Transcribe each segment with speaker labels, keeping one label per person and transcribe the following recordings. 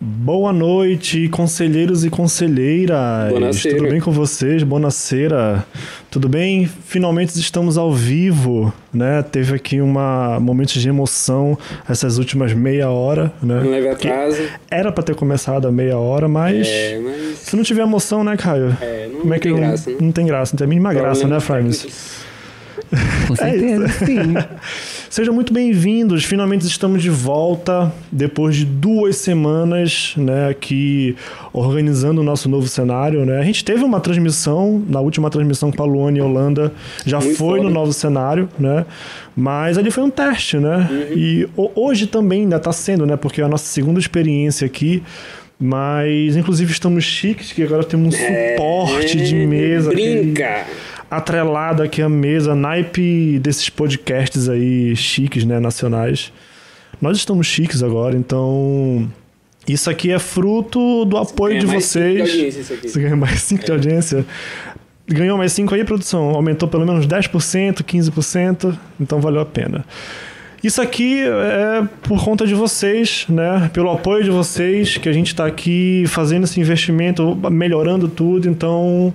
Speaker 1: Boa noite, conselheiros e conselheiras.
Speaker 2: Buonasera.
Speaker 1: Tudo bem com vocês? Bonaceira. Tudo bem? Finalmente estamos ao vivo, né? Teve aqui uma momentos de emoção essas últimas meia hora, né?
Speaker 2: Um leve
Speaker 1: Que
Speaker 2: atraso.
Speaker 1: Era pra ter começado a meia hora, mas
Speaker 2: É, mas.
Speaker 1: se não tiver emoção, né, Caio?
Speaker 2: É, não,
Speaker 1: Como é que
Speaker 2: tem
Speaker 1: não,
Speaker 2: graça, né?
Speaker 1: não tem graça, não tem a mínima graça, né,
Speaker 2: Problemas
Speaker 1: Frames?
Speaker 2: técnicos.
Speaker 3: Com
Speaker 1: É
Speaker 3: certeza, sim.
Speaker 1: Sejam muito bem-vindos. Finalmente estamos de volta depois de duas semanas, né, aqui organizando o nosso novo cenário, né? A gente teve uma transmissão, na última transmissão com a Luana e Holanda, já
Speaker 2: Muito
Speaker 1: foi
Speaker 2: foda.
Speaker 1: no novo cenário, né? Mas ali foi um teste, né?
Speaker 2: Uhum.
Speaker 1: E ho- hoje também ainda está sendo, né? Porque é a nossa segunda experiência aqui. Mas, inclusive, estamos chiques, que agora temos um suporte de
Speaker 2: É,
Speaker 1: mesa. aquele-
Speaker 2: Brinca!
Speaker 1: atrelado aqui à mesa, naipe desses podcasts aí chiques, né, nacionais. Nós estamos chiques agora, então isso aqui é fruto do apoio
Speaker 2: ganha
Speaker 1: de
Speaker 2: mais cinco de
Speaker 1: vocês.
Speaker 2: audiência É. isso aqui.
Speaker 1: Você ganha mais 5 de audiência. Ganhou mais 5 aí, produção? Aumentou pelo menos 10%, 15%, então valeu a pena. Isso aqui é por conta de vocês, né? Pelo apoio de vocês, que a gente tá aqui fazendo esse investimento, melhorando tudo, então.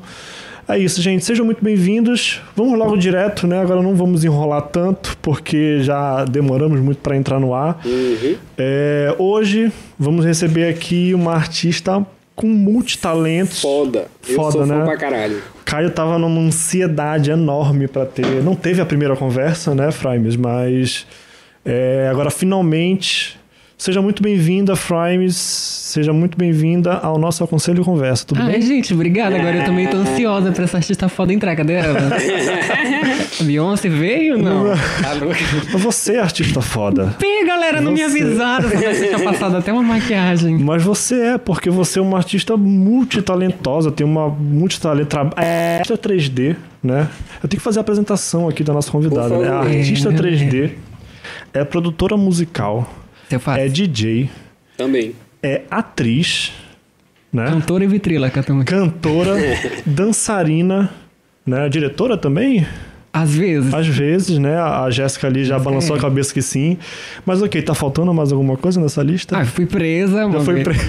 Speaker 1: É isso, gente. Sejam muito bem-vindos. Vamos logo direto, né? Agora não vamos enrolar tanto, porque já demoramos muito para entrar no ar.
Speaker 2: Uhum.
Speaker 1: É, hoje vamos receber aqui uma artista com multitalentos.
Speaker 2: Foda. Eu
Speaker 1: Foda,
Speaker 2: sou
Speaker 1: né?
Speaker 2: fã pra caralho.
Speaker 1: Caio tava numa ansiedade enorme pra ter. Não teve a primeira conversa, né, Frames? Mas é, agora finalmente. Seja muito bem-vinda, Frames. Seja muito bem-vinda ao nosso Aconselho e Conversa. Tudo
Speaker 3: Ai,
Speaker 1: bem?
Speaker 3: gente, obrigada. Agora eu também tô ansiosa pra essa artista foda entrar. Cadê ela? Beyoncé veio? Não. Tá louco.
Speaker 1: Mas Você é artista foda.
Speaker 3: Pê, galera,
Speaker 1: Não
Speaker 3: não, me
Speaker 1: sei.
Speaker 3: avisaram. Essa artista passado até uma maquiagem.
Speaker 1: Mas você é, porque você é uma artista multitalentosa, tem uma multitalento. tra- É artista 3D, né? Eu tenho que fazer a apresentação aqui da nossa convidada,
Speaker 2: Por
Speaker 1: né? A
Speaker 2: favor.
Speaker 1: artista
Speaker 3: É,
Speaker 1: 3D é produtora musical,
Speaker 3: Você faz.
Speaker 1: é DJ,
Speaker 2: Também.
Speaker 1: é atriz, né?
Speaker 3: Cantora e vitrílaca também.
Speaker 1: Cantora, dançarina, né? Diretora também?
Speaker 3: Às vezes.
Speaker 1: Às vezes, né? A a Jéssica ali já balançou a cabeça que sim. Mas ok, tá faltando mais alguma coisa nessa lista?
Speaker 3: Ah, fui presa, mano.
Speaker 1: foi presa.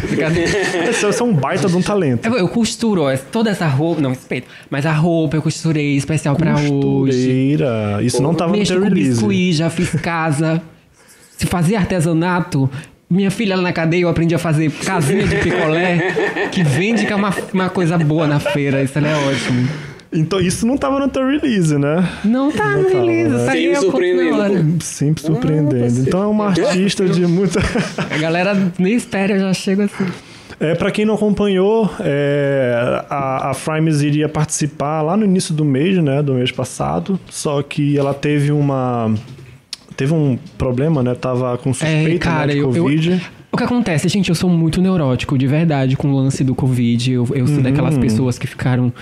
Speaker 1: Esse é um baita de um talento.
Speaker 3: Eu, eu costuro ó, toda essa roupa, não, respeito, mas a roupa eu costurei especial pra hoje.
Speaker 1: Costureira. Isso não tava no
Speaker 3: Mexo
Speaker 1: teu
Speaker 3: com
Speaker 1: release.
Speaker 3: biscuit, já fiz casa. Se fazia artesanato, minha filha lá na cadeia eu aprendi a fazer casinha de picolé, que vende que é uma, uma coisa boa na feira. Isso ela é ótimo.
Speaker 1: Então isso não tava no teu release, né?
Speaker 3: Não tá,
Speaker 1: Não tá,
Speaker 3: beleza.
Speaker 1: né?
Speaker 3: Tá
Speaker 2: Sim,
Speaker 3: aí a
Speaker 2: surpreendendo.
Speaker 3: hora.
Speaker 1: Sempre surpreendendo. Então é uma artista de muita.
Speaker 3: A galera nem espera, eu já chego assim.
Speaker 1: É, para quem não acompanhou, é, a, a Frames iria participar lá no início do mês, né? Do mês passado. Só que ela teve uma. Teve um problema, né? Tava com suspeita
Speaker 3: É, cara,
Speaker 1: né, de
Speaker 3: eu, eu-
Speaker 1: Covid.
Speaker 3: O que acontece, gente, eu sou muito neurótico, de verdade, com o lance do Covid. Eu, eu sou
Speaker 1: Hum.
Speaker 3: daquelas pessoas que ficaram.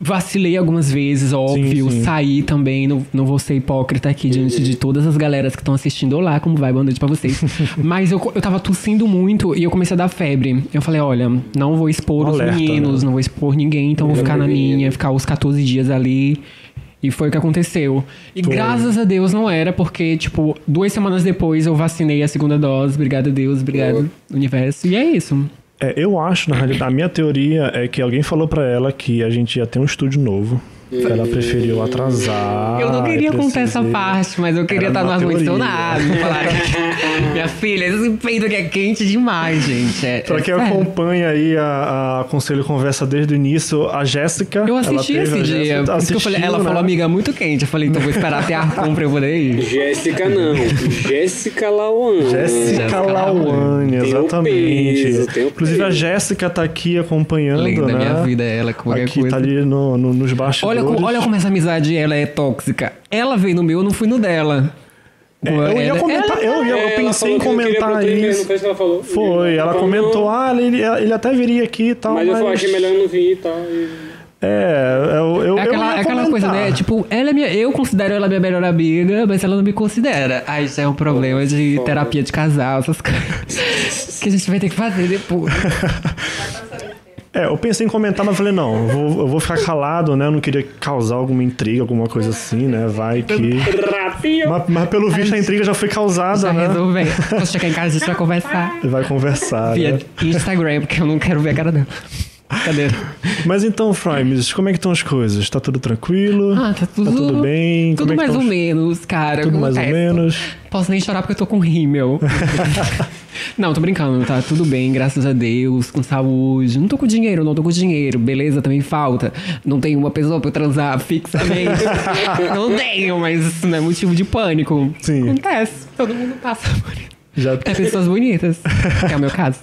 Speaker 3: Vacilei algumas vezes, óbvio.
Speaker 1: sim.
Speaker 3: Saí também, não, não vou ser hipócrita aqui diante de todas as galeras que estão assistindo. Olá, como vai? Boa noite pra vocês. Mas eu, co- eu tava tossindo muito e eu comecei a dar febre. Eu falei, olha, não vou expor
Speaker 1: Um
Speaker 3: os
Speaker 1: alerta,
Speaker 3: meninos, não vou expor ninguém, então vou
Speaker 2: Melhor
Speaker 3: ficar na
Speaker 2: prevenir,
Speaker 3: minha,
Speaker 2: né?
Speaker 3: ficar os 14 dias ali. E foi o que aconteceu. E graças a Deus não era, porque, tipo, duas semanas depois eu vacinei a segunda dose. Obrigado, Deus. Obrigado, universo. E é isso.
Speaker 1: É, eu acho, na realidade, a minha teoria é que alguém falou pra ela que a gente ia ter um estúdio novo. Ela preferiu atrasar.
Speaker 3: eu não queria
Speaker 1: e
Speaker 3: contar essa
Speaker 1: Ah, precisei-
Speaker 3: parte, mas eu queria
Speaker 1: Era
Speaker 3: estar no
Speaker 1: uma
Speaker 3: ar-condicionado. falar que- Minha filha, esse peito aqui é quente demais, gente. É,
Speaker 1: Pra
Speaker 3: é
Speaker 1: quem
Speaker 3: sério.
Speaker 1: acompanha aí a, a Conselho Conversa desde o início, a Jéssica.
Speaker 3: Eu assisti
Speaker 1: ela teve
Speaker 3: esse
Speaker 1: a
Speaker 3: dia.
Speaker 1: Jéssica-
Speaker 3: por isso que eu
Speaker 1: assistiu,
Speaker 3: falei, ela
Speaker 1: né?
Speaker 3: falou, amiga, muito quente. Eu falei, então vou esperar até ar compra eu vou daí.
Speaker 2: Jéssica não. Jéssica Lawan.
Speaker 1: Jéssica
Speaker 3: Jéssica
Speaker 1: Lawane,
Speaker 2: Lawane. Tem o
Speaker 1: exatamente.
Speaker 2: peso, tem o
Speaker 1: Inclusive, a
Speaker 2: peso.
Speaker 1: Jéssica tá aqui acompanhando,
Speaker 3: Lenda,
Speaker 1: né?
Speaker 3: minha vida, é ela, qualquer
Speaker 1: Aqui,
Speaker 3: coisa.
Speaker 1: tá ali no, no- nos
Speaker 3: Olha,
Speaker 1: bastidores.
Speaker 3: como- olha como essa amizade ela é tóxica. Ela veio no meu, eu não fui no dela.
Speaker 1: É, eu ia comentar, eu, ia- eu
Speaker 2: Ela
Speaker 1: pensei
Speaker 2: falou
Speaker 1: em
Speaker 2: que não queria
Speaker 1: comentar
Speaker 2: proteger, não
Speaker 1: isso.
Speaker 2: foi isso que ela falou.
Speaker 1: Foi, ela
Speaker 2: falou,
Speaker 1: comentou,
Speaker 2: não,
Speaker 1: ah, ele, ele até viria aqui e tal,
Speaker 2: Mas
Speaker 1: mas...
Speaker 2: eu achei melhor eu não vir e tal. e-
Speaker 1: É, eu, eu,
Speaker 3: É aquela,
Speaker 1: eu ia
Speaker 3: é aquela coisa, né?
Speaker 1: comentar.
Speaker 3: Tipo, ela é minha, eu considero ela minha melhor amiga, mas ela não me considera. Aí já é um problema de
Speaker 2: Foda.
Speaker 3: terapia de casal, essas coisas. que a gente vai ter que fazer depois.
Speaker 1: É, eu pensei em comentar, mas falei, não, eu vou, eu vou ficar calado, né? Eu não queria causar alguma intriga, alguma coisa assim, né? Vai que.
Speaker 2: Rapinho!
Speaker 1: Mas, mas pelo visto a intriga já foi causada,
Speaker 3: Tá Já
Speaker 1: né?
Speaker 3: resolveu. Posso chegar em casa, a gente vai conversar.
Speaker 1: Vai conversar.
Speaker 3: Via
Speaker 1: Né?
Speaker 3: Instagram, porque eu não quero ver a cara dela. Cadê?
Speaker 1: Mas então, Frimes, como é que estão as coisas? Tá tudo tranquilo?
Speaker 3: Ah, tá tudo.
Speaker 1: tudo bem?
Speaker 3: Tudo
Speaker 1: Como é que
Speaker 3: mais
Speaker 1: tão-
Speaker 3: ou menos, É. cara. tá
Speaker 1: Tudo mais ou
Speaker 3: Acontece.
Speaker 1: menos.
Speaker 3: Posso nem chorar porque eu tô com rímel. não, tô brincando, tá tudo bem, graças a Deus, com saúde. Não tô com dinheiro, não tô com dinheiro. Beleza, também falta. Não tenho uma pessoa pra eu transar fixamente. não tenho, mas isso não é motivo de pânico.
Speaker 1: Sim.
Speaker 3: Acontece, todo mundo passa por isso.
Speaker 1: Já
Speaker 3: Até pessoas bonitas, que é o meu caso.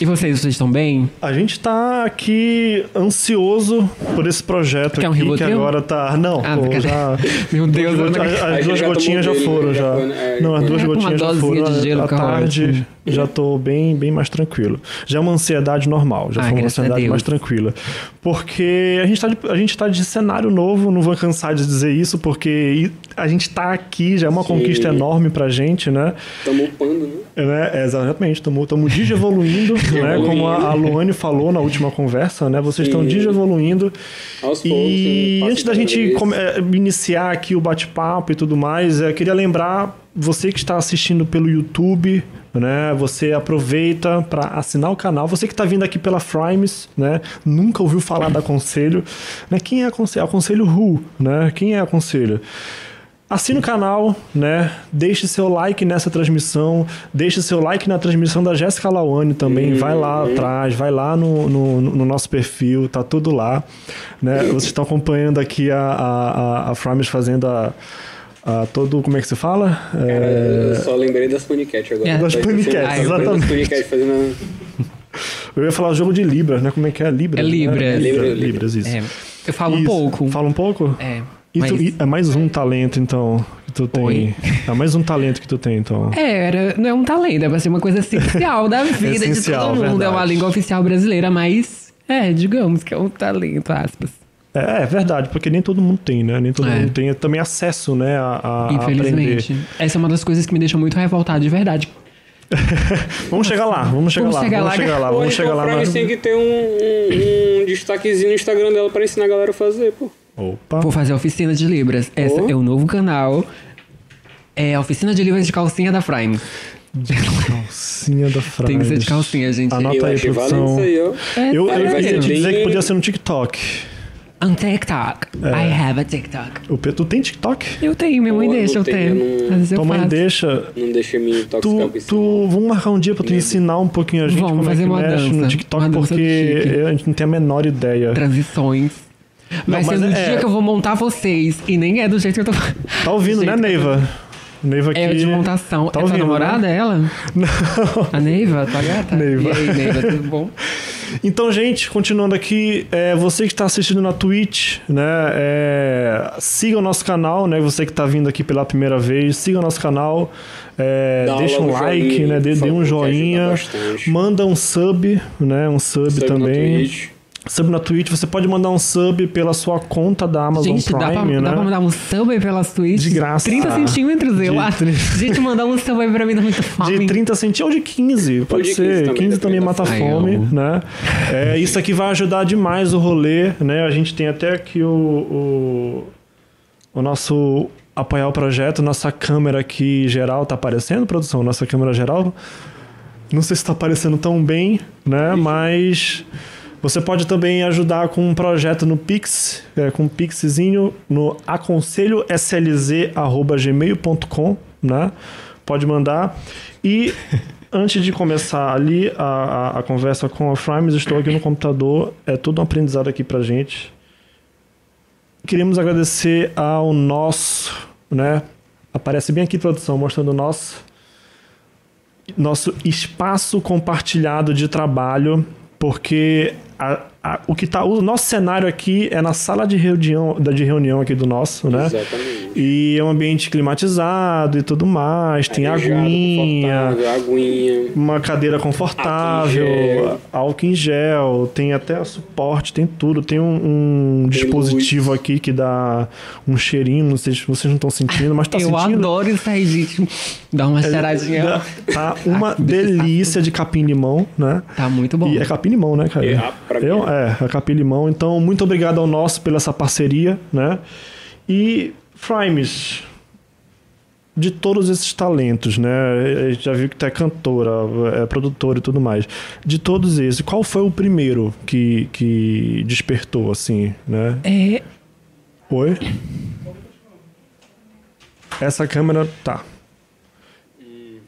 Speaker 3: E vocês, vocês estão bem?
Speaker 1: A gente tá aqui ansioso por esse projeto
Speaker 3: Quer um
Speaker 1: aqui, que
Speaker 3: Rivotril?
Speaker 1: agora tá. Não,
Speaker 3: Ah,
Speaker 1: pô,
Speaker 3: brincadeira.
Speaker 1: já.
Speaker 3: Meu Deus, eu não
Speaker 1: as,
Speaker 3: acredito.
Speaker 1: as
Speaker 2: Aí
Speaker 1: duas
Speaker 2: já tomou
Speaker 1: gotinhas já
Speaker 2: dele,
Speaker 1: foram,
Speaker 2: já
Speaker 1: já.
Speaker 2: foi, né?
Speaker 1: Não, as duas
Speaker 3: É, com uma
Speaker 1: gotinhas já
Speaker 3: dosinha
Speaker 1: foram. é,
Speaker 3: de gelo assim.
Speaker 1: à
Speaker 3: fica
Speaker 1: tarde
Speaker 3: ótimo.
Speaker 1: já tô bem, bem mais tranquilo. Já é uma ansiedade normal, já
Speaker 3: Ah,
Speaker 1: foi uma
Speaker 3: graças a
Speaker 1: ansiedade
Speaker 3: Deus.
Speaker 1: mais tranquila. Porque a gente, tá de, a gente tá de cenário novo, não vou cansar de dizer isso, porque a gente tá aqui, já é uma conquista enorme pra gente, né?
Speaker 2: Tamo upando, né?
Speaker 1: Né? É, exatamente, estamos digievoluindo, né? como a, a Luane falou na última conversa, né? vocês estão
Speaker 2: Sim.
Speaker 1: digievoluindo.
Speaker 2: Aos poucos.
Speaker 1: E
Speaker 2: um passo
Speaker 1: antes da
Speaker 2: de cada
Speaker 1: gente
Speaker 2: vez.
Speaker 1: come- eh, iniciar aqui o bate-papo e tudo mais, é, eu queria lembrar você que está assistindo pelo YouTube, né? Você aproveita para assinar o canal. Você que está vindo aqui pela Frames, né? Nunca ouviu falar da Conselho, né? Quem é a Conselho? A Conselho Who, né? Quem é a Conselho? Assine o canal, né? Deixe seu like nessa transmissão. Deixe seu like na transmissão da Jéssica Lawane também. Vai lá atrás, vai lá no, no, no nosso perfil, tá tudo lá. Né? Vocês estão acompanhando aqui a, a, a- a Frames fazendo a, a todo. Como é que se fala?
Speaker 2: Cara,
Speaker 1: É,
Speaker 2: eu só lembrei das Panicat agora.
Speaker 3: É, das
Speaker 2: Tá
Speaker 1: Panicat,
Speaker 2: esquecendo. Ah, eu lembrei
Speaker 1: exatamente.
Speaker 2: Das Panicat fazendo.
Speaker 1: eu ia falar jogo de Libras, né? Como é que é? Libras.
Speaker 3: É
Speaker 1: né?
Speaker 3: Libras.
Speaker 1: Libra-
Speaker 2: Libra-
Speaker 1: Libras, isso.
Speaker 3: É, eu falo um
Speaker 1: Isso.
Speaker 3: pouco.
Speaker 1: Fala um pouco?
Speaker 3: É.
Speaker 1: E tu-
Speaker 3: mas-
Speaker 1: e- é mais um talento, então, que tu tem.
Speaker 3: Oi.
Speaker 1: É mais um talento que tu tem, então.
Speaker 3: É, era, não é um talento, é pra ser uma coisa essencial da vida de
Speaker 1: Essencial,
Speaker 3: todo mundo. É uma
Speaker 1: verdade.
Speaker 3: língua oficial brasileira, mas é, digamos que é um talento, aspas.
Speaker 1: É, é verdade, porque nem todo mundo tem, né? Nem todo
Speaker 3: É.
Speaker 1: mundo tem também acesso, né, a, a
Speaker 3: Infelizmente.
Speaker 1: aprender.
Speaker 3: Essa é uma das coisas que me deixa muito revoltado, de verdade.
Speaker 1: Vamos chegar lá, vamos chegar
Speaker 3: Vamos
Speaker 1: lá,
Speaker 3: chegar
Speaker 1: vamos
Speaker 3: lá,
Speaker 1: chegar lá,
Speaker 2: Pô,
Speaker 1: Ah, vamos chegar
Speaker 2: então
Speaker 1: lá. né?
Speaker 2: a Frames
Speaker 1: na-
Speaker 2: tem que ter um, um- um destaquezinho no Instagram dela pra ensinar a galera a fazer, pô.
Speaker 1: Opa.
Speaker 3: Vou fazer a oficina de Libras. Essa
Speaker 2: Oh.
Speaker 3: é o novo canal. É a oficina de Libras de calcinha da Prime.
Speaker 1: Calcinha da frase.
Speaker 3: Tem que ser de calcinha, gente.
Speaker 1: Anota
Speaker 2: eu
Speaker 1: aí,
Speaker 2: achei
Speaker 1: produção.
Speaker 2: valendo isso aí, ó.
Speaker 3: É
Speaker 1: Eu, eu
Speaker 3: sério.
Speaker 1: ia te
Speaker 2: Bem-
Speaker 1: dizer que podia ser no TikTok.
Speaker 3: Um TikTok.
Speaker 1: É.
Speaker 3: I have a TikTok.
Speaker 1: O Pedro, tu tem TikTok?
Speaker 3: Eu tenho, minha mãe
Speaker 2: Pô, não
Speaker 3: deixa eu ter.
Speaker 2: tenho, não-
Speaker 3: Às vezes eu
Speaker 1: Tua mãe
Speaker 3: faço.
Speaker 1: deixa.
Speaker 2: Não deixa me intoxicar
Speaker 1: Tu,
Speaker 2: com isso.
Speaker 1: tu, vamos marcar um dia pra tu ensinar um pouquinho a gente
Speaker 3: Vamos
Speaker 1: como é que
Speaker 3: fazer uma
Speaker 1: mexe no
Speaker 3: dança,
Speaker 1: TikTok,
Speaker 3: uma dança
Speaker 1: porque
Speaker 3: chique.
Speaker 1: a gente não tem a menor ideia.
Speaker 3: Transições. Vai
Speaker 1: mas
Speaker 3: ser no
Speaker 1: é-
Speaker 3: dia que eu vou montar vocês. E nem é do jeito que eu tô.
Speaker 1: Tá ouvindo,
Speaker 3: Gente,
Speaker 1: né, Neiva? Neiva aqui.
Speaker 3: É de montação.
Speaker 1: Tá
Speaker 3: é tua
Speaker 1: ouvindo,
Speaker 3: namorada,
Speaker 1: né?
Speaker 3: ela?
Speaker 1: Não.
Speaker 3: A Neiva, tua gata?
Speaker 1: Neiva.
Speaker 3: E aí, Neiva, tudo bom?
Speaker 1: Então, gente, continuando aqui, é, você que está assistindo na Twitch, né, é, siga o nosso canal, né, você que está vindo aqui pela primeira vez, siga o nosso canal, é,
Speaker 2: Dá
Speaker 1: deixa um
Speaker 2: logo o
Speaker 1: like,
Speaker 2: joinha,
Speaker 1: né, dê, dê
Speaker 2: por
Speaker 1: um
Speaker 2: favor, que ajuda
Speaker 1: joinha,
Speaker 2: bastante.
Speaker 1: manda um sub, né, um sub,
Speaker 2: Segue na
Speaker 1: também,
Speaker 2: Twitch.
Speaker 1: sub na Twitch, você pode mandar um sub pela sua conta da Amazon
Speaker 3: Gente,
Speaker 1: Prime,
Speaker 3: dá pra,
Speaker 1: né,
Speaker 3: dá pra mandar um sub aí pelas tweets?
Speaker 1: De graça.
Speaker 3: 30 centímetros, eu
Speaker 1: De
Speaker 3: acho.
Speaker 1: tri-
Speaker 3: Gente, mandar um sub aí pra mim dá muita fome.
Speaker 1: de 30 centímetros ou de 15, pode
Speaker 2: de 15
Speaker 1: ser. 15 também,
Speaker 2: também, depende da
Speaker 1: mata a
Speaker 3: fome.
Speaker 1: fome,
Speaker 3: Ai, eu amo.
Speaker 1: né? É, isso aqui vai ajudar demais o rolê, né? A gente tem até aqui o, o, o nosso apoiar o projeto, nossa câmera aqui geral tá aparecendo, produção, nossa câmera geral. Não sei se tá aparecendo tão bem, né? Mas você pode também ajudar com um projeto no Pix, é, com um pixzinho no aconselhoslz.gmail.com, né? Pode mandar. E antes de começar ali a, a, a conversa com a Frames, estou aqui no computador, é todo um aprendizado aqui pra gente. Queremos agradecer ao nosso, né? Aparece bem aqui, produção, mostrando o nosso nosso espaço compartilhado de trabalho, porque a- a- o que tá, o nosso cenário aqui é na sala de reunião, da- de reunião aqui do nosso, né?
Speaker 2: Exatamente.
Speaker 1: E é um ambiente climatizado e tudo mais, tem
Speaker 2: Arejado,
Speaker 1: aguinha,
Speaker 2: É confortável, Aguinha.
Speaker 1: uma cadeira confortável,
Speaker 2: gel.
Speaker 1: álcool em gel, tem até suporte, tem tudo. Tem um, um dispositivo
Speaker 2: luz.
Speaker 1: aqui que dá um cheirinho, não sei se vocês não estão sentindo, mas tá
Speaker 3: eu
Speaker 1: sentindo. É,
Speaker 3: adoro um isso aí, gente. Dá uma cheiradinha.
Speaker 1: Ah, Tá uma delícia de capim-limão, né?
Speaker 3: Tá muito bom.
Speaker 1: E é capim-limão, né, cara?
Speaker 2: E, ah, pra
Speaker 1: Eu,
Speaker 2: mim.
Speaker 1: é, a Capim Limão. Então, muito obrigado ao nosso pela essa parceria, né? E Frames, de todos esses talentos, né? A gente já viu que tu é cantora, é produtora e tudo mais. De todos esses, qual foi o primeiro que, que despertou, assim, né?
Speaker 3: É,
Speaker 1: Oi? Essa câmera tá.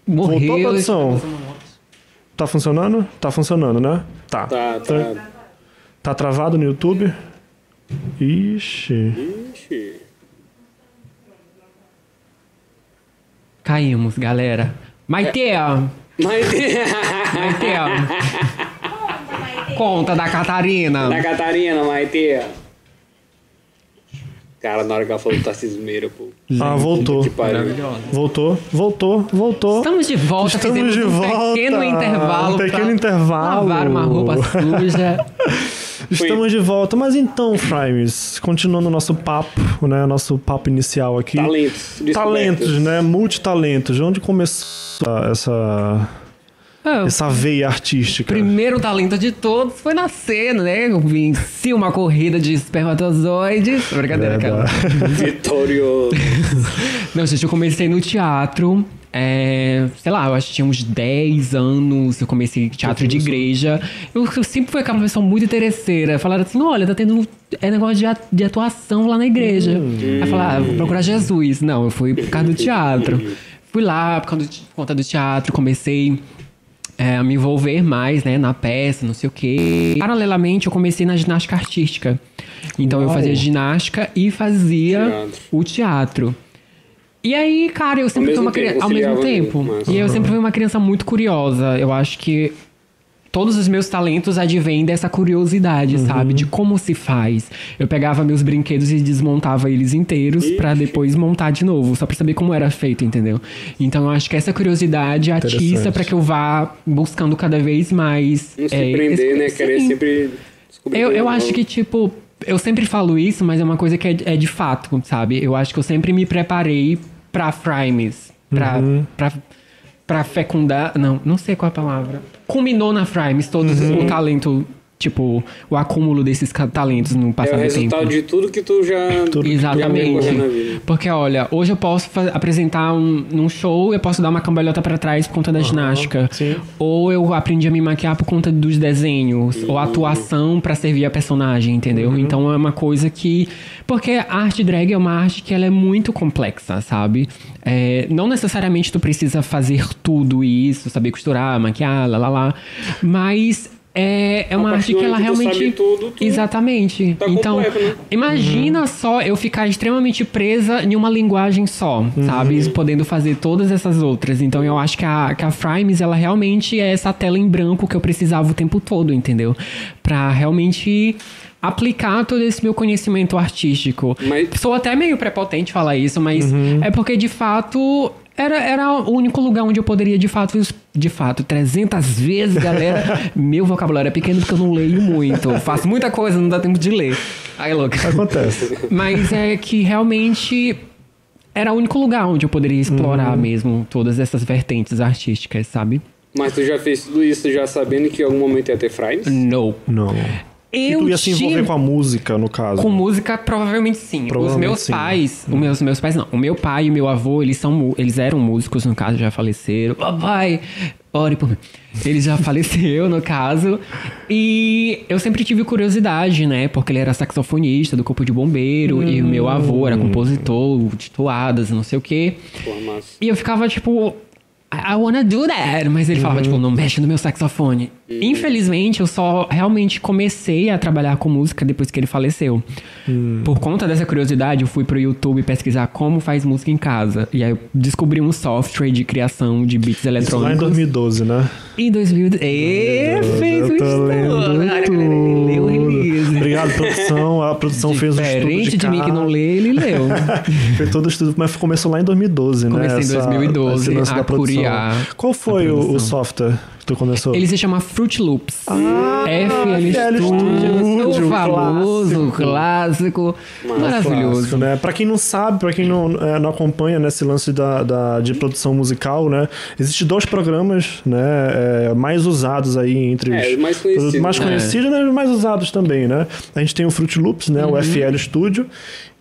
Speaker 3: morreu.
Speaker 1: Voltou, produção? Tá funcionando? Tá funcionando, né? Tá.
Speaker 2: Tá, tá.
Speaker 1: Tá travado no YouTube? Ixi.
Speaker 2: Ixi.
Speaker 3: Caímos, galera. Maite, ó.
Speaker 2: Mas.
Speaker 3: Maite, ó. Conta da Catarina.
Speaker 2: da Tá, Catarina, Maite. Cara, na hora que ela falou do Tarcísio Meira, pô.
Speaker 1: Ah, voltou.
Speaker 2: Que pariu.
Speaker 1: Voltou, voltou, voltou.
Speaker 3: Estamos de volta,
Speaker 1: Estamos
Speaker 3: fizemos
Speaker 1: de
Speaker 3: um
Speaker 1: volta.
Speaker 3: pequeno intervalo.
Speaker 1: Um pequeno
Speaker 3: pra
Speaker 1: intervalo.
Speaker 3: Lavar uma roupa suja.
Speaker 1: Estamos de volta. Mas então, Frames, continuando o nosso papo, né? Nosso papo inicial aqui.
Speaker 2: Talentos. descobertas.
Speaker 1: Talentos, né? Multitalentos. De onde começou essa,
Speaker 3: Ah,
Speaker 1: essa veia artística?
Speaker 3: Primeiro talento de todos foi nascer, né? Eu venci uma corrida de espermatozoides.
Speaker 1: É
Speaker 3: Brincadeira, cara.
Speaker 2: Vitorioso.
Speaker 3: É, Não, gente, eu comecei no teatro. é, sei lá, eu acho que tinha uns 10 anos, eu comecei teatro de igreja. Eu, eu sempre fui aquela pessoa muito interesseira. Falaram assim: olha, tá tendo é negócio de, a- de atuação lá na igreja. Aí eu falava, ah, vou procurar Jesus. Não, eu fui por causa do teatro. Fui lá por causa do te- por conta do teatro, comecei é, a me envolver mais, né, na peça, não sei o quê. Paralelamente, eu comecei na ginástica artística. Então, eu fazia ginástica e fazia
Speaker 2: Teatro.
Speaker 3: o teatro. E aí, cara, eu sempre
Speaker 2: mesmo
Speaker 3: fui uma
Speaker 2: tempo,
Speaker 3: criança. Ao mesmo
Speaker 2: conciliava
Speaker 3: tempo.
Speaker 2: muito, mas-
Speaker 3: E eu sempre fui uma criança muito curiosa. Eu acho que todos os meus talentos advêm dessa curiosidade, sabe? De como se faz. Eu pegava meus brinquedos e desmontava eles inteiros pra depois montar de novo, só pra saber como era feito, entendeu? Então eu acho que essa curiosidade atiça
Speaker 1: Interessante.
Speaker 3: pra que eu vá buscando cada vez mais.
Speaker 2: Não se
Speaker 3: é,
Speaker 2: prender, né?
Speaker 3: esse-
Speaker 2: Querer
Speaker 3: sim.
Speaker 2: sempre descobrir. é
Speaker 3: Eu,
Speaker 2: coisa
Speaker 3: eu acho
Speaker 2: nova.
Speaker 3: que, tipo, eu sempre falo isso, mas é uma coisa que é, é de fato, sabe? Eu acho que eu sempre me preparei pra Frimes. Pra, pra, pra fecundar. Não, não sei qual é a palavra. Culminou na Frimes todo o talento, tipo, o acúmulo desses ca- talentos no
Speaker 2: É o
Speaker 3: passado tempo.
Speaker 2: resultado de tudo que tu já.
Speaker 1: Tudo que tu já
Speaker 3: Exatamente.
Speaker 2: percorreu na vida.
Speaker 3: Porque, olha, hoje eu posso fa- apresentar um, num show, eu posso dar uma cambalhota pra trás por conta da ginástica.
Speaker 1: sim.
Speaker 3: Ou eu aprendi a me maquiar por conta dos desenhos. Ou
Speaker 2: Uhum.
Speaker 3: a atuação pra servir a personagem, entendeu? Então é uma coisa que. Porque a arte drag é uma arte que ela é muito complexa, sabe? É, não necessariamente tu precisa fazer tudo isso, saber costurar, maquiar, lá lá lá. Mas. É, é uma
Speaker 2: partir
Speaker 3: arte
Speaker 2: do
Speaker 3: que ela
Speaker 2: momento que tu
Speaker 3: realmente.
Speaker 2: sabe tudo, tu-
Speaker 3: Exatamente.
Speaker 2: Tá
Speaker 3: então,
Speaker 2: completo, né?
Speaker 3: Imagina só eu ficar extremamente presa em uma linguagem só, sabe? Podendo fazer todas essas outras. Então eu acho que a, que a Frames, ela realmente é essa tela em branco que eu precisava o tempo todo, entendeu? Pra realmente aplicar todo esse meu conhecimento artístico.
Speaker 2: Mas-
Speaker 3: Sou até meio prepotente falar isso, mas
Speaker 1: Uhum.
Speaker 3: é porque de fato. Era, era o único lugar onde eu poderia, de fato, es- de fato, 300 vezes, galera. meu vocabulário é pequeno porque eu não leio muito. Eu faço muita coisa, não dá tempo de ler. Ai, louca.
Speaker 1: Acontece.
Speaker 3: Mas é que realmente era o único lugar onde eu poderia explorar
Speaker 1: Uhum.
Speaker 3: mesmo todas essas vertentes artísticas, sabe?
Speaker 2: Mas tu já fez tudo isso já sabendo que em algum momento ia ter frames?
Speaker 1: Hum.
Speaker 3: No.
Speaker 1: Não. E
Speaker 3: Eu
Speaker 1: tu ia se envolver
Speaker 3: tive-
Speaker 1: com a música, no caso.
Speaker 3: Com música, provavelmente sim. os
Speaker 1: Provavelmente
Speaker 3: meus
Speaker 1: sim.
Speaker 3: pais, os meus, meus pais não. O meu pai e o meu avô, eles são mu- eles eram músicos, no caso, já faleceram. Papai, ore por mim. Ele já faleceu, no caso. E eu sempre tive curiosidade, né? Porque ele era saxofonista do Corpo de Bombeiro. E o meu avô
Speaker 1: Hum.
Speaker 3: era compositor, tituadas, não sei o quê.
Speaker 2: Porra, massa.
Speaker 3: E eu ficava tipo. I I wanna do that. Mas ele falava, tipo, não mexe no meu saxofone. Infelizmente, eu só realmente comecei a trabalhar com música depois que ele faleceu. Por conta dessa curiosidade, eu fui pro YouTube pesquisar como faz música em casa. E aí eu descobri um software de criação de beats
Speaker 1: Isso lá em
Speaker 3: eletrônicos.
Speaker 1: 2012, né?
Speaker 3: Em 2000. E fez o
Speaker 1: Eu tô
Speaker 3: estudo.
Speaker 1: lendo
Speaker 3: Cara,
Speaker 1: tudo.
Speaker 3: Ele leu o release.
Speaker 1: Obrigado, produção. A produção fez um estudo
Speaker 3: Diferente
Speaker 1: de,
Speaker 3: de mim que não
Speaker 1: caso.
Speaker 3: lê, ele leu.
Speaker 1: Fez todo o estudo, mas começou lá em 2012, né?
Speaker 3: Comecei em 2012
Speaker 1: esse lance
Speaker 3: a
Speaker 1: da produção.
Speaker 3: curiar
Speaker 1: Qual foi
Speaker 3: a
Speaker 1: o, o
Speaker 3: produção.
Speaker 1: software que tu tu começou?
Speaker 3: Ele se chama Fruit Loops.
Speaker 1: Ah,
Speaker 3: FL, Studio,
Speaker 1: Studio,
Speaker 3: o famoso
Speaker 1: clássico.
Speaker 3: clássico. maravilhoso.
Speaker 1: Clássico, né? Pra quem não sabe, pra quem não, é, não acompanha nesse lance da, da- de produção musical, né? Existem dois programas né, é, mais usados aí entre os.
Speaker 2: É, os mais conhecidos,
Speaker 1: os mais
Speaker 2: né?
Speaker 1: conhecidos, né? Os mais usados também, né? A gente tem o Fruit Loops, né?
Speaker 3: Uhum.
Speaker 1: O FL Studio.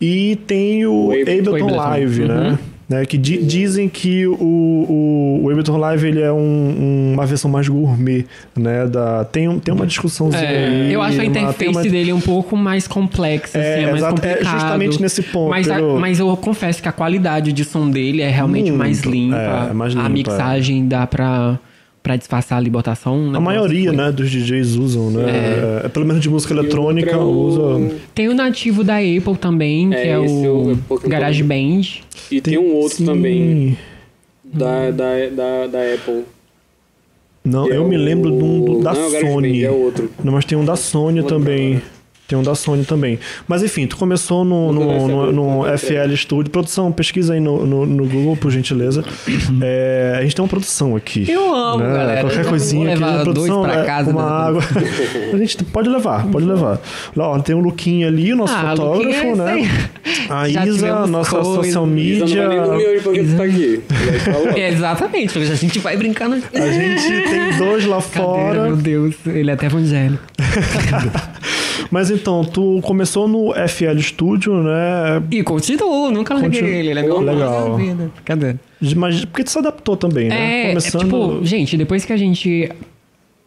Speaker 1: E tem o
Speaker 2: Ableton.
Speaker 1: Ableton,
Speaker 3: Ableton.
Speaker 1: Live,
Speaker 3: Uhum.
Speaker 1: né? né, que di- dizem que o, o, o Ableton Live ele é um- uma versão mais gourmet, né? Da, tem, um- tem uma discussãozinha.
Speaker 3: É,
Speaker 1: aí,
Speaker 3: eu acho a
Speaker 1: uma- tem
Speaker 3: interface
Speaker 1: uma-
Speaker 3: dele um pouco mais complexa,
Speaker 1: É,
Speaker 3: assim, é mais
Speaker 1: exato, é
Speaker 3: complicado.
Speaker 1: justamente nesse ponto,
Speaker 3: Mas, a-
Speaker 1: eu-
Speaker 3: mas eu confesso que a qualidade de som dele é realmente
Speaker 1: Muito,
Speaker 3: mais, limpa.
Speaker 1: é, mais
Speaker 3: A
Speaker 1: limpa,
Speaker 3: mixagem dá pra, pra disfarçar ali, botar só um
Speaker 1: A
Speaker 3: negócio.
Speaker 1: maioria, né, dos DJs usam, né? É, pelo menos de música eletrônica
Speaker 2: Outra, é um o-
Speaker 1: usa.
Speaker 3: Tem o nativo da Apple também,
Speaker 2: É,
Speaker 3: que é
Speaker 2: esse eu-
Speaker 3: o
Speaker 2: eu pouco
Speaker 3: GarageBand.
Speaker 2: E tem, um outro
Speaker 1: sim.
Speaker 2: também da, da, da, da Apple.
Speaker 1: Não,
Speaker 2: que é
Speaker 1: eu me
Speaker 2: o-
Speaker 1: lembro de um do- da
Speaker 2: não, é o GarageBand,
Speaker 1: Sony.
Speaker 2: É outro.
Speaker 1: Não, mas tem um da Sony
Speaker 2: Não lembro
Speaker 1: também.
Speaker 2: agora.
Speaker 1: Tem um da Sony também. Mas enfim, tu começou no,
Speaker 2: Não
Speaker 1: no,
Speaker 3: é
Speaker 2: conhece
Speaker 1: no,
Speaker 2: a
Speaker 1: no
Speaker 2: Google,
Speaker 1: FL Studio. Produção, pesquisa aí no, no, no Google, por gentileza. É, a gente tem uma produção aqui. né?
Speaker 3: Eu amo, galera.
Speaker 1: Qualquer
Speaker 3: Eu
Speaker 1: coisinha
Speaker 3: vou
Speaker 1: aqui.
Speaker 3: levar
Speaker 1: na produção,
Speaker 3: dois pra
Speaker 1: né,
Speaker 3: casa,
Speaker 1: uma
Speaker 3: né?
Speaker 1: água. a gente pode levar, pode levar. Lá, ó, tem o Luquinha ali, o nosso
Speaker 3: Ah,
Speaker 1: fotógrafo,
Speaker 3: Luquinha, é
Speaker 1: né?
Speaker 3: isso
Speaker 1: A
Speaker 3: Já
Speaker 1: Isa,
Speaker 3: tivemos
Speaker 1: nossa
Speaker 3: coisa.
Speaker 1: social
Speaker 2: Isa não
Speaker 1: media.
Speaker 2: vai nem dormir hoje porque tu tá aqui. Vai ficar louco.
Speaker 3: É, exatamente, a gente vai brincando.
Speaker 1: A gente tem dois lá
Speaker 3: Cadeira,
Speaker 1: fora.
Speaker 3: meu Deus, ele é até evangélico.
Speaker 1: Mas então, tu começou no FL Studio, né?
Speaker 3: E continuo, nunca larguei
Speaker 1: Continua.
Speaker 3: ele, ele é meu amor
Speaker 1: Legal.
Speaker 3: da vida. Cadê?
Speaker 1: Mas porque tu se adaptou também, né?
Speaker 3: É, é tipo, gente, depois que a gente.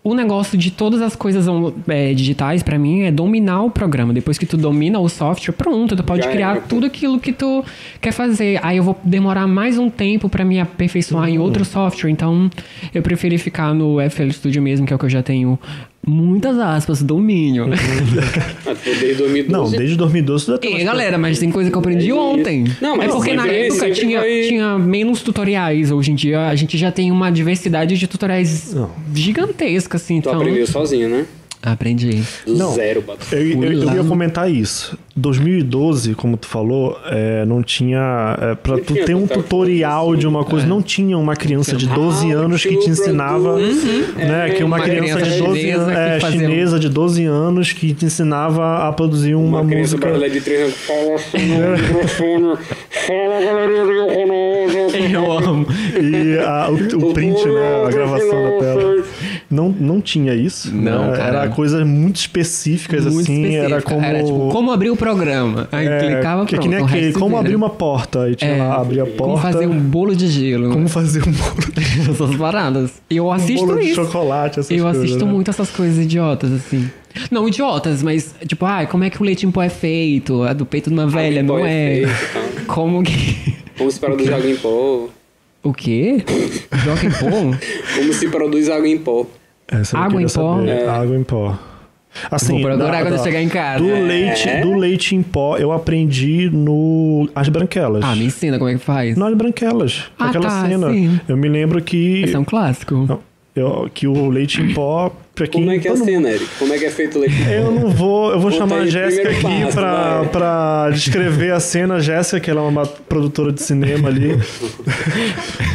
Speaker 3: O negócio de todas as coisas on- é, digitais, pra mim, é dominar o programa. Depois que tu domina o software, pronto, tu pode
Speaker 2: Já
Speaker 3: criar
Speaker 2: era.
Speaker 3: tudo aquilo que tu quer fazer. Aí eu vou demorar mais um tempo pra me aperfeiçoar em outro software. Então, eu preferi ficar no FL Studio mesmo, que é o que eu já tenho, muitas aspas, domínio.
Speaker 2: Ah, tu desde 2012.
Speaker 1: Não, desde 2012 tu já tem
Speaker 3: E
Speaker 1: umas
Speaker 3: galera, mas tem coisa que eu
Speaker 1: É
Speaker 3: aprendi ontem.
Speaker 2: Não, mas
Speaker 3: é porque
Speaker 2: não,
Speaker 3: na
Speaker 2: mas é isso,
Speaker 3: época
Speaker 2: sempre
Speaker 3: tinha,
Speaker 2: vai-
Speaker 3: tinha menos tutoriais. Hoje em dia a gente já tem uma diversidade de tutoriais
Speaker 1: Não.
Speaker 3: gigantesca, assim.
Speaker 2: Tu
Speaker 3: então...
Speaker 2: aprendeu sozinho, né?
Speaker 3: Aprendi.
Speaker 2: Do
Speaker 1: Não.
Speaker 2: zero, Bato.
Speaker 1: Eu, eu- eu
Speaker 3: Fui lá.
Speaker 1: ia comentar isso. 2012, como tu falou, é, não tinha. É, pra tu
Speaker 2: tinha
Speaker 1: ter um
Speaker 2: tanta
Speaker 1: tutorial de
Speaker 3: é.
Speaker 1: uma coisa, não tinha uma criança
Speaker 3: Uhum.
Speaker 1: de 12
Speaker 2: Ah,
Speaker 1: anos que te
Speaker 2: Tio
Speaker 1: ensinava.
Speaker 2: Produce.
Speaker 1: Né, que uma,
Speaker 3: É, uma
Speaker 1: criança,
Speaker 3: criança
Speaker 1: de 12
Speaker 3: chinesa
Speaker 1: anos.
Speaker 3: que
Speaker 1: É,
Speaker 3: fazia um-
Speaker 1: chinesa de 12 anos que te ensinava a produzir uma,
Speaker 2: Uma criança
Speaker 1: música.
Speaker 2: brasileira de três anos. Fala assim no microfone. Fala, galerinha do Yokonosa.
Speaker 3: Eu amo.
Speaker 1: E a- o, o print, né? A gravação da tela. Não, não tinha isso.
Speaker 3: Não,
Speaker 1: né?
Speaker 3: cara.
Speaker 1: Era coisas muito específicas,
Speaker 3: Muito
Speaker 1: assim. Era
Speaker 3: específica.
Speaker 1: como.
Speaker 3: Era, tipo, como abrir o programa. Aí
Speaker 1: é,
Speaker 3: clicava,
Speaker 1: que,
Speaker 3: pronto.
Speaker 1: que nem
Speaker 3: o
Speaker 1: aquele,
Speaker 3: resto
Speaker 1: como
Speaker 3: vira.
Speaker 1: abrir uma porta. Aí tinha
Speaker 3: É.
Speaker 1: lá, abrir a
Speaker 3: Como
Speaker 1: porta.
Speaker 3: fazer um bolo de gelo.
Speaker 1: como fazer um bolo,
Speaker 3: Essas paradas. Eu
Speaker 1: um
Speaker 3: assisto
Speaker 1: bolo de
Speaker 3: isso.
Speaker 1: chocolate, essas
Speaker 3: Eu
Speaker 1: coisas,
Speaker 3: assisto
Speaker 1: né?
Speaker 3: muito essas coisas idiotas, assim. Não idiotas, mas tipo, ah, como é que o leite em pó é feito? É do peito de uma velha,
Speaker 2: em pó
Speaker 3: não
Speaker 2: é
Speaker 3: é?
Speaker 2: feito, tá.
Speaker 3: Como que.
Speaker 2: Como se produz água em pó.
Speaker 3: O quê? Joga em pó?
Speaker 2: Como se produz água em pó.
Speaker 1: Essa eu
Speaker 3: Água
Speaker 1: queria
Speaker 3: em pó?
Speaker 1: saber.
Speaker 2: É.
Speaker 1: Água em pó. Assim,
Speaker 3: Vou procurar
Speaker 1: da-
Speaker 3: quando eu
Speaker 1: da-
Speaker 3: chegar em casa.
Speaker 1: Do,
Speaker 3: É.
Speaker 1: leite, do leite em pó, eu aprendi no As Branquelas.
Speaker 3: Ah, me ensina como é que faz.
Speaker 1: No As Branquelas.
Speaker 3: Ah,
Speaker 1: aquela
Speaker 3: tá,
Speaker 1: cena.
Speaker 3: sim.
Speaker 1: Eu me lembro que.
Speaker 3: Esse é um clássico.
Speaker 1: Não, eu- que o leite em pó. Pra quem,
Speaker 2: Como é que é a
Speaker 1: todo
Speaker 2: cena, Eric? Como é que é feito o leite?
Speaker 1: Eu não vou. Eu vou
Speaker 2: Conta
Speaker 1: chamar
Speaker 2: aí
Speaker 1: a
Speaker 2: o
Speaker 1: Jéssica
Speaker 2: primeiro
Speaker 1: aqui
Speaker 2: passo,
Speaker 1: pra,
Speaker 2: vai.
Speaker 1: pra descrever a cena. A Jéssica, que ela é uma produtora de cinema ali.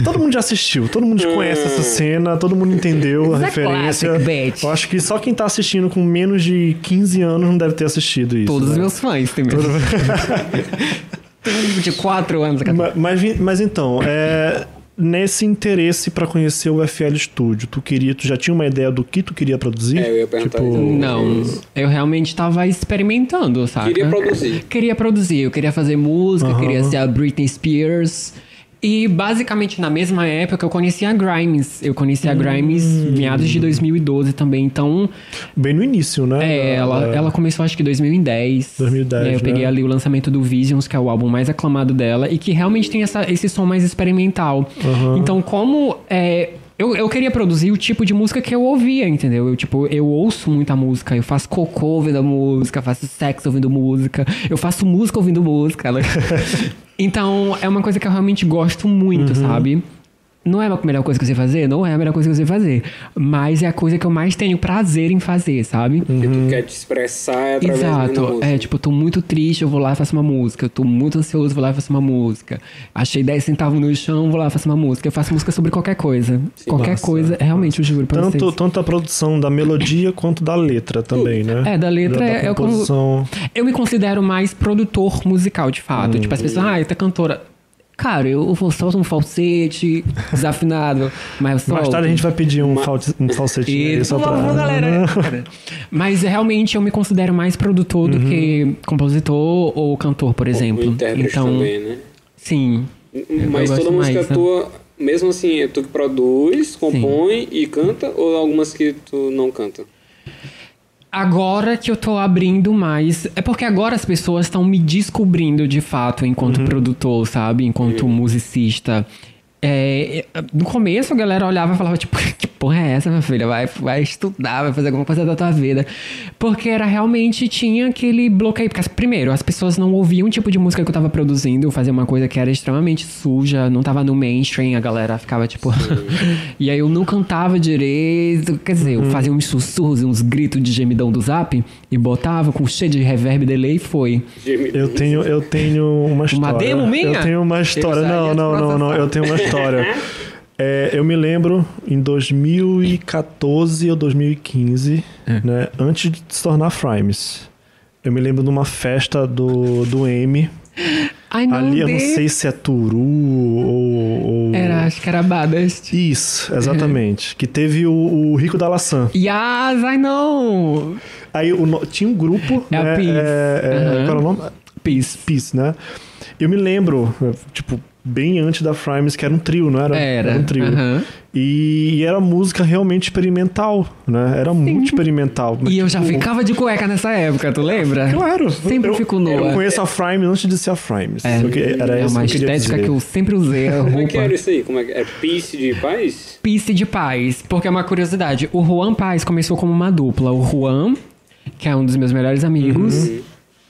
Speaker 1: todo mundo já assistiu, todo mundo conhece
Speaker 2: Hum.
Speaker 1: essa cena, todo mundo entendeu a
Speaker 3: Isso é
Speaker 1: referência.
Speaker 3: classic, bitch.
Speaker 1: Eu acho que só quem tá assistindo com menos de 15 anos não deve ter assistido isso.
Speaker 3: Todos
Speaker 1: né?
Speaker 3: os meus fãs têm mesmo. um de quatro anos. cara.
Speaker 1: Ma- Mas, vi- mas então, é, nesse interesse pra conhecer o FL Studio, tu queria, tu já tinha uma ideia do que tu queria produzir? Tipo,
Speaker 2: É, eu ia perguntar isso.
Speaker 3: Não, eu realmente tava experimentando, sabe?
Speaker 2: Queria produzir.
Speaker 3: Queria produzir, eu queria fazer música, eu queria ser a Britney Spears. E basicamente na mesma época eu conheci a Grimes. Eu conheci a Grimes meados de 2012 também. Então,
Speaker 1: Bem no início, né? Da-
Speaker 3: é, ela,
Speaker 1: da-
Speaker 3: ela começou acho que em 2010.
Speaker 1: 2010,
Speaker 3: E aí eu peguei
Speaker 1: né?
Speaker 3: ali o lançamento do Visions, que é o álbum mais aclamado dela, e que realmente tem essa- esse som mais experimental. Então, como. é, eu, eu queria produzir o tipo de música que eu ouvia, entendeu? Eu, tipo, eu ouço muita música, eu faço cocô ouvindo música, faço sexo ouvindo música, eu faço música
Speaker 1: Uhum.
Speaker 3: ouvindo música. né? então, é uma coisa que eu realmente gosto muito, sabe? Não é a melhor coisa que você fazer? Não é a melhor coisa que você fazer. Mas é a coisa que eu mais tenho prazer em fazer, sabe?
Speaker 1: Uhum.
Speaker 2: Que tu quer te expressar é através da
Speaker 3: Uhum. Exato.
Speaker 2: música.
Speaker 3: É, tipo, eu tô muito triste, eu vou lá e faço uma música. Eu tô muito ansioso, vou lá e faço uma música. Achei 10 centavos no chão, vou lá e faço uma música. Eu faço música sobre qualquer coisa. qualquer
Speaker 1: Nossa,
Speaker 3: coisa,
Speaker 2: é.
Speaker 3: realmente, eu juro pra
Speaker 1: Tanto,
Speaker 3: vocês.
Speaker 1: tanto a produção da melodia quanto da letra também, né?
Speaker 3: É, da letra
Speaker 1: da,
Speaker 3: é- é
Speaker 1: da
Speaker 3: o como-
Speaker 1: composição.
Speaker 3: Eu me considero mais produtor musical, de fato. Tipo, as
Speaker 2: Uhum.
Speaker 3: pessoas, ah, essa cantora. Cara, eu vou solto um falsete desafinado, mas eu
Speaker 1: Mais
Speaker 3: solto.
Speaker 1: tarde a gente vai pedir um, falti- um falsetinho
Speaker 3: E,
Speaker 1: aí só
Speaker 3: por
Speaker 1: pra...
Speaker 3: favor, galera. Cara, Mas realmente eu me considero mais produtor
Speaker 1: Uhum.
Speaker 3: do que compositor ou cantor, por
Speaker 2: O
Speaker 3: exemplo.
Speaker 2: intérprete
Speaker 3: então,
Speaker 2: também, né?
Speaker 3: sim. Eu
Speaker 2: Mas
Speaker 3: gosto
Speaker 2: toda música
Speaker 3: mais, né?
Speaker 2: tua, mesmo assim, é tu que produz, compõe e canta, ou algumas que tu não canta?
Speaker 3: Agora que eu tô abrindo mais. É porque agora as pessoas estão me descobrindo de fato enquanto produtor, sabe? Enquanto musicista. É, é, no começo a galera olhava e falava, tipo, que porra é essa, minha filha? Vai, vai estudar, vai fazer alguma coisa da tua vida. Porque era realmente tinha aquele bloqueio. Porque, as- primeiro, as pessoas não ouviam o tipo de música que eu tava produzindo, eu fazia uma coisa que era extremamente suja, não tava no mainstream, a galera ficava tipo. e aí eu não cantava direito. Quer dizer,
Speaker 1: Hum.
Speaker 3: eu fazia uns sussurros, e uns gritos de gemidão do zap e botava com cheio de reverb, delay e foi.
Speaker 2: Gemi-
Speaker 1: Eu tenho, eu tenho uma história.
Speaker 3: demo minha?
Speaker 1: Eu tenho uma história.
Speaker 3: já
Speaker 1: Não,
Speaker 3: ia
Speaker 1: não, não, não.
Speaker 3: processar.
Speaker 1: Eu tenho uma história. É, eu me lembro em 2014 ou 2015,
Speaker 3: É.
Speaker 1: né? Antes de se tornar Frames. Eu me lembro de uma festa do, do M.
Speaker 3: Ai, não,
Speaker 1: Ali eu não
Speaker 3: Deus.
Speaker 1: sei se é Turu ou. ou-
Speaker 3: Era, acho que era Badast.
Speaker 1: Isso, exatamente. Que teve o, o Rico da Laçã.
Speaker 3: Yes, I know!
Speaker 1: Aí o no- tinha um grupo.
Speaker 3: É a
Speaker 1: né,
Speaker 3: Peace.
Speaker 1: é- é-
Speaker 3: Aham.
Speaker 1: Qual era o nome?
Speaker 3: Peace.
Speaker 1: Peace, né? Eu me lembro, eh, tipo, bem antes da Frames, que era um trio, não era?
Speaker 3: Era.
Speaker 1: um trio.
Speaker 3: aham.
Speaker 1: E, e era música realmente experimental, né? Era muito experimental. Mas,
Speaker 3: E eu já
Speaker 1: tipo,
Speaker 3: ficava de cueca nessa época, tu lembra?
Speaker 1: Claro.
Speaker 3: Sempre
Speaker 1: eu,
Speaker 3: fico
Speaker 1: Eu
Speaker 3: nua.
Speaker 1: conheço a Frames antes de ser a Frames.
Speaker 3: É,
Speaker 1: Porque era
Speaker 3: é
Speaker 1: isso
Speaker 3: uma
Speaker 1: que eu queria
Speaker 3: estética
Speaker 1: dizer.
Speaker 3: que eu sempre usei, a
Speaker 2: Como é que
Speaker 3: roupa.
Speaker 2: era isso aí? Como é que é? Peace de paz?
Speaker 3: Piece de Paz, porque é uma curiosidade. O Juan Paz começou como uma dupla. O Juan, que é um dos meus melhores amigos,
Speaker 1: Uhum.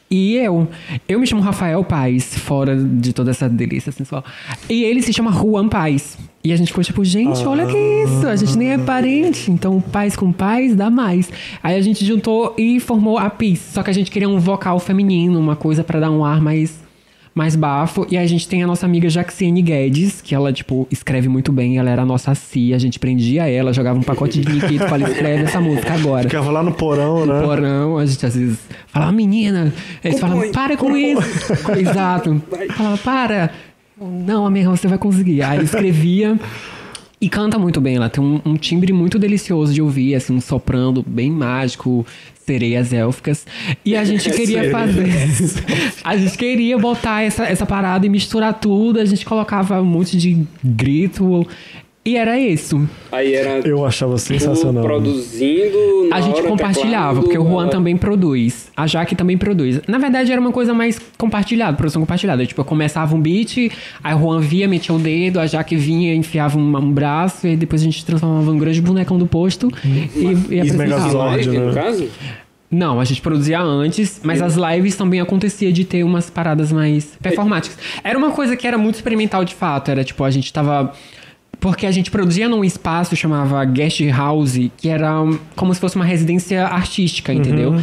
Speaker 3: e eu. Eu me chamo Rafael Paz, fora de toda essa delícia sensual. E ele se chama Juan Paz. E a gente ficou tipo, gente, olha que isso, a gente nem é parente, então paz com paz dá mais. Aí a gente juntou e formou a Peace, só que a gente queria um vocal feminino, uma coisa pra dar um ar mais mais bafo. E a gente tem a nossa amiga Jaxiane Guedes, que ela, tipo, escreve muito bem. Ela era a nossa CIA, a gente prendia ela, jogava um pacote de liquid e falava, escreve essa música agora.
Speaker 1: Ficava lá no porão, né?
Speaker 3: Porão, a gente às vezes falava, menina, eles
Speaker 2: Compõe,
Speaker 3: falavam, para com
Speaker 2: compõe."
Speaker 3: isso. Exato. Falava, para. Não, amiga, você vai conseguir. Aí escrevia e canta muito bem. Ela tem um, um timbre muito delicioso de ouvir, assim, um soprando bem mágico, sereias élficas. E a gente queria fazer. a gente queria botar essa, essa parada e misturar tudo. A gente colocava um monte de grito. E era isso.
Speaker 2: Aí era
Speaker 1: Eu achava
Speaker 2: tu
Speaker 1: sensacional. né?
Speaker 2: Tipo, produzindo. na
Speaker 3: A gente
Speaker 2: hora, é
Speaker 3: compartilhava,
Speaker 2: teclado,
Speaker 3: porque o Juan
Speaker 2: ela-
Speaker 3: também produz. A Jaque também produz. Na verdade, era uma coisa mais compartilhada, produção compartilhada. Tipo, eu começava um beat, aí o Juan via, metia o dedo, a Jaque vinha, enfiava um, um braço, e depois a gente transformava um grande bonecão do posto
Speaker 2: Uhum. é
Speaker 3: e, e apresentava.
Speaker 1: Megazord.
Speaker 2: Live,
Speaker 1: Áudio, né?
Speaker 2: no caso?
Speaker 3: Não, a gente produzia antes, mas as lives também acontecia de ter umas paradas mais performáticas. Era uma coisa que era muito experimental de fato, era tipo, a gente tava. Porque a gente produzia num espaço chamava Guest House, que era um- como se fosse uma residência artística,
Speaker 1: Uhum.
Speaker 3: entendeu?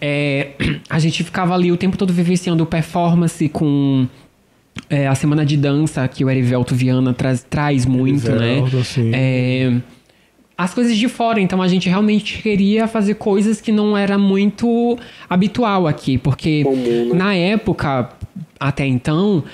Speaker 3: É, a gente ficava ali o tempo todo vivenciando performance com é, a semana de dança que o Erivelto Viana traz, traz muito,
Speaker 1: Erivelto,
Speaker 3: né?
Speaker 1: sim.
Speaker 3: É, as coisas de fora, então a gente realmente queria fazer coisas que não era muito habitual aqui, porque
Speaker 2: Comum, né?
Speaker 3: na época, até então,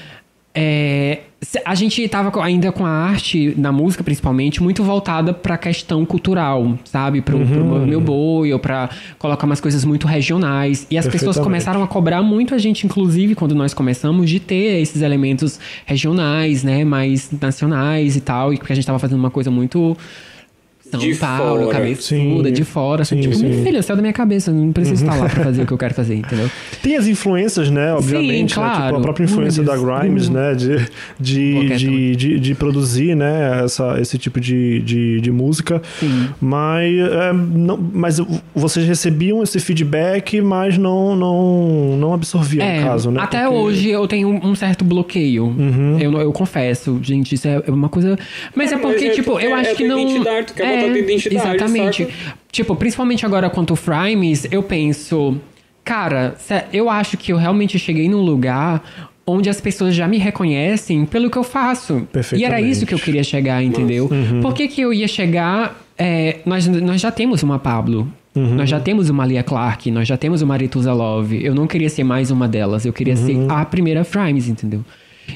Speaker 3: é, se- a gente estava ainda com a arte, na música principalmente, muito voltada para a questão cultural, sabe? Para o
Speaker 2: Uhum.
Speaker 3: meu boi, ou para colocar umas coisas muito regionais. E as pessoas
Speaker 1: Perfeitamente.
Speaker 3: começaram começaram a cobrar muito a gente, inclusive, quando nós começamos, de ter esses elementos regionais, né? Mais nacionais e tal. E porque a gente tava fazendo uma coisa muito São
Speaker 2: De
Speaker 3: Paulo,
Speaker 2: fora.
Speaker 3: cabeçuda,
Speaker 1: Sim.
Speaker 3: de fora.
Speaker 1: Sim,
Speaker 3: tipo,
Speaker 1: sim. Uhum.
Speaker 3: filho, saiu da minha cabeça, não preciso estar lá pra fazer o que eu quero fazer, entendeu?
Speaker 1: Tem as influências, né? Obviamente, né?
Speaker 3: claro.
Speaker 1: Tipo, a própria influência da
Speaker 3: Meu Deus.
Speaker 1: Grimes,
Speaker 3: Hum.
Speaker 1: né? De, de,
Speaker 3: Qualquer
Speaker 1: de, de, de produzir, né? Essa, esse tipo de, de, de música.
Speaker 3: Sim.
Speaker 1: Mas, é, não, mas o- vocês recebiam esse feedback, mas não, não, não absorviam,
Speaker 3: É,
Speaker 1: no caso, né?
Speaker 3: Até
Speaker 1: Porque- Uhum.
Speaker 3: hoje eu tenho um certo bloqueio. Eu, não- eu confesso, gente, isso é uma coisa. Mas
Speaker 2: É,
Speaker 3: é, porque,
Speaker 2: mas é
Speaker 3: tipo,
Speaker 2: tu-
Speaker 3: eu
Speaker 2: é-
Speaker 3: acho
Speaker 2: é
Speaker 3: que
Speaker 2: tua
Speaker 3: não. é,
Speaker 2: identidade, tu quer botar tua identidade,
Speaker 3: Exatamente.
Speaker 2: saca?
Speaker 3: Tipo, principalmente agora quanto ao Frimes, eu penso, cara, sé- eu acho que eu realmente cheguei num lugar onde as pessoas já me reconhecem pelo que eu faço. E era
Speaker 1: Perfeitamente.
Speaker 3: isso que eu queria chegar, entendeu?
Speaker 1: Uhum.
Speaker 3: Por que, que eu ia chegar. é, nós, nós já temos uma Pablo.
Speaker 1: Uhum.
Speaker 3: Nós já temos uma Lia Clark, nós já temos uma Arethusa Love. Eu não queria ser mais uma delas, eu queria
Speaker 1: Uhum.
Speaker 3: ser a primeira Frimes, entendeu?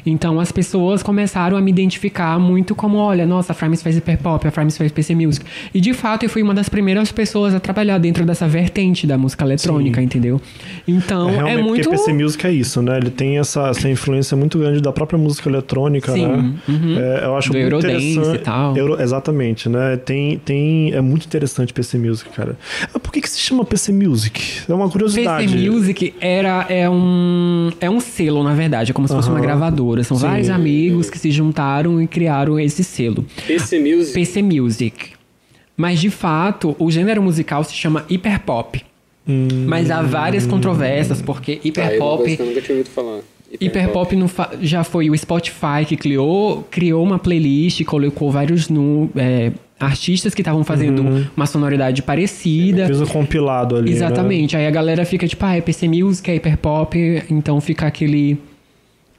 Speaker 3: Então as pessoas começaram a me identificar muito como, olha, nossa, a Frimes faz hiperpop, a Frimes faz PC Music. E de fato eu fui uma das primeiras pessoas a trabalhar dentro dessa vertente da música eletrônica, entendeu? Então é,
Speaker 1: realmente,
Speaker 3: muito.
Speaker 1: porque PC Music é isso, né? Ele tem essa, essa influência muito grande da própria música eletrônica,
Speaker 3: Sim, uhum.
Speaker 1: né? É, eu acho
Speaker 3: Do
Speaker 1: muito
Speaker 3: Eurodance
Speaker 1: interessante.
Speaker 3: e tal.
Speaker 1: Euro- exatamente, né? Tem, tem, é muito interessante PC Music, cara. Mas por que, que se chama PC Music? É uma curiosidade.
Speaker 3: PC Music era, é, um, é um selo, na verdade. É como se fosse uma
Speaker 1: Aham.
Speaker 3: gravadora. São
Speaker 1: Sim.
Speaker 3: vários amigos que se juntaram e criaram esse selo.
Speaker 2: PC Music.
Speaker 3: PC Music. Mas, de fato, o gênero musical se chama hiperpop.
Speaker 1: Hum.
Speaker 3: Mas há várias controvérsias,
Speaker 2: Ah,
Speaker 3: porque
Speaker 2: é uma coisa
Speaker 3: hiperpop...
Speaker 2: que eu nunca tinha ouvido falar.
Speaker 3: Hiperpop não fa- já foi o Spotify que criou, criou uma playlist, colocou vários nu- é, artistas que estavam fazendo
Speaker 1: Uhum.
Speaker 3: uma sonoridade parecida.
Speaker 1: Fez um compilado ali. né?
Speaker 3: Exatamente. Aí a galera fica tipo, ah, é PC Music, é hiperpop, então fica aquele.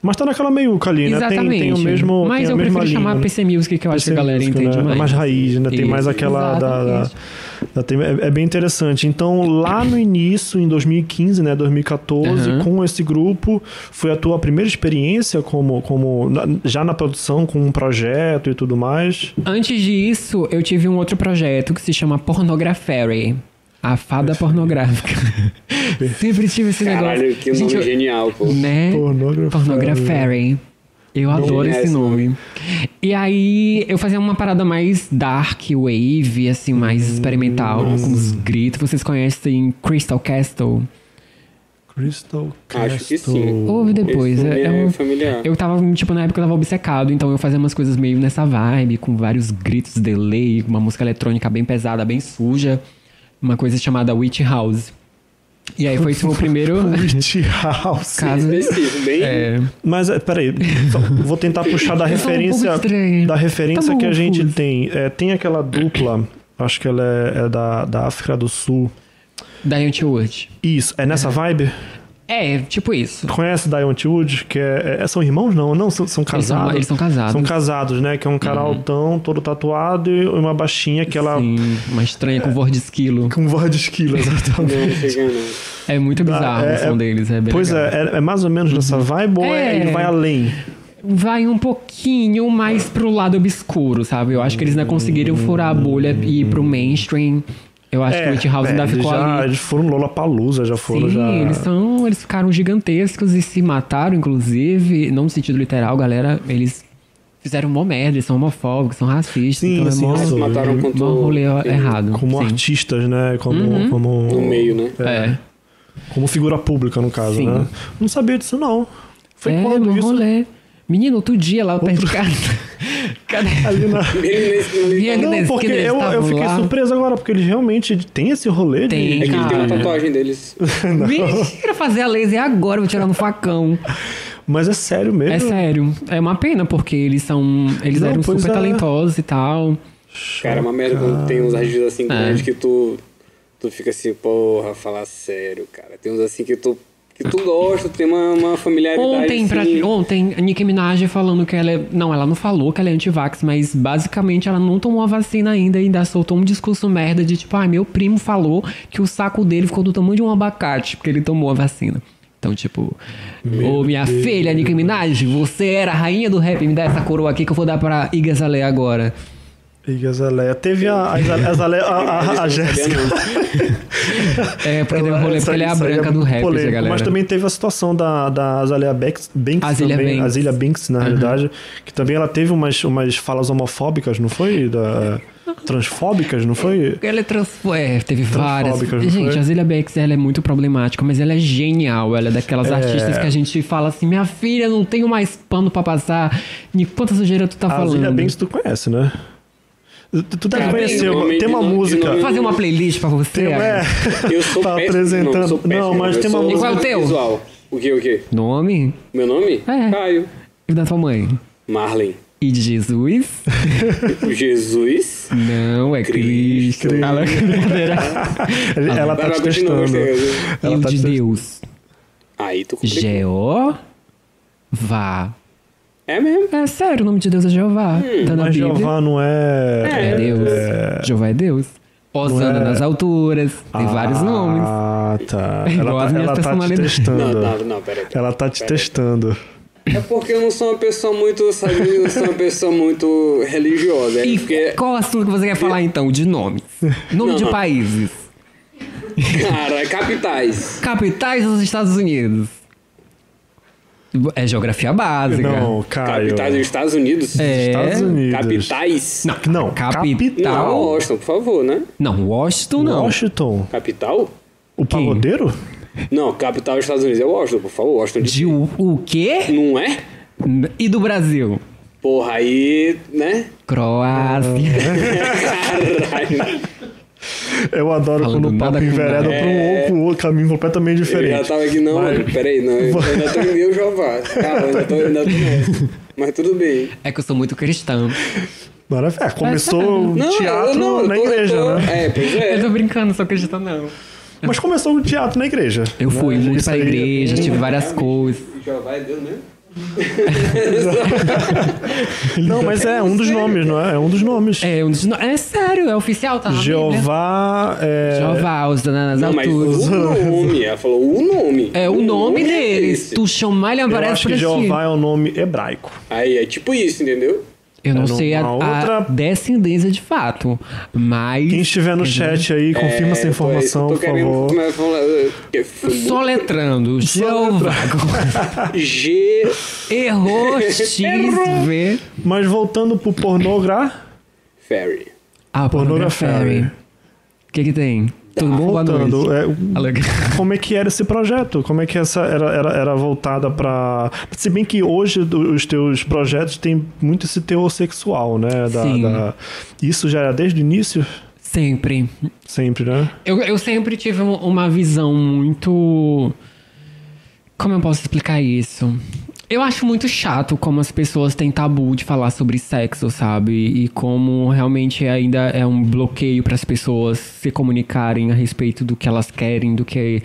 Speaker 1: Mas tá naquela meiuca ali, né? Tem,
Speaker 3: Exatamente.
Speaker 1: tem o mesmo.
Speaker 3: Mas
Speaker 1: tem a mesma
Speaker 3: eu prefiro
Speaker 1: linha,
Speaker 3: chamar
Speaker 1: né?
Speaker 3: PC Music, que eu acho que a galera
Speaker 1: Music,
Speaker 3: entende
Speaker 1: né?
Speaker 3: mais.
Speaker 1: É mais raiz, né? Tem mais
Speaker 3: Isso,
Speaker 1: aquela da- da-
Speaker 3: exatamente.
Speaker 1: da tem- é, é bem interessante. Então, lá no início, em 2015, né? 2014,
Speaker 3: Aham.
Speaker 1: com esse grupo, foi a tua primeira experiência como, como na- já na produção, com um projeto e tudo mais.
Speaker 3: Antes disso, eu tive um outro projeto que se chama Pornografere. A fada pornográfica. Sempre tive esse negócio.
Speaker 2: Caralho, que nome
Speaker 3: Gente, eu-
Speaker 2: genial, pô.
Speaker 3: Né?
Speaker 1: Pornografere.
Speaker 3: Pornografere. Eu adoro
Speaker 2: é
Speaker 3: esse
Speaker 2: esse
Speaker 3: nome. E aí, eu fazia uma parada mais dark wave, assim, mais experimental, com uns gritos. Vocês conhecem Crystal Castle?
Speaker 1: Crystal Castle.
Speaker 2: Acho que
Speaker 1: Hum,
Speaker 2: sim.
Speaker 3: Ouve depois.
Speaker 2: Esse nome
Speaker 3: É, é
Speaker 2: é
Speaker 3: um-
Speaker 2: familiar.
Speaker 3: Eu tava, tipo, na época eu tava obcecado, então eu fazia umas coisas meio nessa vibe, com vários gritos, delay, uma música eletrônica bem pesada, bem suja. Uma coisa chamada Witch House. E aí foi isso o primeiro
Speaker 1: Witch House.
Speaker 3: caso.
Speaker 2: Específico, bem.
Speaker 3: É,
Speaker 1: Mas é, peraí, só vou tentar puxar da
Speaker 3: Eu sou um
Speaker 1: referência
Speaker 3: pouco estranha.
Speaker 1: da referência
Speaker 3: Tá bom,
Speaker 1: que a gente
Speaker 3: Fulvio.
Speaker 1: tem. É, tem aquela dupla, acho que ela é, é da, da África do Sul.
Speaker 3: Diane Wood.
Speaker 1: Isso, é nessa vibe?
Speaker 3: É, tipo isso.
Speaker 1: Conhece Diamond Wood? Que é, é- são irmãos? Não, não, são, são
Speaker 3: Eles são,
Speaker 1: casados.
Speaker 3: eles são casados. Uhum.
Speaker 1: São casados, né? Que é um cara altão, todo tatuado e uma baixinha que ela.
Speaker 3: Sim, uma estranha com voz de esquilo.
Speaker 1: Com voz de esquilo, exatamente.
Speaker 2: Não, não sei quem é, não.
Speaker 3: É muito bizarro
Speaker 1: é-
Speaker 3: o som
Speaker 1: é-
Speaker 3: deles, é bem
Speaker 1: pois
Speaker 3: legal.
Speaker 1: é, é, é mais ou menos nessa vibe ou é-
Speaker 3: É.
Speaker 1: ele vai além?
Speaker 3: Vai um pouquinho mais pro lado obscuro, sabe? Eu acho que eles ainda conseguiram furar a bolha e ir pro mainstream. Eu acho que o Witch House ainda
Speaker 1: É, eles
Speaker 3: ficou
Speaker 1: já,
Speaker 3: ali.
Speaker 1: Eles foram Lollapalooza, já foram.
Speaker 3: Sim,
Speaker 1: já...
Speaker 3: eles são. Eles ficaram gigantescos e se mataram, inclusive, não no sentido literal, galera. Eles fizeram mó merda, eles são homofóbos, são racistas,
Speaker 1: Sim,
Speaker 3: então
Speaker 1: sim,
Speaker 3: é mó,
Speaker 1: sim.
Speaker 2: Se mataram contra
Speaker 3: mó
Speaker 2: o-
Speaker 3: rolê errado.
Speaker 1: Como
Speaker 3: sim. Uhum.
Speaker 1: artistas, né? Como, como
Speaker 2: No meio, né?
Speaker 3: É.
Speaker 1: Como figura pública, no caso,
Speaker 3: Sim.
Speaker 1: né? Não sabia disso, não. Foi
Speaker 3: é,
Speaker 1: quando
Speaker 3: mó
Speaker 1: isso
Speaker 3: rolê. Menino, outro dia lá perto de casa. Cadê?
Speaker 1: ali na...
Speaker 2: Bem nesse
Speaker 3: Vi
Speaker 2: nome.
Speaker 3: ali
Speaker 1: Não,
Speaker 3: nesse-
Speaker 1: porque
Speaker 3: que eles
Speaker 1: eu, eu
Speaker 3: estavam
Speaker 1: fiquei
Speaker 3: lá.
Speaker 1: surpreso agora, porque eles realmente têm esse rolê de-
Speaker 3: Tem,
Speaker 2: É
Speaker 1: de...
Speaker 2: que ele tem uma
Speaker 3: Cara.
Speaker 2: tatuagem deles.
Speaker 3: Mentira, fazer a laser agora, eu vou tirar no facão.
Speaker 1: Mas é sério mesmo.
Speaker 3: É sério. É uma pena, porque eles são. Eles
Speaker 1: Não,
Speaker 3: eram
Speaker 1: pois
Speaker 3: super
Speaker 1: é.
Speaker 3: talentosos e tal.
Speaker 2: Cara, é uma merda quando tem uns artistas
Speaker 1: É.
Speaker 2: assim grandes que tu, tu fica assim, porra, falar sério, cara. Tem uns assim que tu, que tu gosta, tu tem uma, uma familiaridade.
Speaker 3: Ontem, pra,
Speaker 2: assim.
Speaker 3: ontem, a Nicki Minaj falando que ela é. Não, ela não falou que ela é antivax, mas basicamente ela não tomou a vacina ainda e ainda soltou um discurso merda de tipo, ah, meu primo falou que o saco dele ficou do tamanho de um abacate, porque ele tomou a vacina. Então, tipo, ô minha filha, Nicki Minaj, você era a rainha do rap, me dá essa coroa aqui que eu vou dar pra Iga Zaleia agora.
Speaker 1: E a Zaleia. Teve a, a, Zale- a, Zale- a, a,
Speaker 2: Isso eu
Speaker 1: a,
Speaker 2: não
Speaker 1: Jéssica.
Speaker 2: sabia, não.
Speaker 3: É, porque deu um rolê,
Speaker 1: Essa-
Speaker 3: porque ela é a
Speaker 1: isso aí
Speaker 3: branca do rap,
Speaker 1: polêmico.
Speaker 3: essa galera.
Speaker 1: Mas também teve a situação da, da Azalea Banks, Banks
Speaker 3: Azealia
Speaker 1: também,
Speaker 3: Banks. Uhum.
Speaker 1: Azealia Banks, na realidade, que também ela teve umas, umas falas homofóbicas, não foi? Da... transfóbicas, não foi?
Speaker 3: Ela é trans... É, teve várias.
Speaker 1: Transfóbicas, não
Speaker 3: Gente,
Speaker 1: foi?
Speaker 3: a Zélia Bex, ela é muito problemática, mas ela é genial. Ela é daquelas artistas que a gente fala assim, minha filha, não tenho mais pano pra passar. De quanta sujeira tu tá
Speaker 1: A
Speaker 3: falando? Tá
Speaker 1: Lilia Banks tu conhece, né? Tu, tu deve
Speaker 2: Cara,
Speaker 1: conhecer.
Speaker 2: eu
Speaker 1: Tem uma
Speaker 2: não- eu
Speaker 1: música.
Speaker 2: não-
Speaker 3: Fazer uma playlist pra você?
Speaker 1: Tem, é,
Speaker 2: Eu sou
Speaker 1: tá
Speaker 2: péssimo,
Speaker 1: apresentando.
Speaker 2: Não, sou péssimo,
Speaker 1: Não, mas
Speaker 2: eu
Speaker 1: tem
Speaker 2: sou
Speaker 1: uma
Speaker 3: E qual é o
Speaker 2: muito
Speaker 3: teu?
Speaker 2: visual. O que, o que?
Speaker 1: é.
Speaker 3: Nome?
Speaker 2: Meu nome?
Speaker 3: É.
Speaker 2: Caio.
Speaker 3: E da tua mãe?
Speaker 2: Marlen.
Speaker 3: E de Jesus?
Speaker 2: Jesus.
Speaker 3: Não, é Cristo.
Speaker 1: Cristo.
Speaker 3: Ela- é Brincadeira.
Speaker 1: Ela tá
Speaker 2: Vai,
Speaker 1: te
Speaker 2: vai,
Speaker 1: testando.
Speaker 2: continua, gostei.
Speaker 3: E
Speaker 1: Ela
Speaker 3: o
Speaker 1: tá
Speaker 3: de
Speaker 1: te
Speaker 3: Deus?
Speaker 2: Aí tu complicou.
Speaker 3: Jeó? Vá.
Speaker 2: É mesmo.
Speaker 3: É sério, o nome de Deus é Jeová. tá na
Speaker 1: Hum, Mas
Speaker 3: Bíblia.
Speaker 1: Jeová não é.
Speaker 3: É Deus. Jeová é Deus. Osana
Speaker 1: é-
Speaker 3: nas alturas. Tem vários nomes.
Speaker 1: Ah, tá.
Speaker 3: Igual
Speaker 1: Ela
Speaker 3: as
Speaker 1: tá, ela
Speaker 3: minhas
Speaker 1: tá te
Speaker 3: personalidades.
Speaker 2: Não,
Speaker 1: testando.
Speaker 2: não, não, peraí. peraí.
Speaker 1: Ela tá te
Speaker 2: Peraí.
Speaker 1: testando.
Speaker 2: É porque eu não sou uma pessoa muito, sabe? Eu não sou uma pessoa muito religiosa. É
Speaker 3: E
Speaker 2: porque,
Speaker 3: qual assunto que você quer falar então? De nomes. Nome de
Speaker 2: Não.
Speaker 3: países.
Speaker 2: cara, é capitais.
Speaker 3: Capitais dos Estados Unidos. É geografia básica.
Speaker 1: Não, Caio.
Speaker 2: Capitais dos Estados Unidos.
Speaker 3: É.
Speaker 1: Estados Unidos.
Speaker 2: Capitais?
Speaker 3: Não,
Speaker 1: Não,
Speaker 3: capital.
Speaker 2: Não, é Washington, por favor, né?
Speaker 3: Não, Washington não.
Speaker 1: Washington.
Speaker 2: Capital?
Speaker 1: O
Speaker 3: Quem?
Speaker 1: pagodeiro?
Speaker 2: Não, capital dos Estados Unidos é Washington, por favor. Washington de...
Speaker 3: De o, o quê?
Speaker 2: Não é?
Speaker 3: E do Brasil?
Speaker 2: Porra, aí, né?
Speaker 1: É.
Speaker 3: Croácia.
Speaker 2: Caralho.
Speaker 1: Eu adoro
Speaker 3: Falando
Speaker 1: quando o papo
Speaker 3: nada com
Speaker 1: envereda
Speaker 3: nada.
Speaker 1: pra um ou pro outro caminho completamente
Speaker 2: Eu já
Speaker 1: diferente.
Speaker 2: tava aqui, não, mano, peraí, não. Eu ainda tô em Deus Jeová. Calma, ainda tô, ainda tô nessa. Mas tudo bem.
Speaker 3: É que eu sou muito cristã.
Speaker 1: Maravilha. É, começou
Speaker 3: tá
Speaker 1: o
Speaker 2: Não, eu-
Speaker 1: teatro
Speaker 2: não, eu
Speaker 1: na
Speaker 2: tô- eu
Speaker 1: igreja,
Speaker 2: tô-
Speaker 1: né?
Speaker 2: É, pois
Speaker 3: Eu
Speaker 2: é.
Speaker 3: tô brincando, não sou cristã não.
Speaker 1: Mas começou o teatro na igreja.
Speaker 3: Eu fui
Speaker 1: Né?
Speaker 3: muito
Speaker 1: Isso
Speaker 3: pra
Speaker 1: aí-
Speaker 3: igreja, tive várias coisas.
Speaker 2: Jeová é Deus mesmo?
Speaker 1: Não, mas é um dos nomes, não é? É um dos nomes.
Speaker 3: tá É, um dos no- é sério, é oficial, tá? na Bíblia.
Speaker 1: Jeová é.
Speaker 3: Jeová, Osana nas
Speaker 2: Não, mas
Speaker 3: alturas.
Speaker 2: o nome. Ela falou o nome.
Speaker 3: É o nome deles.
Speaker 2: esse.
Speaker 3: tu chamar ele
Speaker 1: Eu
Speaker 3: aparece
Speaker 1: acho que
Speaker 3: pra ti.
Speaker 1: Jeová é um nome hebraico.
Speaker 2: Aí, é tipo isso, entendeu?
Speaker 3: Eu não
Speaker 1: Era
Speaker 3: sei a,
Speaker 1: uma
Speaker 3: a
Speaker 1: outra-
Speaker 3: descendência de fato, mas
Speaker 1: Quem estiver
Speaker 3: Uhum.
Speaker 1: no chat aí, confirma essa
Speaker 2: É, foi isso
Speaker 1: informação,
Speaker 2: que eu
Speaker 1: por
Speaker 2: tô querendo- eh,
Speaker 1: favor.
Speaker 2: mas falar, eu- eu fui muito-
Speaker 3: só letrando Jeová é
Speaker 2: G.
Speaker 3: errou X
Speaker 2: Errou.
Speaker 3: V
Speaker 1: Mas voltando pro pornogra,
Speaker 2: Ferry.
Speaker 3: a
Speaker 1: Pornografia.
Speaker 3: pornografia. O que que tem? Tudo bom? Boa noite.
Speaker 1: voltando, é,
Speaker 3: Alega-
Speaker 1: como é que era esse projeto? Como é que essa era, era, era voltada pra. Se bem que hoje do- os teus projetos têm muito esse teor sexual, né? Da-
Speaker 3: Sim.
Speaker 1: da- Isso já era desde o início,
Speaker 3: Sempre.
Speaker 1: sempre, né?
Speaker 3: Eu, eu sempre tive um- uma visão muito. Como eu posso explicar isso? Eu acho muito chato como as pessoas têm tabu de falar sobre sexo, sabe? E como realmente ainda é um bloqueio para as pessoas se comunicarem a respeito do que elas querem, do que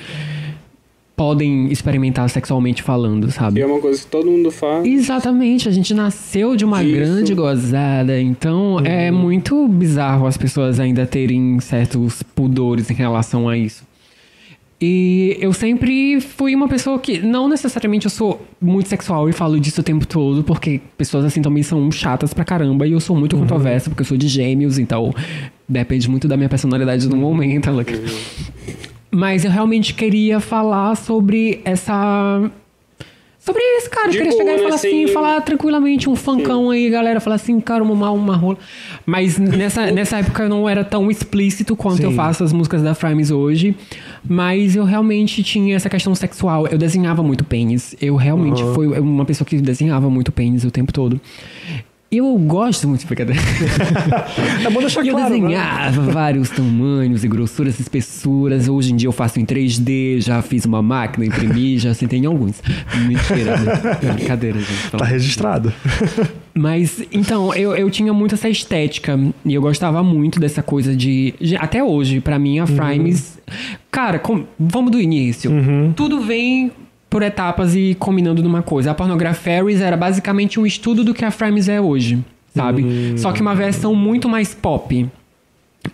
Speaker 3: podem experimentar sexualmente falando,
Speaker 2: E
Speaker 3: sabe?
Speaker 2: é uma coisa que todo mundo fala.
Speaker 3: Exatamente, a gente nasceu de uma
Speaker 2: Isso.
Speaker 3: grande gozada, então é muito bizarro as pessoas ainda terem certos pudores em relação a isso. E eu sempre fui uma pessoa que não necessariamente eu sou muito sexual e falo disso o tempo todo, porque pessoas assim também são chatas pra caramba e eu sou muito controversa, porque eu sou de gêmeos, então depende muito da minha personalidade no momento, ela Mas eu realmente queria falar sobre essa Sobre isso, cara. Eu
Speaker 2: De
Speaker 3: queria
Speaker 2: boa,
Speaker 3: chegar e
Speaker 2: né?
Speaker 3: falar assim,
Speaker 2: Sem-
Speaker 3: falar tranquilamente um funkão aí, galera. Falar assim, cara, uma, uma rola. Mas nessa, nessa época eu não era tão explícito quanto eu faço as músicas da Frames hoje. Mas eu realmente tinha essa questão sexual. Eu desenhava muito pênis. Eu realmente fui uma pessoa que desenhava muito pênis o tempo todo. Eu gosto muito de brincadeira.
Speaker 1: É bom deixar
Speaker 3: E eu
Speaker 1: claro. né?
Speaker 3: desenhava vários tamanhos e grossuras, espessuras. Hoje em dia eu faço em 3D, já fiz uma máquina, imprimi, já sentei em alguns. Mentira, né? brincadeira, gente.
Speaker 1: Tá registrado.
Speaker 3: Mas, então, eu, eu tinha muito essa estética. E eu gostava muito dessa coisa de. de- Até hoje, pra mim, a Frames. Cara, com- vamos do início. Tudo vem por etapas e combinando numa coisa. A Pornographeries era basicamente um estudo do que a Frames é hoje, sabe? Só que uma versão muito mais pop.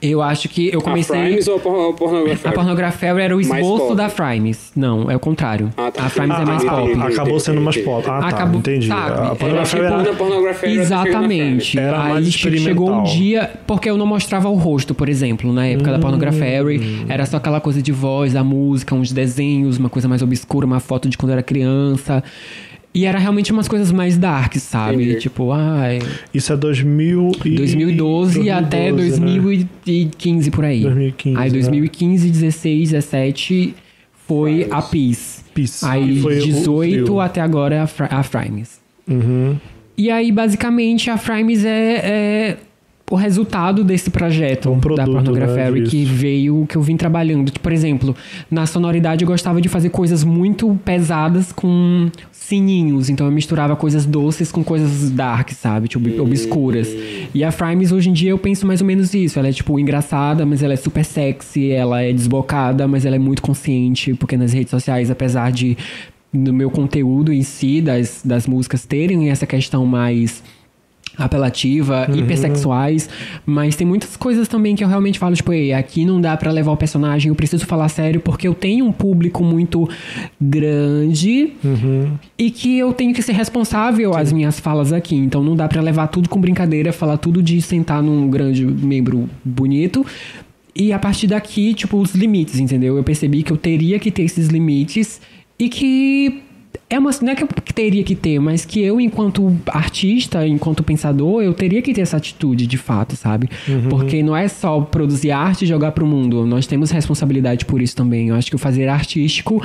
Speaker 3: Eu acho que eu comecei.
Speaker 2: A Ah, Primes ou a por- a pornografia?
Speaker 3: A Pornographery era o
Speaker 2: Mais
Speaker 3: esboço
Speaker 2: pop.
Speaker 3: da Frames. Não, é o contrário.
Speaker 2: Ah, tá.
Speaker 3: A Frames é
Speaker 2: Ah,
Speaker 3: mais
Speaker 2: ah,
Speaker 3: pop.
Speaker 2: entendi,
Speaker 1: Acabou sendo mais
Speaker 2: entendi.
Speaker 1: pop. Ah, tá.
Speaker 3: Acabou-
Speaker 1: entendi.
Speaker 3: sabe?
Speaker 1: A
Speaker 3: Era
Speaker 1: pornografia
Speaker 3: tipo-
Speaker 1: era,
Speaker 2: Na pornografia era
Speaker 3: Exatamente.
Speaker 1: Era
Speaker 3: Aí
Speaker 1: mais
Speaker 3: che- chegou um
Speaker 1: experimental. Hum.
Speaker 3: dia, porque eu não mostrava o rosto, por exemplo, na época da Pornographery, era só aquela coisa de voz, a música, uns desenhos, uma coisa mais obscura, uma foto de quando eu era criança. E era realmente umas coisas mais dark, sabe?
Speaker 2: Entendi.
Speaker 3: Tipo, ai.
Speaker 1: Isso é 2000 e...
Speaker 3: 2012 até
Speaker 1: 2012, né?
Speaker 3: 2015 por aí.
Speaker 1: 2015,
Speaker 3: Aí
Speaker 1: né?
Speaker 3: 2015, 16, 17 foi a Peace.
Speaker 1: Peace.
Speaker 3: Aí
Speaker 1: Foi o
Speaker 3: 18
Speaker 1: trio.
Speaker 3: até agora é a, Fri- a Frimes.
Speaker 1: Uhum.
Speaker 3: E aí, basicamente, a Frimes é, é o resultado desse projeto
Speaker 1: Um produto,
Speaker 3: da
Speaker 1: né,
Speaker 3: Pornography que
Speaker 1: disso.
Speaker 3: veio, que eu vim trabalhando. Tipo, Por exemplo, na sonoridade eu gostava de fazer coisas muito pesadas com sininhos. Então eu misturava coisas doces com coisas dark, sabe? Tipo, obscuras. E a Frimes, hoje em dia, eu penso mais ou menos isso. Ela é, tipo, engraçada, mas ela é super sexy. Ela é desbocada, mas ela é muito consciente. Porque nas redes sociais, apesar de no meu conteúdo em si, das, das músicas terem essa questão mais apelativa, hipersexuais, mas tem muitas coisas também que eu realmente falo, tipo, Ei, aqui não dá pra levar o personagem, eu preciso falar sério porque eu tenho um público muito grande e que eu tenho que ser responsável às minhas falas aqui, então não dá pra levar tudo com brincadeira, falar tudo de sentar num grande membro bonito. E a partir daqui, tipo, os limites, entendeu? Eu percebi que eu teria que ter esses limites e que é uma, não é que eu teria que ter, mas que eu, enquanto artista, enquanto pensador, eu teria que ter essa atitude de fato, sabe?
Speaker 1: Uhum.
Speaker 3: Porque não é só produzir arte e jogar pro mundo. Nós temos responsabilidade por isso também. Eu acho que o fazer artístico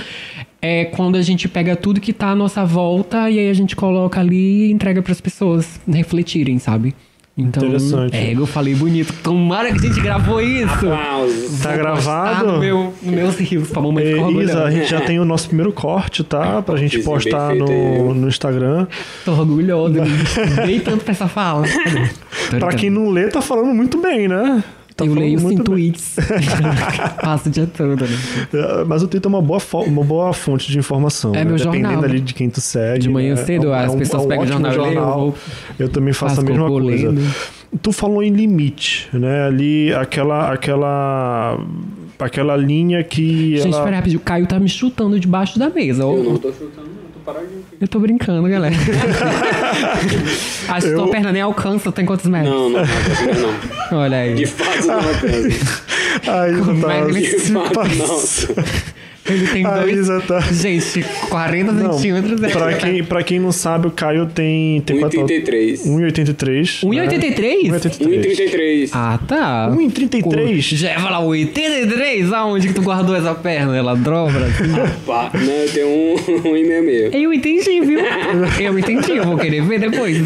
Speaker 3: é quando a gente pega tudo que tá à nossa volta e aí a gente coloca ali e entrega pras pessoas refletirem, sabe? Então,
Speaker 1: Interessante.
Speaker 3: é, eu falei bonito. Tomara que a gente gravou isso.
Speaker 2: Aplausos.
Speaker 1: Tá
Speaker 3: Vou
Speaker 1: gravado?
Speaker 3: postar no meu, nos meus rios pra mamãe
Speaker 1: E,
Speaker 3: ficar
Speaker 1: Isa, a
Speaker 3: orgulhosa.
Speaker 1: gente já tem o nosso primeiro corte, tá? Pra gente
Speaker 2: É, Cortezinho bem
Speaker 1: postar
Speaker 2: feito
Speaker 1: no,
Speaker 2: aí.
Speaker 1: no Instagram.
Speaker 3: Tô orgulhosa. me Dei tanto pra essa fala.
Speaker 1: Pra quem não lê, tá falando muito bem, né? Tá
Speaker 3: eu
Speaker 1: falando
Speaker 3: leio sem
Speaker 1: muito bem.
Speaker 3: tweets. Passo o dia todo, né?
Speaker 1: É, Mas o Twitter é uma boa, fo- uma boa fonte de informação.
Speaker 3: É
Speaker 1: né?
Speaker 3: meu
Speaker 1: Dependendo
Speaker 3: jornal.
Speaker 1: ali de quem tu segue.
Speaker 3: De manhã
Speaker 1: né?
Speaker 3: cedo,
Speaker 1: É um-
Speaker 3: as
Speaker 1: é um-
Speaker 3: pessoas
Speaker 1: é um
Speaker 3: pegam o
Speaker 1: ótimo
Speaker 3: jornal e leem, eu vou-
Speaker 1: Eu também faço a
Speaker 3: faço
Speaker 1: mesma
Speaker 3: cocô
Speaker 1: coisa.
Speaker 3: lendo.
Speaker 1: Tu falou em limite, né? Ali, aquela... aquela... Aquela linha que.
Speaker 3: Gente,
Speaker 1: ela...
Speaker 3: peraí rapidinho. O Caio tá me chutando debaixo da mesa.
Speaker 2: Eu
Speaker 3: Eu,
Speaker 2: não tô chutando, não. Tô paradinho. aqui.
Speaker 3: eu tô brincando, galera. Acho que tua perna nem alcança, tem quantos metros?
Speaker 2: Não, não, não, não.
Speaker 3: Olha aí.
Speaker 2: De fato, não é alcança.
Speaker 1: A Isa
Speaker 3: Como
Speaker 1: tá-
Speaker 3: é que ele-
Speaker 2: De fato,
Speaker 1: Nossa.
Speaker 2: não.
Speaker 3: Ele tem
Speaker 1: A
Speaker 3: dois.
Speaker 1: Isa tá-
Speaker 3: Gente, 40
Speaker 1: Não,
Speaker 3: centímetros é.
Speaker 1: Pra quem, pra quem não sabe, o Caio tem. tem Um quanto?
Speaker 2: 1,33.
Speaker 1: 1,83.
Speaker 3: 1,83?
Speaker 1: 1,83.
Speaker 2: 1,33.
Speaker 3: Ah, tá.
Speaker 1: 1,83?
Speaker 3: Já ia falar 83? né? Aonde que tu guardou essa perna? Ela dobra?
Speaker 2: Pá, não, eu tenho um, um e meio meio.
Speaker 3: Eu entendi, viu? Eu entendi, eu vou querer ver depois.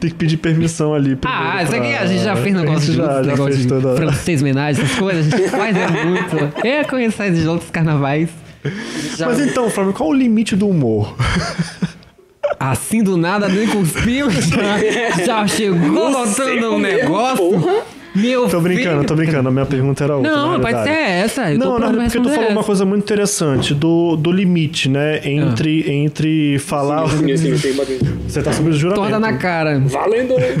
Speaker 1: Tem que pedir permissão ali. primeiro
Speaker 3: Ah, isso aqui
Speaker 1: pra-
Speaker 3: a gente já fez
Speaker 1: A
Speaker 3: negócio
Speaker 1: gente
Speaker 3: de
Speaker 1: já,
Speaker 3: outros,
Speaker 1: já
Speaker 3: negócio
Speaker 1: fez
Speaker 3: de
Speaker 1: toda.
Speaker 3: francês homenagem, essas coisas, a gente faz é muito. É conhecer esses outros carnavais. Já-
Speaker 1: Mas então, Flávio, qual o limite do humor?
Speaker 3: Assim do nada, nem cuspiu, já, já chegou botando um negócio. Meu
Speaker 1: Tô brincando,
Speaker 3: filho.
Speaker 1: tô brincando. A minha pergunta era outra. na
Speaker 3: Não, pode ser
Speaker 1: realidade.
Speaker 3: essa. Eu
Speaker 1: Não,
Speaker 3: tô
Speaker 1: não,
Speaker 3: pronto pra
Speaker 1: porque tu
Speaker 3: responder
Speaker 1: falou uma
Speaker 3: essa.
Speaker 1: coisa muito interessante do, do limite, né?
Speaker 3: Ah.
Speaker 1: Entre, entre falar.
Speaker 2: Sim, sim, sim, bater.
Speaker 1: Você tá sobre o juramento.
Speaker 3: Torta na cara.
Speaker 2: assim, Valendo! né?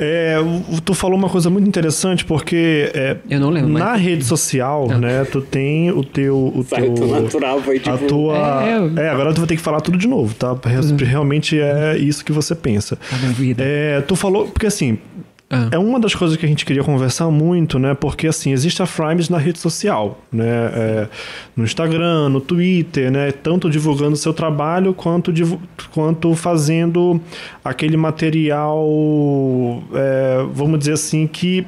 Speaker 1: É, o- tu falou uma coisa muito interessante, porque é,
Speaker 3: Eu não lembro, mas-
Speaker 1: na rede social, né, tu tem o teu. O
Speaker 2: Saiu tão
Speaker 1: teu
Speaker 2: natural, foi
Speaker 1: a
Speaker 2: tipo.
Speaker 1: tua.
Speaker 3: É, eu-
Speaker 1: É, agora tu vai ter que falar tudo de novo, tá? Re- Realmente é isso que você pensa.
Speaker 3: na vida.
Speaker 1: É, tu falou, porque assim,
Speaker 3: Ah.
Speaker 1: é uma das coisas que a gente queria conversar muito, né? Porque assim, existe a Frames na rede social, né? É, no Instagram, no Twitter, né? Tanto divulgando seu trabalho quanto, divu- quanto fazendo aquele material, é, vamos dizer assim, que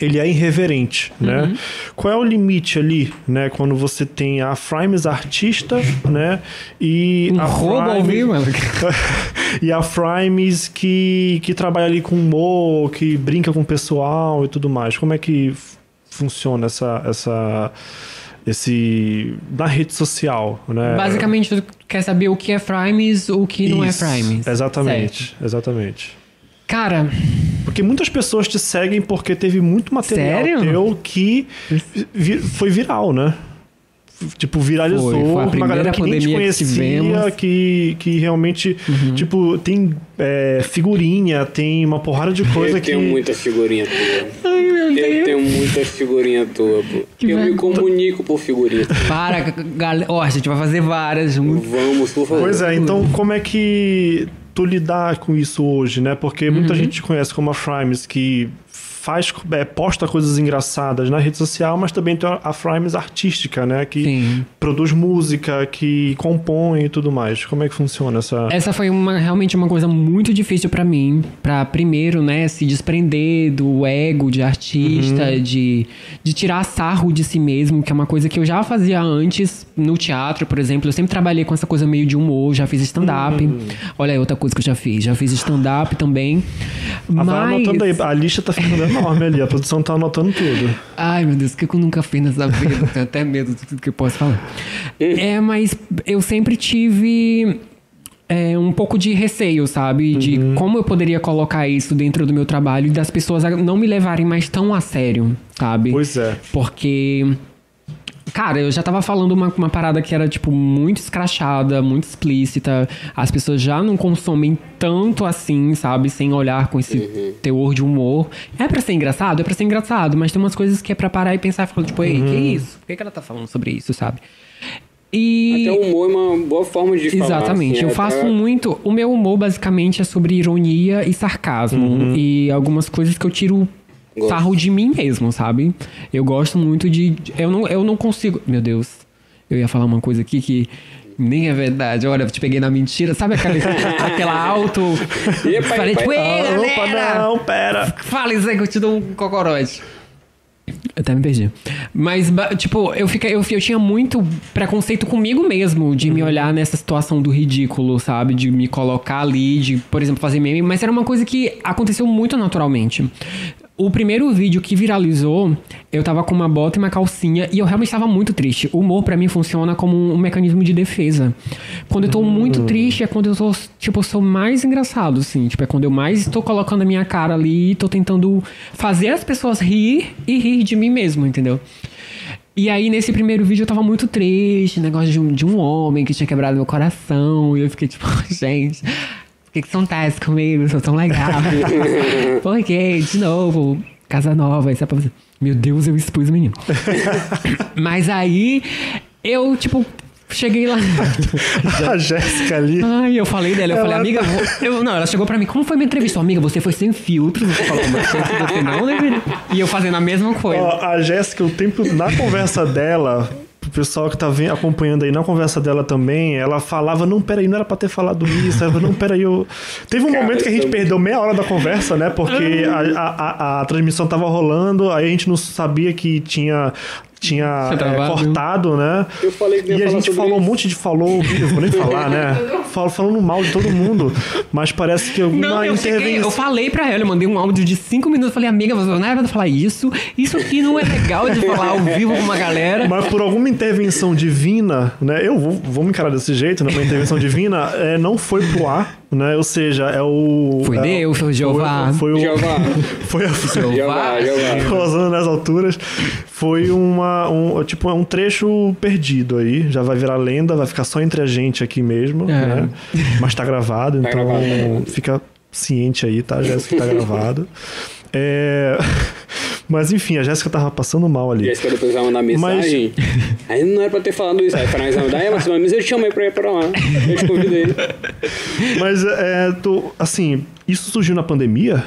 Speaker 1: ele é irreverente, né?
Speaker 3: Uhum.
Speaker 1: Qual é o limite ali, né? Quando você tem a Frames artista, né? E
Speaker 3: Um
Speaker 1: a
Speaker 3: roubo ao
Speaker 1: Frames-
Speaker 3: vivo, mano.
Speaker 1: e a Frames que, que trabalha ali com humor, que brinca com o pessoal e tudo mais. Como é que f- funciona essa, essa esse na rede social, né?
Speaker 3: Basicamente, tu quer saber o que é Frimes, o que não é
Speaker 1: Isso,
Speaker 3: Frimes.
Speaker 1: Exatamente,
Speaker 3: Certo.
Speaker 1: exatamente.
Speaker 3: Cara,
Speaker 1: Porque muitas pessoas te seguem porque teve muito material
Speaker 3: Sério?
Speaker 1: teu que vi- foi viral, né? F- Tipo, viralizou
Speaker 3: Foi, foi a
Speaker 1: uma galera
Speaker 3: primeira
Speaker 1: que nem te
Speaker 3: pandemia que
Speaker 1: conhecia,
Speaker 3: tivemos. Uhum.
Speaker 1: que, que realmente, tipo, tem é, figurinha, tem uma porrada de coisa
Speaker 2: Eu
Speaker 1: que...
Speaker 2: tenho muita figurinha tua.
Speaker 3: ai meu Deus.
Speaker 2: Eu tenho muita figurinha tua, pô.
Speaker 3: Que
Speaker 2: eu
Speaker 3: vergonha.
Speaker 2: me comunico por figurinha.
Speaker 3: Para, galera. Ó, a gente vai fazer várias. Um, muito-
Speaker 2: Vamos, por favor.
Speaker 1: Pois é, então como é
Speaker 3: Uhum.
Speaker 1: que tu lidar com isso hoje, né? Porque muita gente te conhece como a Frimes, que faz, é, posta coisas engraçadas na rede social, mas também tem a Frames artística, né? Que
Speaker 3: Sim.
Speaker 1: produz música, que compõe e tudo mais. Como é que funciona essa.
Speaker 3: Essa foi uma, realmente uma coisa muito difícil pra mim, Pra primeiro, né, se desprender do ego de artista,
Speaker 1: Uhum.
Speaker 3: de, de tirar sarro de si mesmo, que é uma coisa que eu já fazia antes no teatro, por exemplo. Eu sempre trabalhei com essa coisa meio de humor, já fiz stand-up.
Speaker 1: Uhum.
Speaker 3: Olha aí outra coisa que eu já fiz, já fiz stand-up também.
Speaker 1: Ah,
Speaker 3: Mas...
Speaker 1: vai anotando aí, a lista tá ficando enorme ali, a produção tá anotando tudo.
Speaker 3: Ai, meu Deus, o que que eu nunca fiz nessa vida? Eu Tenho até medo de tudo que eu posso falar. É, mas eu sempre tive é, um pouco de receio, sabe? De como eu poderia colocar isso dentro do meu trabalho e das pessoas a- não me levarem mais tão a sério, sabe?
Speaker 1: Pois é.
Speaker 3: Porque. Cara, eu já tava falando uma, uma parada que era, tipo, muito escrachada, muito explícita. As pessoas já não consomem tanto assim, sabe? Sem olhar com esse teor de humor. É pra ser engraçado? É pra ser engraçado. Mas tem umas coisas que é pra parar e pensar, falando, tipo, ei, que isso? Por que, que ela tá falando sobre isso, sabe? E.
Speaker 2: Até o humor é uma boa forma de falar.
Speaker 3: Exatamente.
Speaker 2: assim,
Speaker 3: eu
Speaker 2: é
Speaker 3: faço um
Speaker 2: pra-
Speaker 3: muito. O meu humor, basicamente, é sobre ironia e sarcasmo. E algumas coisas que eu tiro
Speaker 2: Uhum. Gosto.
Speaker 3: sarro de mim mesmo, sabe? Eu gosto muito de. Eu não, eu não consigo. Meu Deus. Eu ia falar uma coisa aqui que. Nem é verdade. Olha, eu te peguei na mentira. Sabe aquela, aquela auto.
Speaker 2: Epa,
Speaker 3: Falei,
Speaker 2: epa,
Speaker 3: tipo,
Speaker 2: epa.
Speaker 3: "Ei,
Speaker 1: Ah, opa,
Speaker 3: galera,
Speaker 1: não, pera.
Speaker 3: Fala isso aí que eu te dou um cocorote. Eu até me perdi. Mas, ba- tipo, eu, fica, eu, eu tinha muito preconceito comigo mesmo de me olhar nessa situação do ridículo, sabe? De me colocar ali, de, por exemplo, fazer meme. Mas era uma coisa que aconteceu muito naturalmente. O primeiro vídeo que viralizou, eu tava com uma bota e uma calcinha e eu realmente estava muito triste. O humor, pra mim, funciona como um mecanismo de defesa. Quando eu tô muito triste é quando eu tô, tipo, eu sou mais engraçado, assim. Tipo, é quando eu mais tô colocando a minha cara ali e tô tentando fazer as pessoas rir e rir de mim mesmo, entendeu? E aí, nesse primeiro vídeo, eu tava muito triste, negócio de um, de um homem que tinha quebrado meu coração. E eu fiquei tipo, gente, por que que isso acontece comigo? Eu sou tão legal. por quê? De novo, casa nova, isso é pra você. Meu Deus, eu expus o menino. Mas aí, eu, tipo, cheguei lá.
Speaker 1: A Jéssica ali.
Speaker 3: Ai, eu falei dela, eu
Speaker 1: Ela
Speaker 3: falei, amiga,
Speaker 1: tá-
Speaker 3: eu, vou- eu- não, ela chegou pra mim, como foi minha entrevista? Amiga, você foi sem filtro, você falou umas coisas que você não deveria. E eu fazendo a mesma coisa.
Speaker 1: Ó, a Jéssica, o tempo. Na conversa dela, pro pessoal que tá vendo- acompanhando aí, na conversa dela também, ela falava: não, peraí, não era pra ter falado isso. Ela falou, não, peraí, eu. Teve um
Speaker 2: Cara,
Speaker 1: momento que a gente
Speaker 2: eu-
Speaker 1: perdeu meia hora da conversa, né? Porque a, a- a- a transmissão tava rolando, aí a gente não sabia que tinha. Tinha
Speaker 3: Tinha
Speaker 1: eh,
Speaker 3: travado.
Speaker 1: cortado, né?
Speaker 2: Eu falei que não
Speaker 1: E
Speaker 2: ia
Speaker 1: a
Speaker 2: falar
Speaker 1: gente
Speaker 2: sobre
Speaker 1: falou um
Speaker 2: isso.
Speaker 1: monte de falou, eu vou nem falar, né? Fal- Falando mal de todo mundo. Mas parece que alguma
Speaker 3: Não, eu,
Speaker 1: intervenção.
Speaker 3: cheguei, eu falei pra ela, eu mandei um áudio de cinco minutos, falei, amiga, você não era pra falar isso, isso aqui não é legal de falar ao vivo com uma galera.
Speaker 1: Mas por alguma intervenção divina, né? Eu vou, vou me encarar desse jeito, né? Uma intervenção divina é, não foi pro ar, né? Ou seja, é o.
Speaker 3: Foi
Speaker 1: é,
Speaker 3: Deus, foi Jeová.
Speaker 1: Foi, o.
Speaker 2: Jeová,
Speaker 1: Foi a.
Speaker 2: Jeová, Jeová.
Speaker 1: Rosando nas alturas. Foi uma. Um, tipo, é um trecho perdido aí. Já vai virar lenda, vai ficar só entre a gente aqui mesmo,
Speaker 3: É.
Speaker 1: né? Mas tá gravado,
Speaker 2: Tá
Speaker 1: então
Speaker 2: gravado, tá gravado.
Speaker 1: fica ciente aí, tá, Jéssica? que Tá gravado. É, Mas enfim, a Jéssica tava passando mal ali.
Speaker 2: Jéssica depois vai mandar mensagem. Aí não era pra ter falado isso. Aí para nós vai mandar, é, Marcelo, mas eu te chamei pra ir pra lá. Eu te convidei.
Speaker 1: Mas é, tu- assim, isso surgiu na pandemia?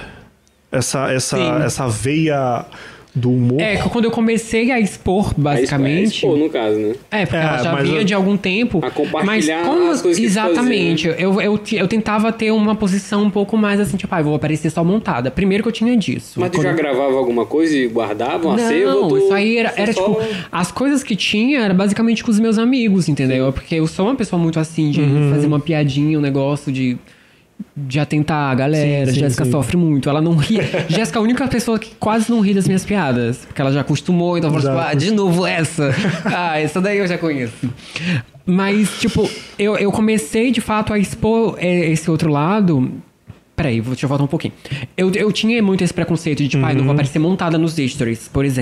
Speaker 1: Essa, essa,
Speaker 3: Sim.
Speaker 1: essa veia do humor?
Speaker 3: É, quando eu comecei a expor,
Speaker 2: Aí,
Speaker 3: basicamente.
Speaker 2: Pô, no caso, né?
Speaker 3: É, porque
Speaker 1: É,
Speaker 3: ela já
Speaker 1: mas
Speaker 3: vinha
Speaker 1: eu-
Speaker 3: de algum tempo.
Speaker 2: A compartilhar
Speaker 3: mas como
Speaker 2: as coisas que se
Speaker 3: Exatamente. eu, eu, ti- eu tentava ter uma posição um pouco mais assim, tipo, ah, eu vou aparecer só montada. Primeiro que eu tinha disso.
Speaker 2: Mas tu já
Speaker 3: Quando-
Speaker 2: gravava alguma coisa e guardava um acervo?
Speaker 3: não,
Speaker 2: ou tu-
Speaker 3: isso aí era, era,
Speaker 2: só- um.
Speaker 3: tipo, as coisas que tinha era basicamente com os meus amigos, entendeu? Porque eu sou uma pessoa muito assim, de
Speaker 1: Uhum.
Speaker 3: fazer uma piadinha, um negócio de. De atentar a galera,
Speaker 1: Sim, sim,
Speaker 3: Jéssica
Speaker 1: sim.
Speaker 3: sofre muito. Ela não ri. Jéssica é a única pessoa que quase não ri das minhas piadas. Porque ela já acostumou, então eu falo, tipo,
Speaker 1: Exato.
Speaker 3: ah, de novo essa. Ah, essa daí eu já conheço. Mas, tipo, eu, eu comecei de fato a expor é, esse outro lado Peraí, vou- deixa eu voltar um pouquinho. Eu, eu tinha muito esse preconceito de, tipo, ah, não
Speaker 1: Uhum.
Speaker 3: vou aparecer montada nos stories, por exemplo.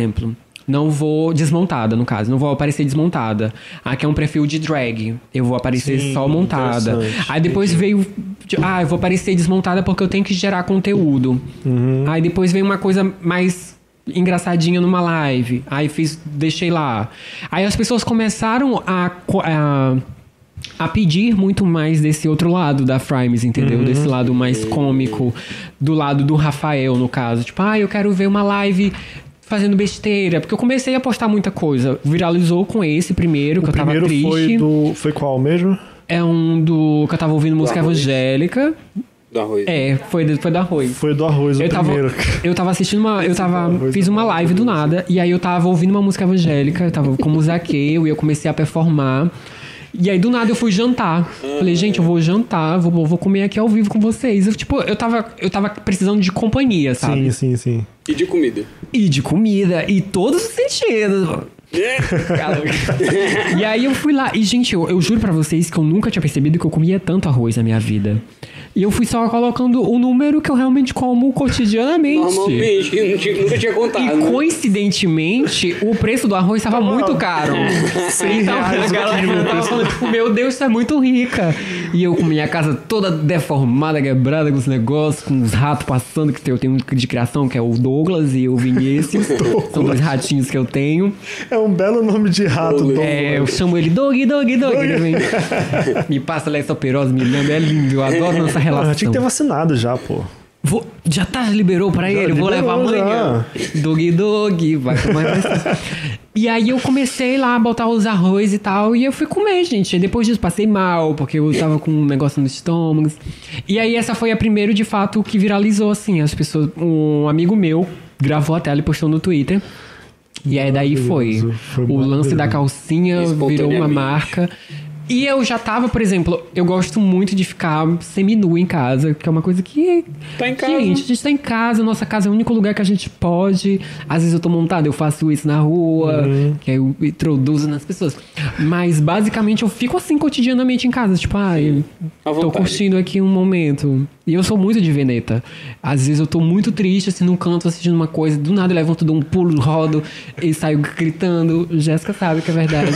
Speaker 3: Não vou desmontada, no caso. Não vou aparecer desmontada. Aqui é um perfil de drag. Eu vou aparecer
Speaker 1: Sim,
Speaker 3: só montada.
Speaker 1: interessante.
Speaker 3: Aí depois veio. de- Ah, eu vou aparecer desmontada porque eu tenho que gerar conteúdo.
Speaker 1: Uhum.
Speaker 3: Aí depois veio uma coisa mais engraçadinha numa live. Aí fiz, deixei lá. Aí as pessoas começaram a co- a a pedir muito mais desse outro lado da Frimes, entendeu?
Speaker 1: Uhum.
Speaker 3: Desse lado mais cômico, do lado do Rafael, no caso. Tipo, ah, eu quero ver uma live fazendo besteira. Porque eu comecei a postar muita coisa. Viralizou com esse primeiro, que
Speaker 1: O
Speaker 3: eu tava
Speaker 1: primeiro
Speaker 3: triste.
Speaker 1: foi do. Foi qual mesmo?
Speaker 3: É um do. que eu tava ouvindo música
Speaker 2: arroz.
Speaker 3: evangélica.
Speaker 2: Do arroz.
Speaker 3: É, foi, do- foi da Arroz.
Speaker 1: Foi do arroz,
Speaker 3: Eu
Speaker 1: o
Speaker 3: tava,
Speaker 1: primeiro.
Speaker 3: eu tava assistindo uma. Eu tava.
Speaker 1: arroz
Speaker 3: Fiz
Speaker 1: da
Speaker 3: uma
Speaker 1: Paula
Speaker 3: live do nada. E aí eu tava ouvindo uma música evangélica. Eu tava como Zaqueu. E eu comecei a performar. E aí do nada eu fui jantar.
Speaker 1: Uhum.
Speaker 3: Falei, gente, eu vou jantar. Vou, vou comer aqui ao vivo com vocês. Eu, tipo, eu tava, eu tava precisando de companhia, sabe?
Speaker 1: Sim, sim, sim.
Speaker 2: E de comida.
Speaker 3: E de comida. E todos os sentidos.
Speaker 2: É,
Speaker 3: E aí eu fui lá. E, gente, eu, eu juro pra vocês que eu nunca tinha percebido que eu comia tanto arroz na minha vida. E eu fui só colocando o número que eu realmente como cotidianamente.
Speaker 2: Normalmente, eu não tinha- nunca tinha
Speaker 3: E
Speaker 2: contado. né?
Speaker 3: coincidentemente, o preço do arroz estava muito caro. Então a
Speaker 1: reais o
Speaker 3: galera tava falando, tipo, meu Deus, você é muito rica. E eu com minha casa toda deformada, quebrada, com os negócios, com os ratos passando, que eu tenho um de criação, que é o Douglas e o Vinícius. São dois ratinhos que eu tenho.
Speaker 1: É um belo nome de rato, Dom.
Speaker 3: É, eu chamo ele Dog, Dog, Dog. Ele vem, me passa lá essa operosa, me lembra, é lindo, eu adoro nossa
Speaker 1: Ah,
Speaker 3: relação.
Speaker 1: tinha que ter vacinado já, pô.
Speaker 3: Vou- já tá, liberou pra ele,
Speaker 1: liberou,
Speaker 3: vou levar amanhã. Dog, dog, vai tomar vacina. E aí eu comecei lá a botar os arroz e tal, e eu fui comer, gente. E depois disso passei mal, porque eu tava com um negócio no estômago. E aí essa foi a primeira, de fato, que viralizou, assim, as pessoas... Um amigo meu gravou a tela e postou no Twitter. E aí daí foi.
Speaker 1: Maravilhoso, foi
Speaker 3: O lance da
Speaker 1: maravilhoso.
Speaker 3: calcinha virou uma
Speaker 2: Espontaneamente.
Speaker 3: marca. E eu já tava, por exemplo, eu gosto muito de ficar semi-nu em casa, que é uma coisa que.
Speaker 2: Tá em casa.
Speaker 3: Gente, a gente tá em casa, nossa casa é o único lugar que a gente pode. Às vezes eu tô montada, eu faço isso na rua,
Speaker 2: Uhum.
Speaker 3: que aí eu introduzo nas pessoas. Mas basicamente eu fico assim cotidianamente em casa, tipo, ah, eu
Speaker 2: À
Speaker 3: tô
Speaker 2: vontade.
Speaker 3: curtindo aqui um momento. E eu sou muito de veneta. Às vezes eu tô muito triste, assim, num canto assistindo uma coisa, do nada eu levanto, dou um pulo, rodo e saio gritando. Jéssica sabe que é verdade.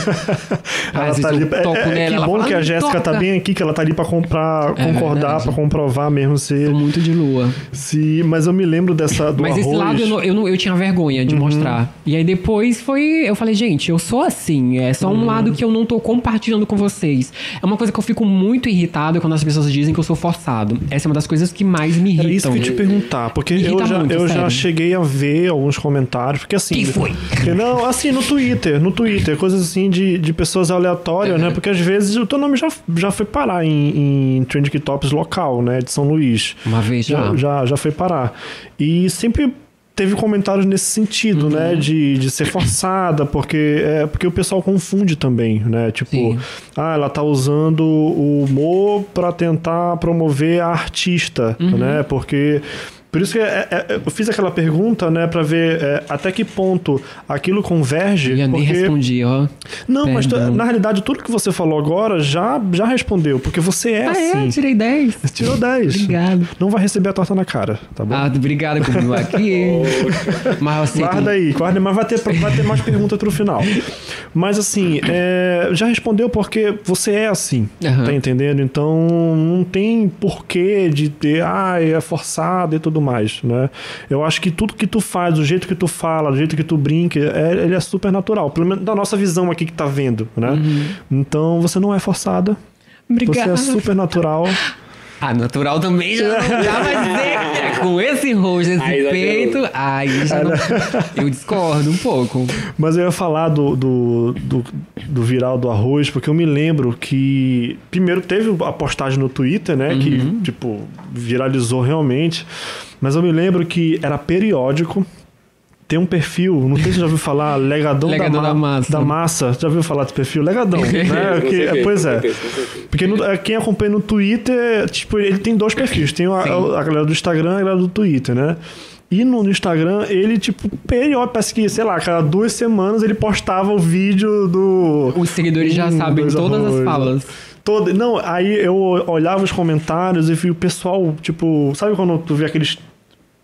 Speaker 1: Ela
Speaker 3: Às vezes
Speaker 1: tá ali.
Speaker 3: eu toco
Speaker 1: É, é,
Speaker 3: nela,
Speaker 1: que
Speaker 3: ela
Speaker 1: bom
Speaker 3: fala,
Speaker 1: que a
Speaker 3: "Não
Speaker 1: Jéssica tá
Speaker 3: toca".
Speaker 1: bem aqui, que ela tá ali pra comprar,
Speaker 3: É
Speaker 1: concordar,
Speaker 3: verdade.
Speaker 1: pra comprovar mesmo se,
Speaker 3: Tô muito de lua.
Speaker 1: se. Mas eu me lembro dessa do
Speaker 3: Mas
Speaker 1: arroz. Uhum.
Speaker 3: esse lado eu, não- eu, não- eu tinha vergonha de mostrar. E aí depois foi. Eu falei, gente, eu sou assim. É só
Speaker 1: Uhum.
Speaker 3: um lado que eu não tô compartilhando com vocês. É uma coisa que eu fico muito irritado quando as pessoas dizem que eu sou forçado. Essa é uma das coisas que mais me irritam.
Speaker 1: Era isso que eu ia te perguntar, porque
Speaker 3: Irrita
Speaker 1: eu, já,
Speaker 3: muito,
Speaker 1: eu já
Speaker 3: sério.
Speaker 1: cheguei a ver alguns comentários, porque assim.
Speaker 3: Quem foi?
Speaker 1: porque não, assim, no Twitter, no Twitter, coisas assim de, de pessoas aleatórias, né? Porque às vezes o teu nome já, já foi parar em, em Trending Tops local, né? De São Luís.
Speaker 3: Uma vez já.
Speaker 1: já, já, já foi parar. E sempre teve comentários nesse sentido, né?
Speaker 3: Uhum.
Speaker 1: De, de ser forçada, porque, é, porque o pessoal confunde também, né? Tipo,
Speaker 3: Sim.
Speaker 1: ah, ela tá usando o humor pra tentar promover a artista,
Speaker 3: Uhum.
Speaker 1: né? Porque. Por isso que é- é- é, eu fiz aquela pergunta, né, Pra ver é, até que ponto aquilo converge.
Speaker 3: Eu já nem
Speaker 1: porque-
Speaker 3: respondi, ó.
Speaker 1: Não, mas tu-
Speaker 3: Perdão.
Speaker 1: na realidade tudo que você falou agora já, já respondeu, porque você é
Speaker 3: Ah, é?
Speaker 1: assim.
Speaker 3: Tirei 10.
Speaker 1: Tirou 10.
Speaker 3: Obrigado.
Speaker 1: Não vai receber a torta na cara, tá bom?
Speaker 3: Ah, obrigado por me aqui. Mas assim, eu aceito.
Speaker 1: Guarda aí, Assim, guarda, mas vai ter, vai ter mais perguntas pro final. Mas assim, é, já respondeu porque você é assim,
Speaker 3: Aham.
Speaker 1: tá entendendo? Então não tem porquê de ter, ah, é forçado e tudo mais, né? Eu acho que tudo que tu faz, o jeito que tu fala, o jeito que tu brinca, é- ele é super natural, pelo menos da nossa visão aqui que tá vendo, né? Então você não é forçada,
Speaker 3: Obrigado.
Speaker 1: você é super natural.
Speaker 3: Ah, natural também já não dá mais dizer. que Com esse rosto, esse
Speaker 2: Aí já
Speaker 3: peito, aí
Speaker 1: Ah,
Speaker 3: já não... Eu discordo um pouco.
Speaker 1: Mas eu ia falar do, do, do, do viral do arroz, porque eu me lembro que. Primeiro teve a postagem no Twitter, né? Que, tipo, viralizou realmente. Mas eu me lembro que era periódico. Tem um perfil, não sei se você já ouviu falar, Legadão,
Speaker 3: Legadão
Speaker 1: da,
Speaker 3: da Massa.
Speaker 1: da Massa. Já ouviu falar desse perfil? Legadão, né?
Speaker 2: Com
Speaker 1: Que-
Speaker 2: certeza,
Speaker 1: pois
Speaker 2: com
Speaker 1: é.
Speaker 2: certeza, com certeza.
Speaker 1: Porque no- é, quem acompanha no Twitter, tipo, ele tem dois perfis. Tem a, a- a galera do Instagram e a galera do Twitter, né? E no, no Instagram, ele, tipo, periódico, parece que, sei lá, a cada duas semanas ele postava o vídeo do.
Speaker 3: Os seguidores já
Speaker 1: Hum,
Speaker 3: sabem
Speaker 1: dois
Speaker 3: todas as
Speaker 1: arroz.
Speaker 3: falas.
Speaker 1: Todo, não, aí eu olhava os comentários e vi o pessoal, tipo, sabe quando tu vê aqueles.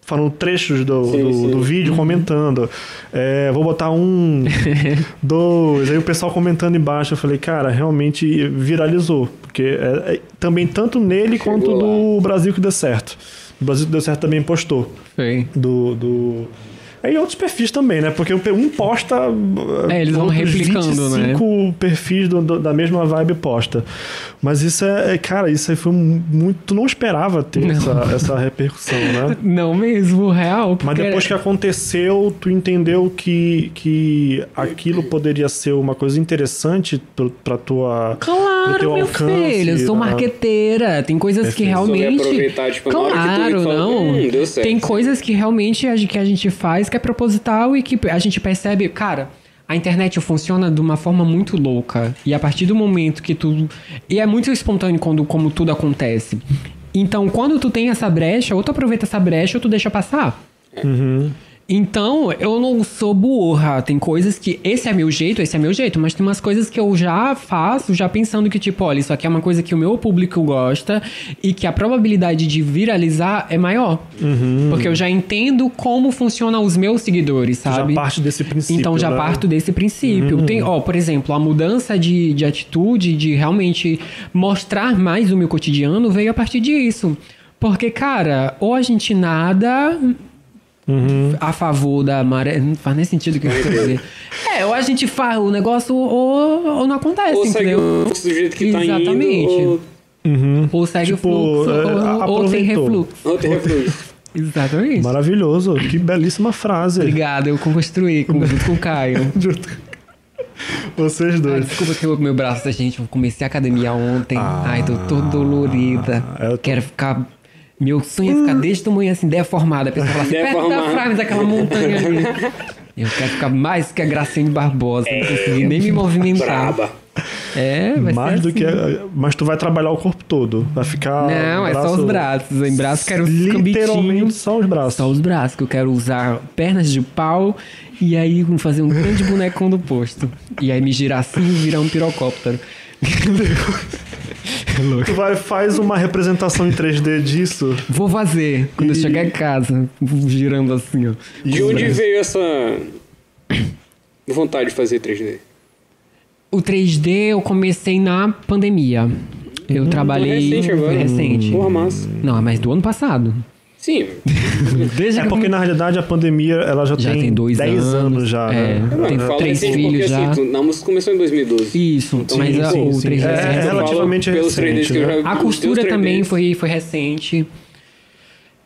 Speaker 1: Falando trechos do,
Speaker 2: Sim,
Speaker 1: do,
Speaker 2: sim.
Speaker 1: do vídeo, comentando. É, vou botar um, dois. Aí o pessoal comentando embaixo. Eu falei, cara, realmente viralizou. Porque é- é- também tanto nele
Speaker 2: Chegou
Speaker 1: quanto
Speaker 2: lá.
Speaker 1: do Brasil que deu certo. O Brasil que deu certo também postou
Speaker 3: Foi.
Speaker 1: do, do... Aí outros perfis também, né? Porque um posta. uh,
Speaker 3: É, eles vão
Speaker 1: outros
Speaker 3: replicando, né?
Speaker 1: 25 perfis do- do- da mesma vibe posta. Mas isso é. é- Cara, isso aí foi um- muito. Tu não esperava ter essa, essa repercussão, né?
Speaker 3: Não mesmo, real.
Speaker 1: Mas
Speaker 3: porque-
Speaker 1: depois que aconteceu, tu entendeu que, que aquilo poderia ser uma coisa interessante pro- pra tua. pro
Speaker 3: Claro,
Speaker 1: teu
Speaker 3: meu
Speaker 1: alcance,
Speaker 3: filho, eu sou
Speaker 1: né?
Speaker 3: marqueteira. Tem coisas que
Speaker 1: Perfeito.
Speaker 2: Resolver
Speaker 3: realmente.
Speaker 2: aproveitar, tipo, na hora que tu
Speaker 3: Claro,
Speaker 2: fala,
Speaker 3: não.
Speaker 2: "Hum, deu certo."
Speaker 3: Tem coisas que realmente a gente, que a gente faz que é proposital e que a gente percebe, cara. A internet funciona de uma forma muito louca. E a partir do momento que tudo. E é muito espontâneo quando, como tudo acontece. Então, quando tu tem essa brecha, ou tu aproveita essa brecha ou tu deixa passar. Então, eu não sou burra. Tem coisas que esse é meu jeito, esse é meu jeito, mas tem umas coisas que eu já faço, já pensando que, tipo, olha, isso aqui é uma coisa que o meu público gosta e que a probabilidade de viralizar é maior.
Speaker 1: Uhum.
Speaker 3: Porque eu já entendo como funcionam os meus seguidores,
Speaker 1: Já
Speaker 3: sabe?
Speaker 1: parte desse princípio.
Speaker 3: Então já
Speaker 1: né? Uhum.
Speaker 3: parto desse princípio. Tem, ó, por exemplo, a mudança de, de atitude, de realmente mostrar mais o meu cotidiano, veio a partir disso. Porque, cara, ou a gente nada
Speaker 1: Uhum.
Speaker 3: a favor da maré. Não faz nem sentido o que eu quero dizer. É, ou a gente faz o negócio ou, ou não acontece,
Speaker 2: Ou segue
Speaker 3: É assim, entendeu?
Speaker 2: o fluxo do jeito que tá indo.
Speaker 3: Exatamente.
Speaker 2: Ou,
Speaker 3: Ou segue
Speaker 1: Tipo,
Speaker 3: o fluxo,
Speaker 1: é,
Speaker 3: ou, ou tem
Speaker 1: aproveitou.
Speaker 3: refluxo.
Speaker 2: ou tem refluxo.
Speaker 3: Exatamente.
Speaker 1: Maravilhoso, que belíssima frase.
Speaker 3: Obrigado, eu construí com, junto com o Caio.
Speaker 1: Vocês
Speaker 3: Ai,
Speaker 1: dois.
Speaker 3: desculpa que o meu braço tá, gente. Eu comecei a academia ontem. Ai, tô toda dolorida.
Speaker 1: Ah, eu tô- Hum.
Speaker 3: Quero ficar. Meu sonho é ficar desde tamanho assim, deformada. A pessoa fala assim, perto da
Speaker 2: Deformada.
Speaker 3: Frames, daquela montanha ali. Eu quero ficar mais que a Graciane Barbosa, não consegui nem me movimentar.
Speaker 2: Braba.
Speaker 3: É, vai
Speaker 1: É. Mais
Speaker 3: ser
Speaker 1: do
Speaker 3: assim.
Speaker 1: que. Mas tu vai trabalhar o corpo todo. Vai ficar.
Speaker 3: Não, é só
Speaker 1: braço-
Speaker 3: os braços. Em braço eu quero
Speaker 1: Literalmente
Speaker 3: literalmente
Speaker 1: só os braços.
Speaker 3: Só os braços, que eu quero usar pernas de pau e aí fazer um grande bonecão do posto. E aí me girar assim e virar um pirocóptero.
Speaker 1: Tu vai, faz uma representação em 3D disso.
Speaker 3: Vou fazer quando eu
Speaker 1: E-
Speaker 3: chegar em casa, girando assim, ó.
Speaker 2: De onde veio essa vontade de fazer 3D?
Speaker 3: O 3D eu comecei na pandemia. Eu trabalhei.
Speaker 2: Foi recente agora.
Speaker 3: Foi Hum, recente.
Speaker 2: Porra, massa.
Speaker 3: Não, mas do ano passado.
Speaker 2: Sim.
Speaker 1: É
Speaker 3: Desde que eu
Speaker 1: porque na realidade a pandemia ela já,
Speaker 3: Já tem dois
Speaker 1: 10 anos,
Speaker 3: anos,
Speaker 1: já.
Speaker 3: é.
Speaker 1: né?
Speaker 2: Não,
Speaker 3: Tem
Speaker 2: falo
Speaker 3: três
Speaker 2: recente
Speaker 3: filhos
Speaker 2: porque
Speaker 3: já.
Speaker 2: assim, tu, na música começou em 2012.
Speaker 3: Isso,
Speaker 2: Sim,
Speaker 3: mas a-
Speaker 1: sim,
Speaker 3: o
Speaker 1: sim.
Speaker 3: 3D
Speaker 1: É,
Speaker 3: recente.
Speaker 2: Eu falo
Speaker 1: relativamente
Speaker 2: pelos
Speaker 1: recente,
Speaker 2: 3Ds que É, eu
Speaker 1: né?
Speaker 2: já
Speaker 3: A
Speaker 2: os teus
Speaker 3: costura
Speaker 2: 3Ds.
Speaker 3: também foi, foi recente.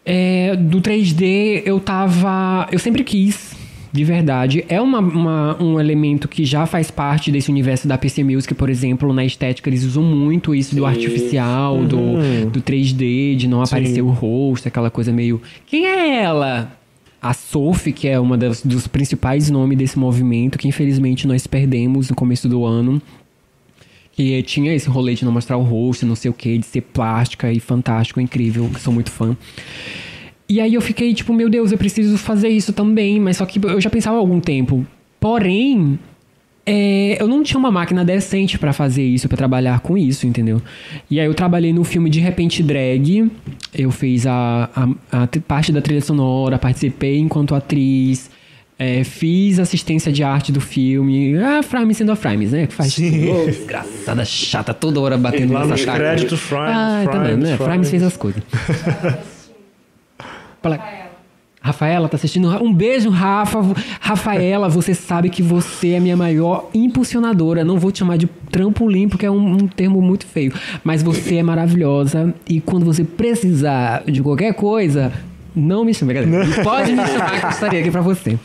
Speaker 3: É, do 3D eu tava. Eu sempre quis, de verdade. É uma, uma- um elemento que já faz parte desse universo da PC Music, por exemplo, na estética. Eles usam muito isso do artificial,
Speaker 2: Uhum.
Speaker 3: do, do 3D, de não aparecer o rosto, aquela coisa meio. Quem é ela? A Sophie, que é uma das, dos principais nomes desse movimento, que infelizmente nós perdemos no começo do ano. Que tinha esse rolê de não mostrar o rosto, não sei o que, de ser plástica e fantástico, incrível, que sou muito fã. E aí eu fiquei tipo, meu Deus, eu preciso fazer isso também, mas só que eu já pensava há algum tempo. Porém, é, eu não tinha uma máquina decente pra fazer isso, pra trabalhar com isso, entendeu? E aí eu trabalhei no filme De Repente Drag, eu fiz a, a- a t- parte da trilha sonora, participei enquanto atriz. é, fiz assistência de arte do filme. A Frames sendo a Frames, né? Que faz Ô, desgraçada chata, toda hora batendo
Speaker 1: Lá
Speaker 3: nessa
Speaker 1: nos
Speaker 3: chata.
Speaker 1: créditos, Frimes,
Speaker 3: Ah, tá
Speaker 1: Frimes,
Speaker 3: bom, né?
Speaker 1: Frimes.
Speaker 3: Frames fez as coisas. Fala- Rafaela tá assistindo. Um beijo, Rafa. Rafaela, você sabe que você é minha maior impulsionadora. Não vou te chamar de trampolim, porque é um, um termo muito feio. Mas você é maravilhosa. E quando você precisar de qualquer coisa, não me chame. brincadeira. Pode me chamar, que eu estarei aqui pra você.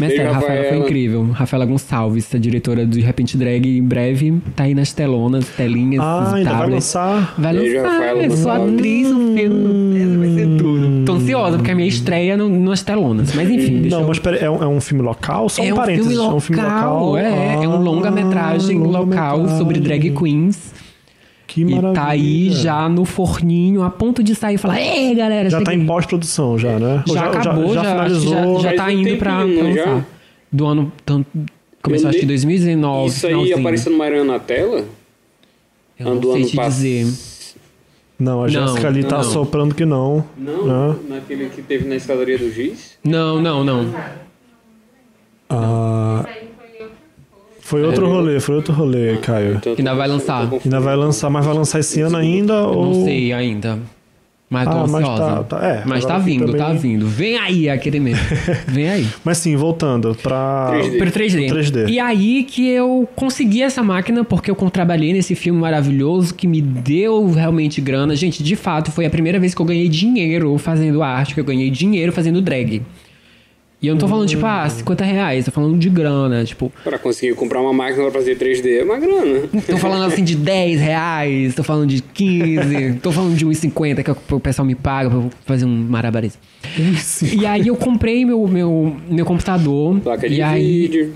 Speaker 3: Mas
Speaker 2: Beijo,
Speaker 3: sério, Rafaela foi
Speaker 2: Rafaela.
Speaker 3: incrível. Rafaela Gonçalves, a diretora do De Repente Drag, em breve tá aí nas telonas, telinhas,
Speaker 1: Ah,
Speaker 3: os
Speaker 1: ainda vai
Speaker 3: tablets.
Speaker 1: lançar.
Speaker 3: Vai
Speaker 2: Beijo,
Speaker 3: lançar,
Speaker 2: Rafaela
Speaker 3: é só
Speaker 2: Gonçalves.
Speaker 3: atriz, o
Speaker 1: Hum.
Speaker 3: filme, né, vai ser tudo. Tô ansiosa, porque a minha estreia no, nas telonas. Mas enfim, deixa
Speaker 1: Não,
Speaker 3: eu...
Speaker 1: mas peraí, é um, é um filme local? Só um
Speaker 3: é um
Speaker 1: parênteses.
Speaker 3: filme
Speaker 1: é
Speaker 3: local,
Speaker 1: um filme local.
Speaker 3: é, é
Speaker 1: Ah,
Speaker 3: um longa-metragem local
Speaker 1: longa-metragem.
Speaker 3: sobre drag queens.
Speaker 1: Que
Speaker 3: e
Speaker 1: maravilha.
Speaker 3: tá aí já no forninho, a ponto de sair e falar, ei, galera,
Speaker 1: Já tá
Speaker 3: cheguei."
Speaker 1: em pós-produção, já, né? Ou
Speaker 3: já acabou,
Speaker 1: já,
Speaker 3: já, acho que
Speaker 1: finalizou.
Speaker 3: já, já
Speaker 2: Faz
Speaker 3: tá
Speaker 2: um
Speaker 3: indo pra, pra
Speaker 2: tempinho, não,
Speaker 3: lançar.
Speaker 2: já?
Speaker 3: Do ano... tanto- começou
Speaker 2: Eu
Speaker 3: acho que
Speaker 2: li-
Speaker 3: 2019,
Speaker 2: Isso aí
Speaker 3: finalzinho.
Speaker 2: apareceu numa aranha na tela?
Speaker 3: Eu não
Speaker 2: do
Speaker 3: sei
Speaker 2: ano
Speaker 3: te
Speaker 2: pass-
Speaker 3: dizer.
Speaker 1: Não, a
Speaker 3: Não,
Speaker 1: Jéssica ali tá
Speaker 3: não.
Speaker 1: soprando que não.
Speaker 2: Não,
Speaker 1: né?
Speaker 2: naquele que teve na escadaria do Giz.
Speaker 3: Não, não, não.
Speaker 1: Ah, foi outro rolê, foi outro rolê, Caio.
Speaker 2: Então,
Speaker 3: Que ainda vai lançar.
Speaker 2: tô confuso.
Speaker 1: Ainda vai lançar, mas vai lançar esse ano ainda?
Speaker 3: Não
Speaker 1: ou...
Speaker 3: sei ainda. Mas tô
Speaker 1: Ah, mas
Speaker 3: ansiosa.
Speaker 1: tá- tá- é,
Speaker 3: Mas
Speaker 1: agora
Speaker 3: tá
Speaker 1: aqui
Speaker 3: vindo,
Speaker 1: também-
Speaker 3: tá vindo. Vem aí aquele mesmo. Vem aí.
Speaker 1: Mas sim, voltando pra.
Speaker 2: 3D.
Speaker 3: Pro 3D.
Speaker 1: Pro 3D.
Speaker 3: E aí que eu consegui essa máquina, porque eu trabalhei nesse filme maravilhoso que me deu realmente grana. Gente, de fato, foi a primeira vez que eu ganhei dinheiro fazendo arte, que eu ganhei dinheiro fazendo drag. E eu não tô falando, tipo,
Speaker 1: Hum.
Speaker 3: ah, 50 reais, tô falando de grana, tipo.
Speaker 2: Pra conseguir comprar uma máquina pra fazer 3D é uma grana.
Speaker 3: Tô falando assim de 10 reais, tô falando de 15, tô falando de 1,50 que o pessoal me paga pra eu fazer um marabarismo. E aí eu comprei meu, meu, meu computador.
Speaker 2: Placa de
Speaker 3: e aí,
Speaker 2: vídeo.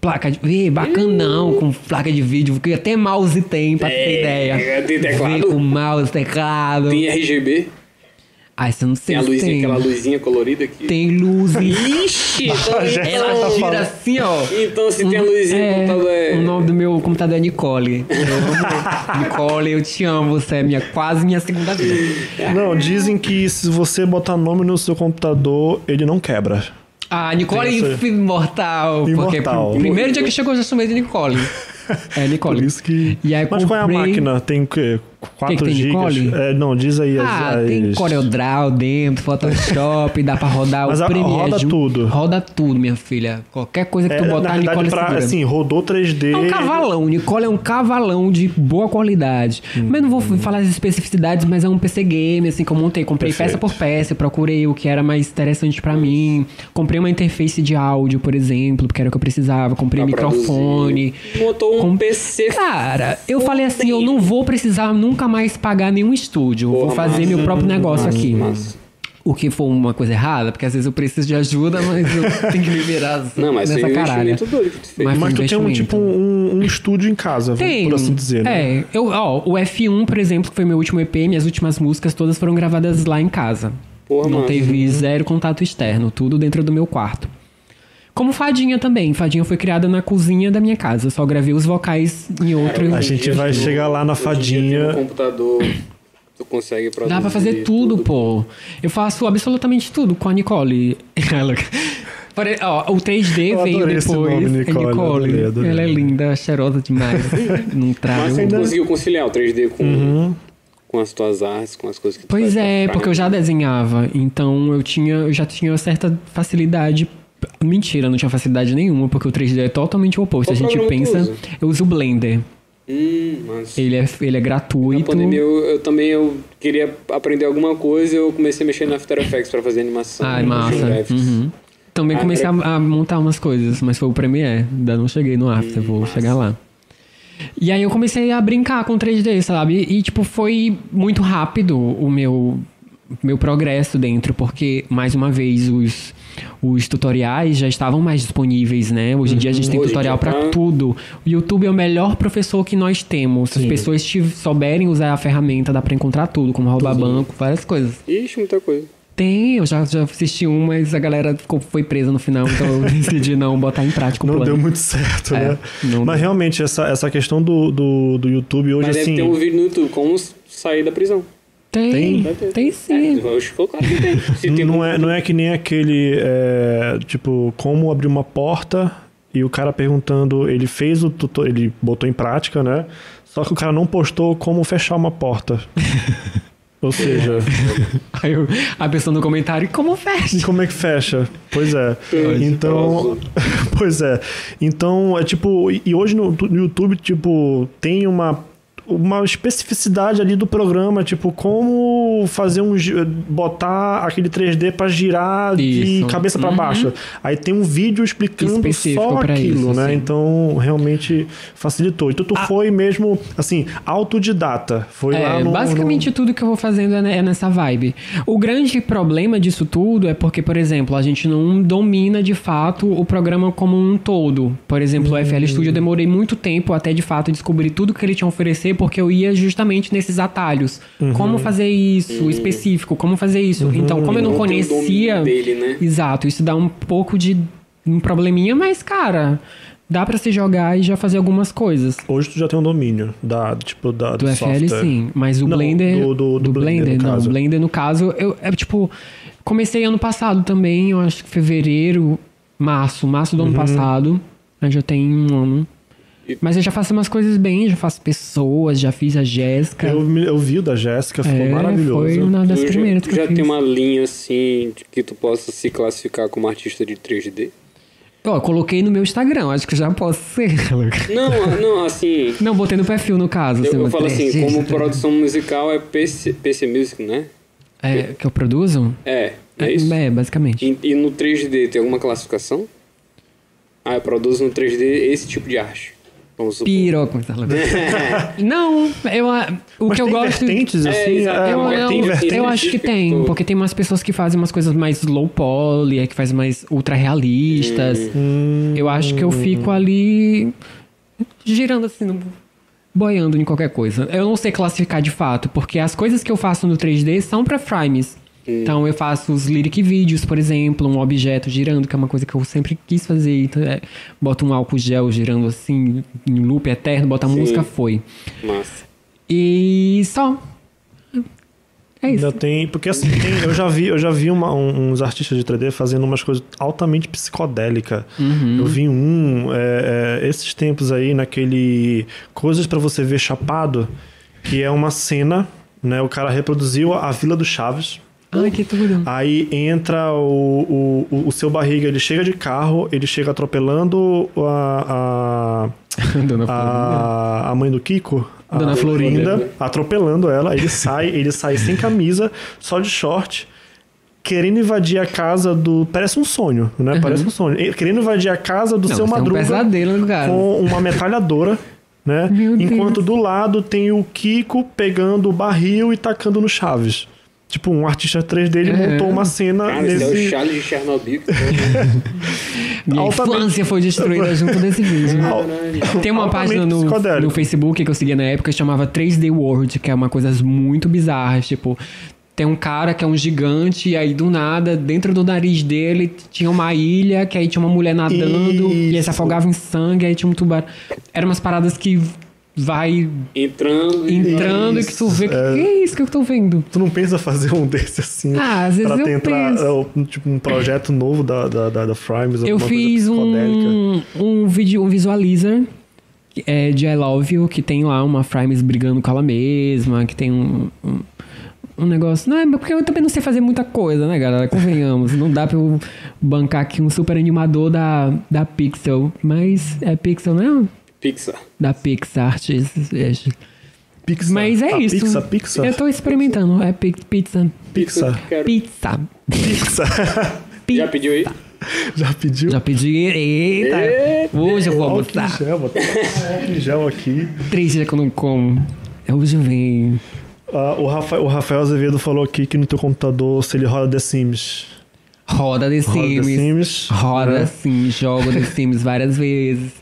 Speaker 3: Placa de vídeo, bacanão, com placa de vídeo, porque até mouse tem, pra ter
Speaker 2: É,
Speaker 3: ideia.
Speaker 2: tem teclado.
Speaker 3: Vem com mouse, teclado.
Speaker 2: Tem RGB.
Speaker 3: Ai, você não sei
Speaker 2: Tem a
Speaker 3: se
Speaker 2: luzinha,
Speaker 3: Então, tem.
Speaker 2: aquela luzinha colorida aqui.
Speaker 3: Tem luz.
Speaker 2: Ixi, então,
Speaker 3: Ela
Speaker 2: então-
Speaker 3: gira assim, ó.
Speaker 2: então se tem a luzinha no computador é...
Speaker 3: O nome do meu computador é Nicole. Eu amo. Nicole, eu te amo, você é minha, quase minha segunda vida.
Speaker 1: Não, dizem que se você botar nome no seu computador, ele não quebra.
Speaker 3: Ah, Nicole
Speaker 1: Tem essa-
Speaker 3: imortal, Porque
Speaker 1: Imortal.
Speaker 3: pr- primeiro dia que chegou eu já chamei de Nicole. É, Nicole.
Speaker 1: Por isso que.
Speaker 3: E aí
Speaker 1: Mas qual é a
Speaker 3: comprei-
Speaker 1: máquina? Tem o quê? 4
Speaker 3: Que que tem, Nicole?
Speaker 1: gigas? É, não, diz aí as.
Speaker 3: Ah,
Speaker 1: as-
Speaker 3: tem CorelDRAW dentro, Photoshop, dá pra rodar
Speaker 1: Mas
Speaker 3: o
Speaker 1: a-
Speaker 3: Premiere.
Speaker 1: roda
Speaker 3: Ju-
Speaker 1: tudo.
Speaker 3: Roda tudo, minha filha. Qualquer coisa que
Speaker 1: É,
Speaker 3: tu botar,
Speaker 1: na
Speaker 3: a
Speaker 1: verdade,
Speaker 3: Nicole
Speaker 1: pra,
Speaker 3: segura.
Speaker 1: assim, rodou 3D.
Speaker 3: É um cavalão, Nicole é um cavalão de boa qualidade.
Speaker 1: Hum.
Speaker 3: Mas não vou f- falar as especificidades, mas é um PC game, assim, que eu montei. Comprei peça
Speaker 1: Perfeito.
Speaker 3: por peça, procurei o que era mais interessante pra mim. Comprei uma interface de áudio, por exemplo, porque era o que eu precisava. Comprei
Speaker 2: pra
Speaker 3: microfone.
Speaker 2: produzir. Montou um
Speaker 3: Com-
Speaker 2: PC.
Speaker 3: Cara, eu falei assim, eu não vou precisar nunca mais pagar nenhum estúdio.
Speaker 2: Porra,
Speaker 3: vou fazer
Speaker 2: massa.
Speaker 3: meu próprio negócio aqui.
Speaker 2: massa.
Speaker 3: O que foi uma coisa errada, porque às vezes eu preciso de ajuda, mas eu tenho que me virar
Speaker 2: Não, mas
Speaker 3: nessa
Speaker 2: foi um
Speaker 3: caralha.
Speaker 2: investimento doido que tu fez.
Speaker 3: Mas-
Speaker 1: Mas tu tem um,
Speaker 3: investimento.
Speaker 1: tipo um, um estúdio em casa,
Speaker 3: Tem.
Speaker 1: por assim dizer, né?
Speaker 3: É, eu, ó, o F1, por exemplo, que foi meu último EP, minhas últimas músicas todas foram gravadas lá em casa.
Speaker 2: Porra,
Speaker 3: Não
Speaker 2: massa.
Speaker 3: teve zero contato externo, tudo dentro do meu quarto. Como Fadinha também. Fadinha foi criada na cozinha da minha casa. Eu só gravei os vocais em outro.
Speaker 1: A gente vai chegar lá na
Speaker 2: Hoje em dia
Speaker 1: fadinha.
Speaker 2: tem um computador, tu consegue produzir.
Speaker 3: Dá pra fazer tudo, pô. Eu faço absolutamente tudo com a Nicole. Ela- Pare- ó, o 3D
Speaker 1: Eu adorei
Speaker 3: veio depois.
Speaker 1: esse nome,
Speaker 3: É
Speaker 1: Nicole, adorei, adorei.
Speaker 3: Ela é linda, cheirosa demais. Não
Speaker 2: Mas
Speaker 3: trago.
Speaker 2: você conseguiu conciliar o 3D com,
Speaker 1: Uhum.
Speaker 2: com as tuas artes, com as coisas que tu
Speaker 3: Pois
Speaker 2: faz
Speaker 3: é,
Speaker 2: pra-
Speaker 3: porque eu já desenhava, então eu tinha, eu já tinha uma certa facilidade. Mentira, não tinha facilidade nenhuma, porque o 3D é totalmente o oposto.
Speaker 2: Qual
Speaker 3: a gente
Speaker 2: programa tu
Speaker 3: pensa,
Speaker 2: usa?
Speaker 3: eu uso o Blender.
Speaker 2: Hum, mas...
Speaker 3: Ele é, ele é
Speaker 2: Na
Speaker 3: gratuito.
Speaker 2: pandemia eu, eu também eu queria aprender alguma coisa eu comecei a mexer no After Effects pra fazer animação.
Speaker 3: Ai,
Speaker 2: fazer
Speaker 3: massa.
Speaker 2: graphics.
Speaker 3: Uhum. Também
Speaker 2: Ah,
Speaker 3: comecei a, a montar umas coisas, mas foi o Premiere. Ainda não cheguei no After, vou chegar lá. E aí eu comecei a brincar com 3D, sabe? E, tipo, foi muito rápido o meu, meu progresso dentro, porque, mais uma vez, os, os tutoriais já estavam mais disponíveis, né? Hoje em dia a gente tem
Speaker 2: Hoje em
Speaker 3: tutorial
Speaker 2: dia
Speaker 3: pra
Speaker 2: tá-
Speaker 3: tudo. O YouTube é o melhor professor que nós temos. Se as pessoas tiv- souberem usar a ferramenta, dá pra encontrar tudo, como roubar banco, várias coisas.
Speaker 2: Ixi, muita coisa.
Speaker 3: Tem, eu já, já assisti um, mas a galera ficou, foi presa no final, então eu decidi não botar em prática o
Speaker 1: Não
Speaker 3: plano.
Speaker 1: deu muito certo,
Speaker 3: É,
Speaker 1: né?
Speaker 3: não
Speaker 1: Mas realmente, essa, essa questão do, do, do YouTube hoje,
Speaker 2: Mas deve
Speaker 1: assim.
Speaker 2: ter um vídeo no YouTube, como s- sair da prisão.
Speaker 3: Tem,
Speaker 2: Deve
Speaker 3: tem,
Speaker 2: ter.
Speaker 3: sim.
Speaker 2: É, eu acho que claro que tem. Se tem um
Speaker 1: Não é, não é que nem aquele, é, tipo, como abrir uma porta e o cara perguntando, ele fez o tutor, ele botou em prática, né? Só que o cara não postou como fechar uma porta. Ou seja,
Speaker 3: Aí eu- a pessoa no comentário, como
Speaker 1: e
Speaker 3: fecha?
Speaker 1: como é que fecha? Pois é. Então, pois é. Então, é tipo, e e hoje no, tu- no YouTube, tipo, tem uma uma especificidade ali do programa, tipo, como fazer um gi- botar aquele 3D pra girar de
Speaker 3: Isso. Uhum.
Speaker 1: cabeça pra baixo. Aí tem um vídeo explicando
Speaker 3: Específico
Speaker 1: só
Speaker 3: pra
Speaker 1: aquilo,
Speaker 3: isso,
Speaker 1: né?
Speaker 3: sim. Ah.
Speaker 1: Então, realmente facilitou. Então tu foi mesmo assim, autodidata. Foi lá
Speaker 3: É,
Speaker 1: no
Speaker 3: basicamente tudo que eu vou fazendo é, ne- é nessa vibe. O grande problema disso tudo é porque, por exemplo, a gente não domina de fato o programa como um todo. Por exemplo, o
Speaker 1: Uhum.
Speaker 3: FL Studio eu demorei muito tempo até de fato descobrir tudo que ele tinha a oferecer, porque eu ia justamente nesses atalhos.
Speaker 1: Uhum.
Speaker 3: Como fazer isso, específico, como fazer isso. Então, como eu não
Speaker 2: Não Uhum. tem o domínio
Speaker 3: conhecia.
Speaker 2: dele, né?
Speaker 3: Exato, isso dá um pouco de um probleminha, mas, cara, dá pra se jogar e já fazer algumas coisas.
Speaker 1: no- hoje tu já tem um domínio da, tipo, da
Speaker 3: Do FL
Speaker 1: software.
Speaker 3: sim, mas o
Speaker 1: Não,
Speaker 3: Blender.
Speaker 1: do- do- do Blender,
Speaker 3: Blender,
Speaker 1: no
Speaker 3: não.
Speaker 1: caso.
Speaker 3: O Blender, no caso, eu é tipo. Comecei ano passado também, eu
Speaker 1: Uhum.
Speaker 3: acho que fevereiro, março, março do ano passado. Aí já tem né, um ano. Mas eu já faço umas coisas bem, já faço pessoas, já fiz a Jéssica.
Speaker 1: Eu, me- eu vi o da Jéssica, ficou
Speaker 3: É,
Speaker 1: maravilhoso.
Speaker 3: Foi uma das
Speaker 2: Tu já-
Speaker 3: primeiras
Speaker 2: tu
Speaker 3: que
Speaker 2: já
Speaker 3: eu fiz.
Speaker 2: tem uma linha assim de que tu possa se classificar como artista de 3D?
Speaker 3: Ó, coloquei no meu Instagram, acho que já posso ser.
Speaker 2: Não, a- não, assim.
Speaker 3: Não, botei no perfil, no caso.
Speaker 2: Eu,
Speaker 3: assim,
Speaker 2: eu
Speaker 3: uma
Speaker 2: falo assim,
Speaker 3: três-
Speaker 2: como produção musical é PC, PC Music, né?
Speaker 3: É, que eu produzo?
Speaker 2: É, é isso.
Speaker 3: É, basicamente.
Speaker 2: E, e no 3D tem alguma classificação? Ah, eu produzo no 3D esse tipo de arte. Vamos supor.
Speaker 3: Piroco, tá ligado? Não, eu, a- o
Speaker 1: Mas
Speaker 3: que eu
Speaker 1: tem
Speaker 3: gosto.
Speaker 1: vertentes,
Speaker 2: É,
Speaker 1: assim,
Speaker 2: exato.
Speaker 1: é,
Speaker 3: Eu,
Speaker 1: mas
Speaker 3: eu-
Speaker 1: tem
Speaker 3: eu
Speaker 1: vertentes.
Speaker 3: acho que tem,
Speaker 2: Tipo-
Speaker 3: porque tem umas pessoas que fazem umas coisas mais low poly, é que faz mais ultra realistas.
Speaker 2: Hum.
Speaker 3: Eu acho que eu fico ali girando assim, no- boiando em qualquer coisa. Eu não sei classificar de fato, porque as coisas que eu faço no 3D são pra frames. Então eu faço os lyric vídeos, por exemplo, um objeto girando, que é uma coisa que eu sempre quis fazer. Então, é, boto um álcool gel girando assim, em loop eterno, bota a
Speaker 2: Sim.
Speaker 3: música, foi.
Speaker 2: Massa.
Speaker 3: E só. É isso.
Speaker 1: Ainda tem, porque assim, tem- eu já vi, eu já vi uma- um- uns artistas de 3D fazendo umas coisas altamente psicodélicas. Eu vi um, é, é, esses tempos aí, naquele Coisas pra você ver chapado, que é uma cena, né? O cara reproduziu a Vila do Chaves.
Speaker 3: Ai, que tudo.
Speaker 1: Aí entra o, o, o- o seu barriga, ele chega de carro, ele chega atropelando a-
Speaker 3: Dona
Speaker 1: a, a, a mãe do Kiko. a-
Speaker 3: Dona Florinda.
Speaker 1: Florinda, atropelando ela. Ele sai, ele sai sem camisa, só de short, querendo invadir a casa do. Parece um sonho, né? Parece um sonho. E- Querendo invadir a casa do
Speaker 3: Uhum. Não,
Speaker 1: seu
Speaker 3: isso é um
Speaker 1: Madruga
Speaker 3: pesadelo, cara.
Speaker 1: com uma metralhadora. Né?
Speaker 3: Meu Deus.
Speaker 1: Enquanto do lado tem o Kiko pegando o barril e tacando no Chaves. Tipo, um artista 3D ele
Speaker 3: É.
Speaker 1: montou uma cena
Speaker 2: Cara, esse é o
Speaker 1: nesse,
Speaker 2: Charles de Chernobyl. que tá-
Speaker 3: Minha
Speaker 1: altamente-
Speaker 3: infância foi destruída junto desse vídeo.
Speaker 1: Al-
Speaker 3: Tem uma
Speaker 1: altamente
Speaker 3: página no,
Speaker 1: psicodélico.
Speaker 3: no Facebook que eu seguia na época que chamava 3D World, que é uma coisa muito bizarra. Tipo, tem um cara que é um gigante, e aí do nada, dentro do nariz dele, tinha uma ilha, que aí tinha uma mulher nadando, e aí
Speaker 1: Isso.
Speaker 3: se afogava em sangue, aí tinha um tubarão. Eram umas paradas que vai
Speaker 2: Entrando. e-
Speaker 3: entrando e que tu vê. que-
Speaker 1: é.
Speaker 3: Que é isso que eu tô vendo?
Speaker 1: Tu não pensa fazer um desse assim?
Speaker 3: Ah, às vezes
Speaker 1: pra
Speaker 3: eu
Speaker 1: tentar
Speaker 3: penso.
Speaker 1: é, um- tipo, um projeto novo da, da, da, da Frimes,
Speaker 3: Eu
Speaker 1: alguma
Speaker 3: fiz
Speaker 1: coisa psicodélica.
Speaker 3: um, um vídeo, um visualizer que é, de I Love You, que tem lá uma Frimes brigando com ela mesma, que tem um, um, um negócio. Não, é porque eu também não sei fazer muita coisa, né, galera? Convenhamos. não dá pra eu bancar aqui um super animador da, da Pixel. Mas é Pixel, né?
Speaker 2: Pixar.
Speaker 3: Da Pixar. artes- é,
Speaker 1: Pixar.
Speaker 3: Mas é
Speaker 1: Ah,
Speaker 3: isso.
Speaker 1: Pixar, Pixar.
Speaker 3: Eu tô experimentando. É pi- pizza.
Speaker 1: Pixar.
Speaker 2: Quero.
Speaker 3: Pizza.
Speaker 1: Pixar.
Speaker 2: Já pediu aí?
Speaker 1: Já pediu?
Speaker 3: Já pedi. Eita! Hoje eu vou
Speaker 1: Álcool em
Speaker 3: almoçar.
Speaker 1: gel, botar álcool em gel aqui.
Speaker 3: Três dias que eu não como. É Hoje vem.
Speaker 1: Ah, o, Rafa, o Rafael Azevedo falou aqui que no teu computador, se ele roda The Sims.
Speaker 3: Roda The
Speaker 1: Roda The
Speaker 3: Sims.
Speaker 1: Sims.
Speaker 3: Roda
Speaker 1: né?
Speaker 3: sim, jogo The Sims várias vezes.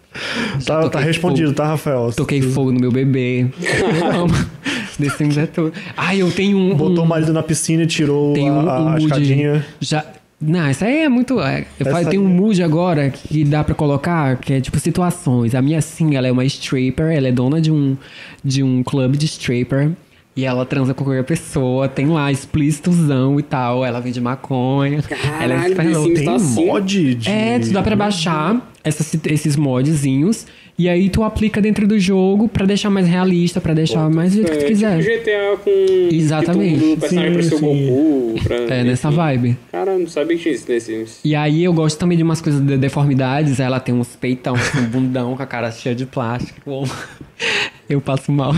Speaker 3: Já
Speaker 1: Tá,
Speaker 3: toquei
Speaker 1: tá respondido,
Speaker 3: fogo-
Speaker 1: tá, Rafael?
Speaker 3: Toquei fogo no meu bebê. Amo. The Sims é tudo. Ai, eu tenho um.
Speaker 1: Botou
Speaker 3: um,
Speaker 1: o marido na piscina e tirou
Speaker 3: tenho
Speaker 1: a, a, a
Speaker 3: um mood-
Speaker 1: escadinha.
Speaker 3: Já. Não, isso aí é muito. é, Eu
Speaker 1: Essa
Speaker 3: falo, tem um mood agora que dá pra colocar, que é tipo situações. A minha sim, ela é uma stripper, ela é dona de um, de um clube de stripper. E ela transa com qualquer pessoa, tem lá explícitozão e tal. Ela vende maconha. ela
Speaker 2: Caralho,
Speaker 3: é super
Speaker 2: The
Speaker 3: louca.
Speaker 2: Sims
Speaker 1: Tem
Speaker 2: Tá assim.
Speaker 1: mod de...
Speaker 3: É, tu dá pra baixar essas- esses modzinhos e aí tu aplica dentro do jogo pra deixar mais realista, pra deixar mais do jeito que tu
Speaker 2: É,
Speaker 3: quiser.
Speaker 2: Tipo GTA com.
Speaker 3: Exatamente.
Speaker 2: que tu muda o personagem
Speaker 1: Sim,
Speaker 2: pra ser o
Speaker 1: sim.
Speaker 2: Goku. Pra...
Speaker 3: É, nessa vibe.
Speaker 2: Cara, não sabia que tinha isso nesse Sims.
Speaker 3: E aí eu gosto também de umas coisas de deformidades. Ela tem uns peitão, um bundão com a cara cheia de plástico. Eu passo mal.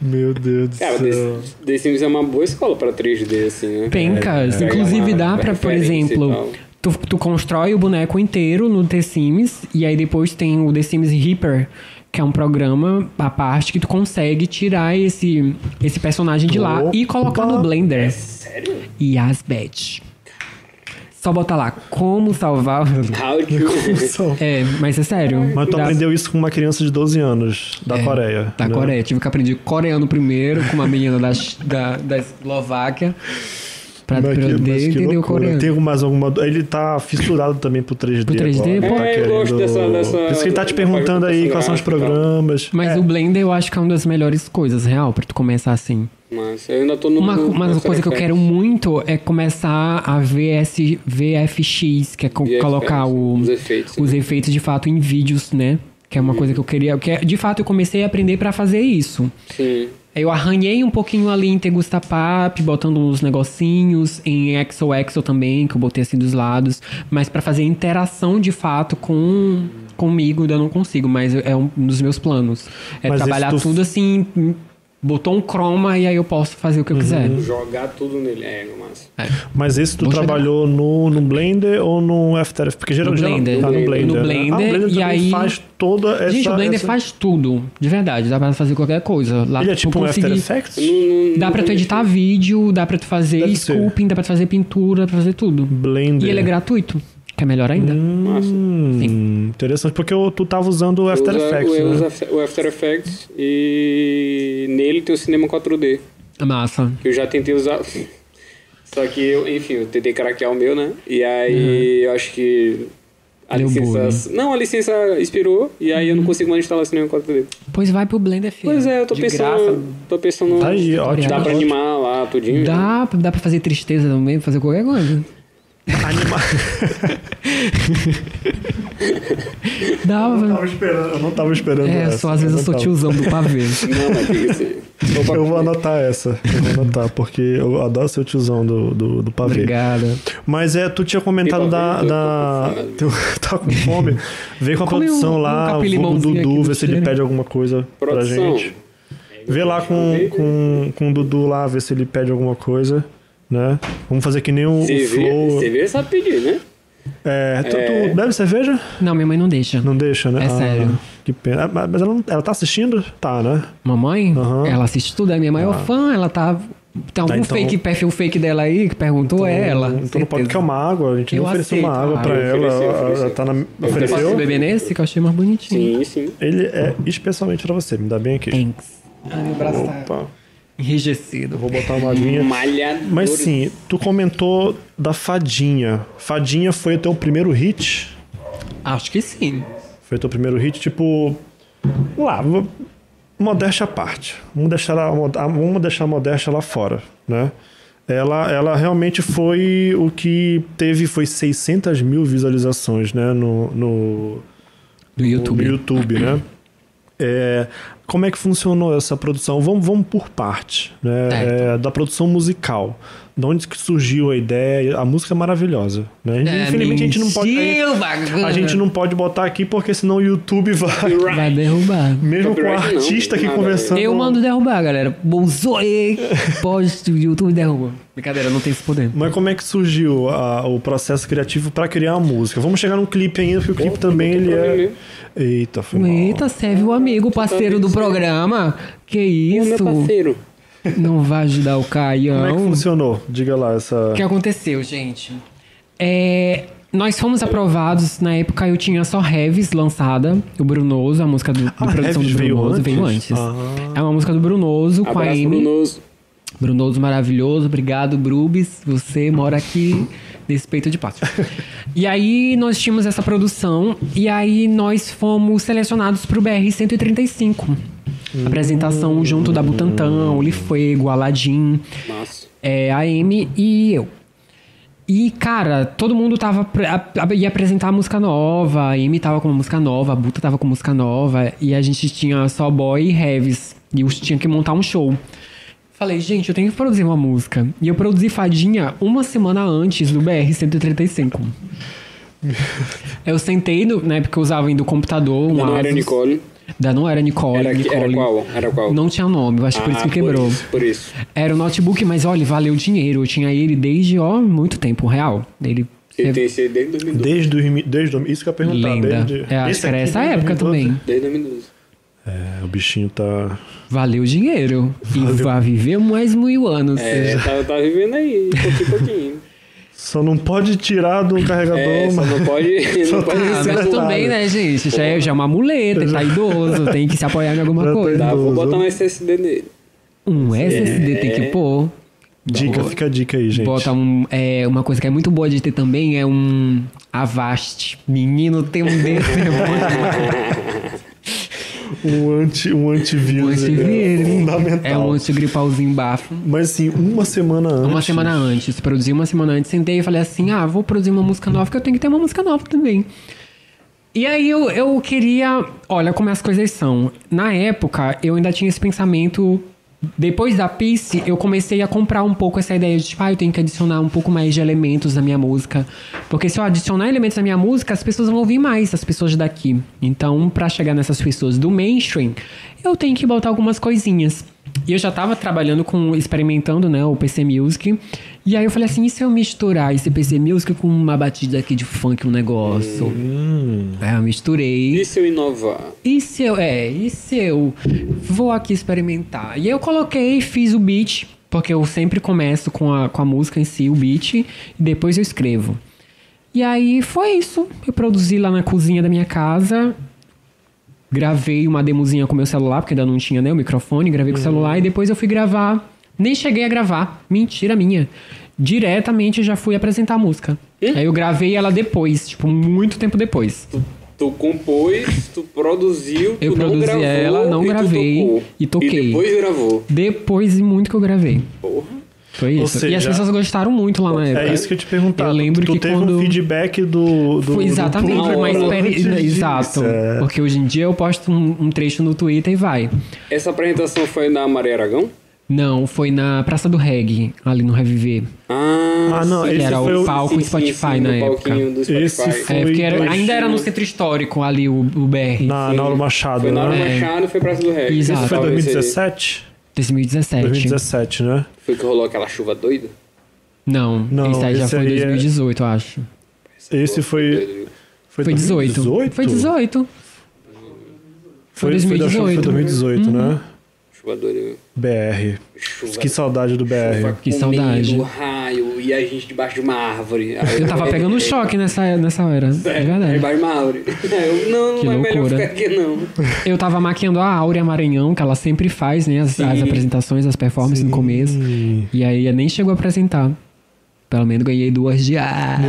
Speaker 1: Meu Deus do
Speaker 2: Cara,
Speaker 1: céu.
Speaker 2: The, The Sims é uma boa escola pra 3D, assim, né?
Speaker 3: Pencas.
Speaker 2: é. então.
Speaker 3: Inclusive dá pra, por
Speaker 2: Referência e
Speaker 3: exemplo...
Speaker 2: tal.
Speaker 3: Tu, tu constrói o boneco inteiro no The Sims e aí depois tem o The Sims Reaper, que é um programa à parte que tu consegue tirar esse, esse personagem de lá e colocar no
Speaker 1: Opa!
Speaker 3: Blender.
Speaker 2: Sério?
Speaker 3: e as bad. Só bota lá, como salvar.
Speaker 2: How to...
Speaker 1: Só-
Speaker 3: É, mas é sério.
Speaker 1: Mas tu
Speaker 3: Da-
Speaker 1: aprendeu isso com uma criança de 12 anos, da Coreia.
Speaker 3: É, Da
Speaker 1: né?
Speaker 3: tá Coreia. Tive que aprender coreano primeiro, com uma menina da, da, da Eslováquia. Pra
Speaker 1: Mas que- mas
Speaker 3: aprender
Speaker 1: que
Speaker 3: e entender o
Speaker 1: loucura.
Speaker 3: coreano.
Speaker 1: Tem um- mais alguma. do- Ele tá fissurado também pro 3D.
Speaker 3: Pro 3D,
Speaker 1: agora.
Speaker 3: pô.
Speaker 1: Tá
Speaker 2: É, eu gosto dessa- dessa-
Speaker 1: Por isso que ele tá te
Speaker 2: da
Speaker 1: perguntando aí quais são os
Speaker 2: gráfica e tal.
Speaker 1: programas.
Speaker 3: Mas
Speaker 1: É,
Speaker 3: o Blender eu acho que é uma das melhores coisas, real, pra tu começar assim.
Speaker 2: Mas eu ainda tô no...
Speaker 3: Uma,
Speaker 2: no-
Speaker 3: uma
Speaker 2: no
Speaker 3: coisa que eu
Speaker 2: After
Speaker 3: quero muito é começar a VS, VFX, que é co-
Speaker 2: VFX,
Speaker 3: colocar o-
Speaker 2: os efeitos,
Speaker 3: os efeitos de fato em vídeos, né? Que Que é uma coisa que eu queria. Que é- de fato, eu comecei a aprender pra fazer isso.
Speaker 2: Sim.
Speaker 3: Eu arranhei um pouquinho ali em Tegusta Pap, botando uns negocinhos, em XOXO também, que eu botei assim dos lados. Mas pra fazer interação de fato com comigo ainda não consigo, mas é um dos meus planos. É
Speaker 1: Mas
Speaker 3: trabalhar
Speaker 1: esse tu-
Speaker 3: tudo assim, botou um croma e aí eu posso fazer
Speaker 1: Uhum.
Speaker 3: o que eu quiser.
Speaker 2: Jogar tudo nele. É, no máximo.
Speaker 1: Mas esse tu
Speaker 3: Vou chegar.
Speaker 1: trabalhou no, no Blender ou no After Effects? Porque geralmente
Speaker 3: Blender.
Speaker 1: tá no
Speaker 2: No
Speaker 1: Blender. né? Ah,
Speaker 3: Blender,
Speaker 1: o Blender
Speaker 3: e
Speaker 1: também
Speaker 3: aí-
Speaker 1: faz toda essa...
Speaker 3: Gente, o Blender
Speaker 1: essa-
Speaker 3: faz tudo, de verdade. Dá pra fazer qualquer coisa. Lá
Speaker 1: Ele é
Speaker 3: tu
Speaker 1: tipo um After
Speaker 3: conseguir-
Speaker 1: Effects?
Speaker 2: Não- não-
Speaker 3: Dá pra tu editar vídeo, dá pra tu fazer
Speaker 1: Deve ser.
Speaker 3: sculpting, dá pra tu fazer pintura, dá pra fazer tudo.
Speaker 1: Blender.
Speaker 3: E ele é gratuito, que é melhor ainda.
Speaker 1: Hum, interessante, porque eu- tu tava usando o After
Speaker 2: Eu uso-
Speaker 1: Effects,
Speaker 2: eu
Speaker 1: né?
Speaker 2: uso After- o After Effects e nele tem o cinema 4D.
Speaker 3: É massa.
Speaker 2: Eu já tentei usar. Só que eu, enfim, eu tentei craquear o meu, né? E aí
Speaker 1: Uhum.
Speaker 2: eu acho que. A
Speaker 3: Deu
Speaker 2: licença.
Speaker 1: né?
Speaker 2: Não, a licença expirou e aí
Speaker 1: Uhum.
Speaker 2: eu não consigo mais instalar cinema 4D.
Speaker 3: Pois vai pro Blender, filho.
Speaker 2: Pois é, eu tô
Speaker 3: de
Speaker 2: pensando.
Speaker 3: Graça. né?
Speaker 2: Tô pensando.
Speaker 1: Tá aí, ótimo.
Speaker 2: Dá pra
Speaker 1: Ótimo.
Speaker 2: animar lá tudinho. né?
Speaker 3: Dá, dá pra fazer tristeza também, fazer qualquer coisa.
Speaker 1: Anima-
Speaker 3: Dá
Speaker 1: Eu não
Speaker 3: pra...
Speaker 1: tava esperando, eu não tava esperando
Speaker 3: É,
Speaker 1: essa,
Speaker 3: só às vezes eu
Speaker 1: não
Speaker 3: sou
Speaker 1: tava.
Speaker 3: tiozão do pavê.
Speaker 2: Não, mas tem que ser.
Speaker 1: Eu vou anotar essa, eu vou anotar, porque eu adoro ser o tiozão do, do, do pavê.
Speaker 3: Obrigada.
Speaker 1: Mas é, tu tinha comentado
Speaker 2: Tem
Speaker 1: da.
Speaker 2: pavê?
Speaker 1: da...
Speaker 2: Eu
Speaker 1: tá com fome? Vê com a
Speaker 3: Come um-
Speaker 1: produção
Speaker 3: um
Speaker 1: lá,
Speaker 3: capim
Speaker 1: o
Speaker 3: limãozinho aqui
Speaker 1: Dudu,
Speaker 3: do
Speaker 1: vê se ele
Speaker 3: cheiro.
Speaker 1: pede alguma coisa pra
Speaker 2: Produção.
Speaker 1: gente. Vê lá com, com, com o Dudu lá, ver se ele pede alguma coisa, né? Vamos fazer que nem o, o Flow.
Speaker 2: Cerveja sabe pedir, né?
Speaker 1: É, tu, tu
Speaker 2: É.
Speaker 1: bebe cerveja?
Speaker 3: Não, minha mãe não deixa.
Speaker 1: Não deixa, né?
Speaker 3: É sério.
Speaker 1: Que pena. Ah, Mas mas ela, não- ela tá assistindo? Tá, né?
Speaker 3: Mamãe,
Speaker 1: Aham. Ah.
Speaker 3: ela assiste tudo, é minha mãe é o fã, ela tá. Tem algum
Speaker 1: então-
Speaker 3: fake, perfil fake dela aí que perguntou? é ela.
Speaker 1: Então não pode
Speaker 3: certeza.
Speaker 1: quer uma água, a gente
Speaker 3: Eu
Speaker 1: não ofereceu uma
Speaker 3: aceito,
Speaker 1: água pra
Speaker 3: ah,
Speaker 1: ela.
Speaker 2: eu ofereci, eu
Speaker 1: ela- Ela
Speaker 2: ofereci.
Speaker 1: tá na.
Speaker 2: ofereci.
Speaker 3: Posso
Speaker 1: Ofereceu?
Speaker 3: beber nesse que eu achei mais bonitinho?
Speaker 2: Sim, sim.
Speaker 1: Ele é especialmente pra você, me dá bem aqui.
Speaker 3: Thanks. Ai, meu braço tá
Speaker 1: Opa,
Speaker 3: enrijecido.
Speaker 1: vou botar uma aguinha.
Speaker 2: Malhador.
Speaker 1: Mas sim, tu comentou da Fadinha. Fadinha foi o teu primeiro hit?
Speaker 3: Acho que sim.
Speaker 1: Foi o teu primeiro hit, tipo. vamos Lá, vou- modéstia à parte. Vamos deixar a, mod- a- vamos deixar a modéstia lá fora, né? Ela, ela realmente foi o que teve foi 600 mil visualizações, né? No, no,
Speaker 3: Do YouTube.
Speaker 1: no YouTube, né? É, como é que funcionou essa produção? Vamos, vamos por parte, né?
Speaker 3: Certo.
Speaker 1: É, da produção musical. De onde que surgiu a ideia? A música é maravilhosa, né?
Speaker 3: É,
Speaker 1: Infelizmente a gente não pode...
Speaker 3: Mentiu, bagulho.
Speaker 1: A gente não pode botar aqui porque senão o YouTube vai.
Speaker 3: Vai derrubar.
Speaker 1: Mesmo com o
Speaker 2: Copyright não,
Speaker 1: artista aqui
Speaker 2: nada.
Speaker 1: conversando.
Speaker 3: Eu mando derrubar, galera. Bolsoe! Pode, o YouTube derruba. Brincadeira, não tem esse poder.
Speaker 1: Mas como é que surgiu a- o processo criativo pra criar a música? Vamos chegar num clipe ainda, porque o clipe também ele
Speaker 2: pra
Speaker 1: é.
Speaker 2: mim
Speaker 1: Eita, foi mal.
Speaker 3: Eita, serve o amigo, parceiro do programa. Que
Speaker 2: Ô, meu
Speaker 3: isso?
Speaker 2: parceiro.
Speaker 3: Não vai ajudar o
Speaker 1: Como é que
Speaker 3: Caião.
Speaker 1: funcionou? Diga lá essa.
Speaker 3: O que aconteceu, gente? É, nós fomos aprovados, na época eu tinha só Heavis lançada, o Brunoso, a música do, do
Speaker 1: Ah,
Speaker 3: produção
Speaker 1: Heavis
Speaker 3: do
Speaker 1: veio
Speaker 3: Brunoso,
Speaker 1: antes?
Speaker 3: veio antes.
Speaker 1: Ah.
Speaker 3: É uma música do Brunoso com a
Speaker 2: Abraço,
Speaker 3: Amy.
Speaker 2: Brunoso.
Speaker 3: Brunoso maravilhoso, obrigado, Brubis. Você mora aqui nesse peito de pátio. e aí nós tínhamos essa produção e aí nós fomos selecionados para o BR 135. Apresentação junto da Butantã, Olifuego, Aladim,
Speaker 2: Massa.
Speaker 3: é, a Amy e eu. E, cara, todo mundo tava pre- a- a- ia apresentar música nova, a Amy tava com uma música nova, a Buta tava com música nova, e a gente tinha só boy e heavies, e eu tinha que montar um show. Falei, gente, eu tenho que produzir uma música. E eu produzi Fadinha uma semana antes do BR-135. eu sentei, no, né, porque eu usava ainda o computador, um
Speaker 2: Não era
Speaker 3: Asus.
Speaker 2: Nicole.
Speaker 3: Da não era Nicole.
Speaker 2: Era, que- era
Speaker 3: Nicole.
Speaker 2: qual? Era qual? Ah,
Speaker 3: Não tinha nome, eu acho que por isso que quebrou.
Speaker 2: Por isso. por isso.
Speaker 3: Era o notebook, mas olha, valeu o dinheiro. Eu tinha ele desde, ó, muito tempo, real. Ele é
Speaker 2: Ele tem esse desde 2012.
Speaker 1: Desde, o- desde o- Isso que eu ia perguntar.
Speaker 3: lenda.
Speaker 1: Desde,
Speaker 3: É, acho
Speaker 1: Esse
Speaker 3: que era
Speaker 1: aqui né,
Speaker 3: essa
Speaker 1: desde
Speaker 3: época
Speaker 1: 2012.
Speaker 3: também.
Speaker 2: Desde 2012.
Speaker 1: É, o bichinho tá.
Speaker 3: Valeu o dinheiro. E vai viver mais mil anos.
Speaker 2: É, tá, tá vivendo aí, pouquinho, pouquinho.
Speaker 1: Só não pode tirar do
Speaker 3: Tá
Speaker 1: carregador,
Speaker 2: É, só
Speaker 1: mas.
Speaker 2: não pode...
Speaker 1: Só
Speaker 2: Não
Speaker 1: tá
Speaker 2: pode
Speaker 3: Ah, mas
Speaker 1: Verdade.
Speaker 3: também, né, gente? Já é, já é uma muleta, tá idoso, tem que se apoiar em
Speaker 1: Já
Speaker 3: alguma
Speaker 1: tá
Speaker 3: coisa.
Speaker 2: Tá, vou
Speaker 1: Idoso. É.
Speaker 2: botar um SSD nele.
Speaker 3: Um SSD tem que pôr.
Speaker 1: Dica,
Speaker 3: Boa.
Speaker 1: fica a dica aí, gente.
Speaker 3: Bota um, é, uma coisa que é muito boa de ter também é um Avast. Menino tem um desse. é bom.
Speaker 1: Um, anti, um
Speaker 3: Um
Speaker 1: antivírus. ele É
Speaker 3: antivírus.
Speaker 1: fundamental.
Speaker 3: É um antigripalzinho bafo.
Speaker 1: Mas assim, uma semana antes.
Speaker 3: Uma semana antes, produzi uma semana antes, sentei e falei assim: ah, vou produzir uma música nova, que eu tenho que ter uma música nova também. E aí eu, eu queria. Olha como as coisas são. Na época, eu ainda tinha esse pensamento. Depois da Peace, eu comecei a comprar um pouco essa ideia de, tipo, ah, eu tenho que adicionar um pouco mais de elementos na minha música. Porque se eu adicionar elementos na minha música, as pessoas vão ouvir mais, as pessoas daqui. Então, para chegar nessas pessoas do mainstream, eu tenho que botar algumas coisinhas. E eu já tava trabalhando com, experimentando, né, o PC Music. E aí eu falei assim, e se eu misturar esse PC Music com uma batida aqui de funk, um negócio? Aí Né? eu misturei.
Speaker 2: E se eu inovar?
Speaker 3: E se eu, é, e se eu vou aqui experimentar? E eu coloquei, fiz o beat, porque eu sempre começo com a, com a música em si, o beat, e depois eu escrevo. E aí foi isso. Eu produzi lá na cozinha da minha casa, gravei uma demozinha com meu celular, porque ainda não tinha né, o microfone, gravei
Speaker 2: Uhum.
Speaker 3: com o celular e depois eu fui gravar. Nem cheguei a gravar, mentira minha. Diretamente já fui apresentar a música. Aí eu gravei ela depois, tipo, muito tempo depois.
Speaker 2: Tu, tu compôs, tu produziu,
Speaker 3: Eu
Speaker 2: tu não
Speaker 3: produzi
Speaker 2: gravou,
Speaker 3: ela, não
Speaker 2: e tu
Speaker 3: gravei,
Speaker 2: tocou.
Speaker 3: e toquei.
Speaker 2: E depois gravou.
Speaker 3: Depois e muito que eu gravei.
Speaker 2: Porra.
Speaker 3: Foi
Speaker 1: Ou
Speaker 3: isso. e as
Speaker 1: seja,
Speaker 3: pessoas gostaram muito lá na época.
Speaker 1: É isso que eu te perguntava.
Speaker 3: Eu lembro
Speaker 1: tu
Speaker 3: que
Speaker 1: teve
Speaker 3: quando-
Speaker 1: um feedback do, do
Speaker 3: Foi exatamente,
Speaker 1: do
Speaker 3: foi
Speaker 1: público
Speaker 3: uma
Speaker 1: antes
Speaker 3: experiência.
Speaker 1: disso,
Speaker 3: Exato.
Speaker 1: é.
Speaker 3: Porque hoje em dia eu posto um, um trecho no Twitter e vai.
Speaker 2: Essa apresentação foi na Maria Aragão?
Speaker 3: Não, foi na Praça do Reggae, ali no Reviver.
Speaker 2: Ah,
Speaker 1: Ah, não,
Speaker 2: sim,
Speaker 1: esse
Speaker 3: Que era
Speaker 1: foi
Speaker 3: o
Speaker 1: o-
Speaker 3: palco Spotify na
Speaker 2: no
Speaker 3: época.
Speaker 2: palquinho do Spotify.
Speaker 1: Esse foi-
Speaker 3: É, porque era-
Speaker 1: Foi
Speaker 3: ainda era no
Speaker 2: dois.
Speaker 3: centro histórico ali o, o BR.
Speaker 1: Na na Laura Machado,
Speaker 2: Foi na hora
Speaker 1: né?
Speaker 2: Machado, foi Praça do Ré.
Speaker 3: Exato.
Speaker 1: Isso foi
Speaker 2: Talvez
Speaker 1: 2017?
Speaker 3: 2017.
Speaker 1: 2017, né?
Speaker 2: seja- Foi que rolou aquela chuva doida?
Speaker 3: Não,
Speaker 1: Não,
Speaker 3: esse aí já
Speaker 1: esse
Speaker 3: foi em
Speaker 1: aí é-
Speaker 3: 2018, eu acho.
Speaker 1: Esse foi.
Speaker 3: Foi 18.
Speaker 1: 2018?
Speaker 3: Foi 18.
Speaker 1: Foi,
Speaker 3: Foi
Speaker 1: foi da chuva, Foi
Speaker 3: 2018.
Speaker 1: 2018,
Speaker 3: Uhum.
Speaker 1: né?
Speaker 2: Chuva doida.
Speaker 1: BR.
Speaker 2: Chuva.
Speaker 1: Que saudade do BR.
Speaker 2: chuva
Speaker 3: Que
Speaker 2: comendo,
Speaker 3: saudade.
Speaker 2: raio e a gente debaixo de uma árvore.
Speaker 3: Eu tava pegando choque nessa, nessa hora. É verdade.
Speaker 2: Debaixo de uma árvore. Eu, não,
Speaker 3: Que
Speaker 2: não é melhor
Speaker 3: loucura.
Speaker 2: ficar aqui não.
Speaker 3: Eu tava maquiando a Áurea Maranhão, que ela sempre faz, né? As, as apresentações, as performances no começo.
Speaker 1: Hum.
Speaker 3: E aí nem chegou a apresentar. Pelo menos ganhei duas de "Ah, ar.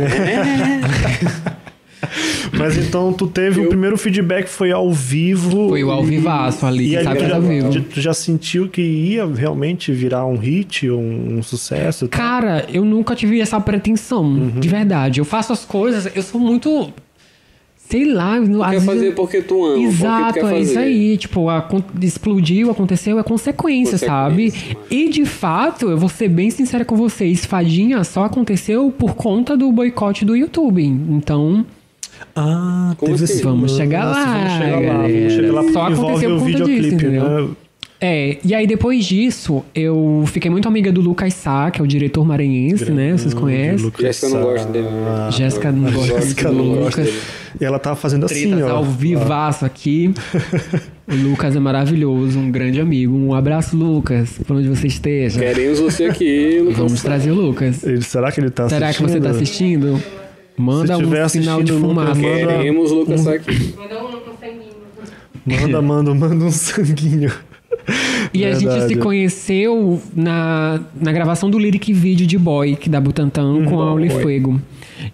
Speaker 1: Mas então tu teve o primeiro feedback foi ao vivo.
Speaker 3: Foi o ao
Speaker 1: e-
Speaker 3: vivaço ali,
Speaker 1: É. E
Speaker 3: que
Speaker 1: aí
Speaker 3: sabe
Speaker 1: tu
Speaker 3: que
Speaker 1: já,
Speaker 3: ao vivo.
Speaker 1: tu- tu já sentiu que ia realmente virar um hit, um, um sucesso?
Speaker 3: Cara, eu nunca tive essa pretensão,
Speaker 1: Uhum.
Speaker 3: de verdade. Eu faço as coisas, eu sou muito. Sei lá, não- às
Speaker 2: Quer
Speaker 3: vezes
Speaker 2: fazer
Speaker 3: eu-
Speaker 2: porque tu ama, porque
Speaker 3: Exato,
Speaker 2: tu quer
Speaker 3: é
Speaker 2: fazer.
Speaker 3: isso aí. Tipo, acon- explodiu, aconteceu, é consequência, sabe?
Speaker 2: Consequência, mas-
Speaker 3: E de fato, eu vou ser bem sincera com vocês, Fadinha só aconteceu por conta do boicote do YouTube. Então,
Speaker 1: Ah,
Speaker 2: Como
Speaker 1: teve
Speaker 2: assim?
Speaker 1: esse
Speaker 3: Vamos
Speaker 1: lance,
Speaker 3: chegar lá,
Speaker 1: Vamos chegar lá,
Speaker 3: galera.
Speaker 1: vamos chegar lá.
Speaker 3: Só
Speaker 1: porque envolve
Speaker 3: aconteceu
Speaker 1: o
Speaker 3: por conta
Speaker 1: videoclipe,
Speaker 3: disso, entendeu?
Speaker 1: né?
Speaker 3: É, e aí depois disso, eu fiquei muito amiga do Lucas Sá, que é o diretor maranhense, né? Vocês conhecem?
Speaker 1: Lucas
Speaker 2: Jéssica não gosta dele.
Speaker 1: Sá.
Speaker 3: Jéssica não gosta
Speaker 1: Jéssica
Speaker 3: do
Speaker 1: não gosta
Speaker 3: Lucas.
Speaker 1: dele. E ela tava fazendo assim,
Speaker 3: Tretas
Speaker 1: ó.
Speaker 3: tá ao vivaço aqui. O Lucas é maravilhoso, um grande amigo. Um abraço, Lucas, por onde você esteja.
Speaker 2: Queremos você aqui, Lucas.
Speaker 3: Vamos trazer o Lucas.
Speaker 1: Ele- será que ele tá
Speaker 3: Será que
Speaker 1: assistindo?
Speaker 3: você tá assistindo?
Speaker 1: Se
Speaker 3: Manda
Speaker 1: tiver
Speaker 3: um sinal de
Speaker 1: assistindo, Lucas,
Speaker 3: fumaça.
Speaker 1: manda- um
Speaker 2: Queremos o Lucas Sá aqui.
Speaker 1: Manda, manda, manda um sanguinho.
Speaker 3: E a gente
Speaker 1: Verdade.
Speaker 3: se conheceu na, na gravação do lyric video de Boy, que da Butantan, com a Oli Fuego.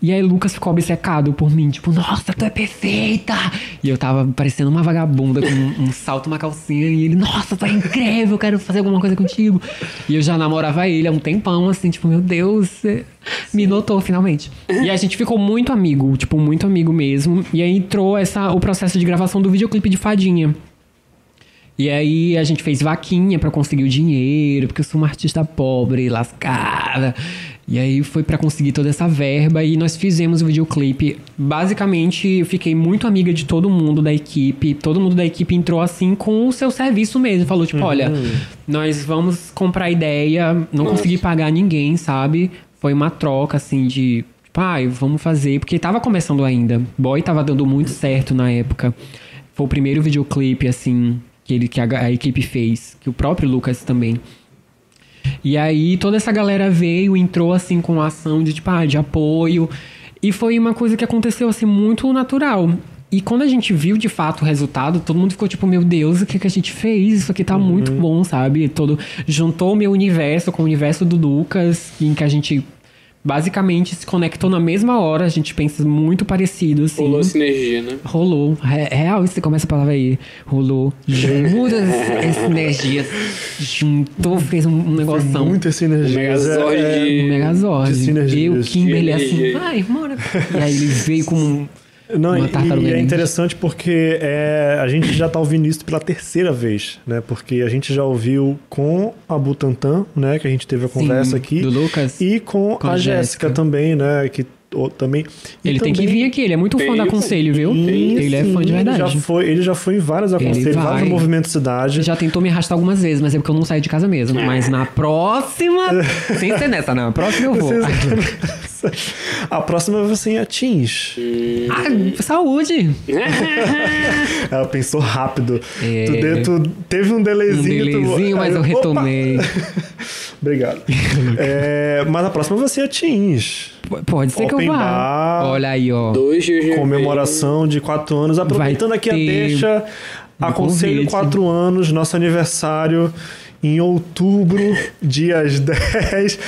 Speaker 3: E aí Lucas ficou obcecado por mim, tipo, nossa, tu é perfeita! E eu tava parecendo uma vagabunda com um, um salto, uma calcinha, e ele, nossa, tu é incrível, eu quero fazer alguma coisa contigo. E eu já namorava ele há um tempão, assim, tipo, meu Deus, você me notou finalmente. E a gente ficou muito amigo, tipo, muito amigo mesmo. E aí entrou essa, o processo de gravação do videoclipe de Fadinha. E aí a gente fez vaquinha pra conseguir o dinheiro, porque eu sou uma artista pobre, lascada. E aí foi pra conseguir toda essa verba e nós fizemos o videoclipe. Basicamente, eu fiquei muito amiga de todo mundo da equipe. Todo mundo da equipe entrou assim com o seu serviço mesmo. Falou tipo, olha, nós vamos comprar ideia, não consegui pagar ninguém, sabe? Foi uma troca assim de, tipo, ai, vamos fazer, porque tava começando ainda. Boy tava dando muito certo na época. Foi o primeiro videoclipe, assim, que, ele, que a, a equipe fez, que o próprio Lucas também. E aí toda essa galera veio, entrou assim com a ação de tipo, ah, de apoio. E foi uma coisa que aconteceu assim muito natural. E quando a gente viu de fato o resultado, todo mundo ficou tipo, meu Deus, o que, que a gente fez? Isso aqui tá muito bom, sabe? Todo juntou o meu universo com o universo do Lucas, em que a gente basicamente se conectou na mesma hora, a gente pensa muito parecido assim.
Speaker 2: Rolou sinergia, né?
Speaker 3: Rolou. Re- Real, isso começa a palavra aí. Rolou. Juntas as energias. Juntou, fez um, um negoção.
Speaker 1: Muita sinergia.
Speaker 2: O Megazord de-
Speaker 3: Um
Speaker 1: de
Speaker 3: Megazord.
Speaker 1: sinergias.
Speaker 3: Eu, Kimberly,
Speaker 2: De
Speaker 3: assim,
Speaker 2: energia.
Speaker 3: vai, bora. E aí ele veio com um,
Speaker 1: Não,
Speaker 3: Uma
Speaker 1: e-
Speaker 3: tartaruga
Speaker 1: e, é
Speaker 3: ninja.
Speaker 1: interessante porque é, a gente já tá ouvindo isso pela terceira vez, né? Porque a gente já ouviu com a Butantan, né? Que a gente teve a conversa aqui.
Speaker 3: Do Lucas.
Speaker 1: E com,
Speaker 3: Com
Speaker 1: a
Speaker 3: a
Speaker 1: Jéssica
Speaker 3: Jéssica.
Speaker 1: também, né? Que, ou, também. E
Speaker 3: ele tem que
Speaker 1: também-
Speaker 3: vir aqui, ele é muito fã
Speaker 2: Tem,
Speaker 3: da Conselho, viu?
Speaker 1: Ih,
Speaker 3: ele é fã
Speaker 1: sim,
Speaker 3: de verdade.
Speaker 1: Já foi, ele já foi em várias
Speaker 3: Ele
Speaker 1: aconselhos,
Speaker 3: vai.
Speaker 1: vários movimentos cidade.
Speaker 3: Já tentou me arrastar algumas vezes, mas é porque eu não saio de casa mesmo.
Speaker 1: É.
Speaker 3: Mas na próxima. sem ser nessa, na próxima eu vou.
Speaker 1: A próxima vai ser em Atins.
Speaker 3: Ah, saúde!
Speaker 1: Ela pensou rápido.
Speaker 3: É.
Speaker 1: Tu, de- tu teve um
Speaker 3: Um
Speaker 1: delayzinho. tu-
Speaker 3: delezinho, mas eu
Speaker 1: Opa!
Speaker 3: retomei.
Speaker 1: Obrigado. É, mas a próxima vai ser Atins.
Speaker 3: P- Pode ser que
Speaker 1: Open
Speaker 3: eu vá.
Speaker 1: bar.
Speaker 3: Olha aí, ó.
Speaker 2: Dois dias de
Speaker 1: comemoração de quatro anos. Aproveitando
Speaker 3: Vai
Speaker 1: aqui a
Speaker 3: ter
Speaker 1: deixa,
Speaker 3: um
Speaker 1: aconselho
Speaker 3: convite.
Speaker 1: quatro anos, nosso aniversário em outubro, dias 10.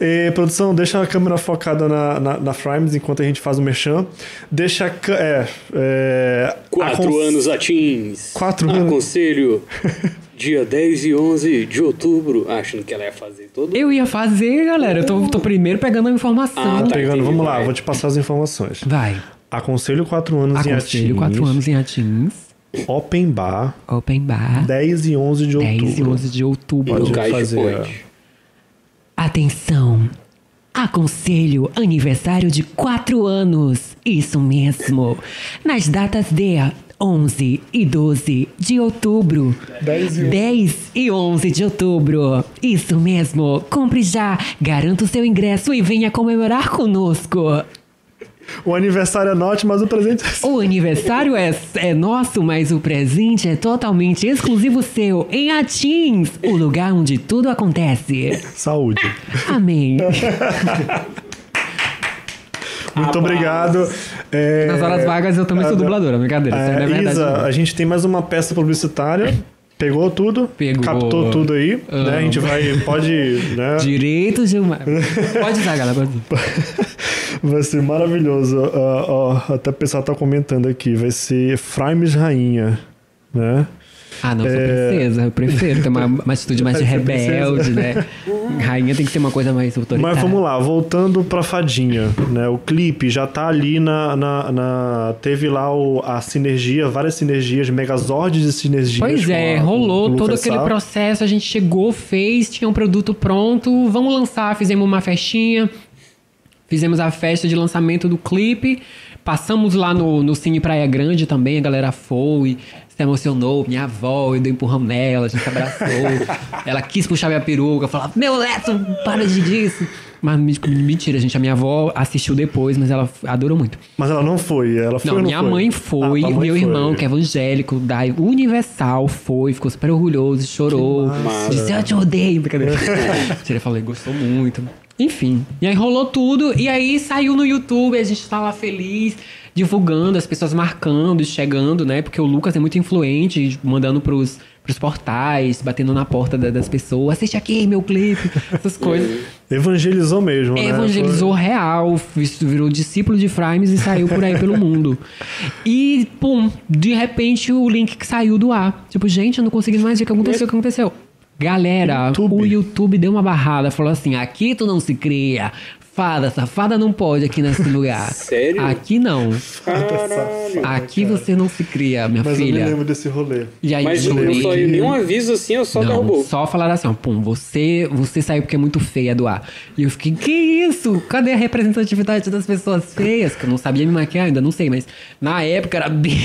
Speaker 1: Eh, produção, deixa a câmera focada na, na, na Frames enquanto a gente faz o merchan. Deixa. a cã- É, é,
Speaker 2: Quatro
Speaker 1: acon-
Speaker 2: anos a teens.
Speaker 1: Quatro anos.
Speaker 2: Aconselho. Dia 10 e 11 de outubro. Ah, Achando que ela ia fazer todo.
Speaker 3: Eu ia fazer, galera. Eu tô, tô primeiro pegando a
Speaker 2: Ah,
Speaker 3: informação.
Speaker 2: tá.
Speaker 1: Pegando,
Speaker 2: entendi,
Speaker 1: vamos lá,
Speaker 2: vai.
Speaker 1: vou te passar as informações.
Speaker 3: Vai.
Speaker 1: Aconselho quatro anos em
Speaker 3: Aconselho
Speaker 1: Atins.
Speaker 3: 4 anos em Atins.
Speaker 1: Open Bar,
Speaker 3: Open Bar.
Speaker 1: 10 e 11 de outubro.
Speaker 3: 10 e 11 de outubro.
Speaker 1: Pode
Speaker 2: no Caixa
Speaker 1: fazer, é.
Speaker 2: Point.
Speaker 3: Atenção! Aconselho aniversário de 4 anos. Isso mesmo. Nas datas de 11 e 12 de outubro.
Speaker 1: 10 e
Speaker 3: 10 e 11 de outubro. Isso mesmo. Compre já, garanta o seu ingresso e venha comemorar conosco.
Speaker 1: O aniversário é note, mas o presente é seu.
Speaker 3: O aniversário é, é nosso, mas o presente é totalmente exclusivo seu em Atins, o lugar onde tudo acontece.
Speaker 1: Saúde.
Speaker 3: Amém.
Speaker 1: É. Muito obrigado. É,
Speaker 3: Nas horas vagas eu também sou
Speaker 1: a-
Speaker 3: dubladora, brincadeira. isso
Speaker 1: é,
Speaker 3: não é verdade.
Speaker 1: Isa,
Speaker 3: não.
Speaker 1: a gente tem mais uma peça publicitária. Pegou tudo,
Speaker 3: Pegou.
Speaker 1: captou tudo aí. né? A gente vai, pode, né?
Speaker 3: Direito de uma. Pode usar, galera. pode usar.
Speaker 1: Vai ser maravilhoso. Ó, ó, até o pessoal tá comentando aqui. Vai ser Frames Rainha, né?
Speaker 3: Ah, não, sou
Speaker 1: É.
Speaker 3: princesa. Eu prefiro ter uma, uma atitude mais de
Speaker 1: Vai ser princesa.
Speaker 3: rebelde, né? Rainha tem que ter uma coisa mais autoritária.
Speaker 1: Mas vamos lá, voltando pra Fadinha, né? O clipe já tá ali na. na- na- teve lá o- a sinergia, várias sinergias, megazords de sinergias.
Speaker 3: Pois
Speaker 1: com
Speaker 3: é,
Speaker 1: a- com o
Speaker 3: rolou
Speaker 1: Lucas
Speaker 3: todo aquele
Speaker 1: Sá.
Speaker 3: processo, a gente chegou, fez, tinha um produto pronto, vamos lançar, fizemos uma festinha, fizemos a festa de lançamento do clipe, passamos lá no, no Cine Praia Grande também, a galera foi, se emocionou, minha avó, eu dei um empurrão nela, a gente se abraçou, ela quis puxar minha peruca, falava, meu Leto, para de disso. Mas me- mentira, gente, a minha avó assistiu depois, mas ela f- adorou muito.
Speaker 1: Mas ela não foi, ela foi
Speaker 3: Não,
Speaker 1: ou
Speaker 3: minha
Speaker 1: foi?
Speaker 3: mãe
Speaker 1: Ah,
Speaker 3: foi,
Speaker 1: tua
Speaker 3: meu
Speaker 1: mãe foi.
Speaker 3: irmão, que é evangélico, da Universal, foi, ficou super orgulhoso, chorou. Disse, eu te odeio, brincadeira. Ele falou, ele gostou muito. Enfim, e aí rolou tudo, e aí saiu no YouTube, a gente tá lá feliz, divulgando, as pessoas marcando, e chegando, né? Porque o Lucas é muito influente, mandando pros, pros portais, batendo na porta da- das pessoas, assiste aqui meu clipe, essas coisas.
Speaker 1: Evangelizou mesmo, né?
Speaker 3: Evangelizou real, vis- virou discípulo de Frames e saiu por aí pelo mundo. E, pum, de repente o link que saiu do ar. Tipo, gente, eu não consegui mais ver o que aconteceu, o que aconteceu. Galera,
Speaker 1: YouTube.
Speaker 3: o YouTube deu uma barrada, falou assim: aqui tu não se cria. Fada, safada não pode aqui nesse lugar.
Speaker 2: Sério?
Speaker 3: Aqui não.
Speaker 2: Caralho.
Speaker 3: Aqui você não se cria, minha
Speaker 1: Mas eu
Speaker 3: filha.
Speaker 1: me lembro desse rolê.
Speaker 3: E aí,
Speaker 2: Mas
Speaker 3: eu
Speaker 2: não
Speaker 3: li-
Speaker 2: saiu nenhum aviso assim, eu só
Speaker 1: um
Speaker 3: não,
Speaker 2: derrubou.
Speaker 3: só falaram assim, ó, pum, você, você saiu porque é muito feia do ar. E eu fiquei, que isso? Cadê a representatividade das pessoas feias? Que eu não sabia me maquiar ainda, não sei, mas na época era bem...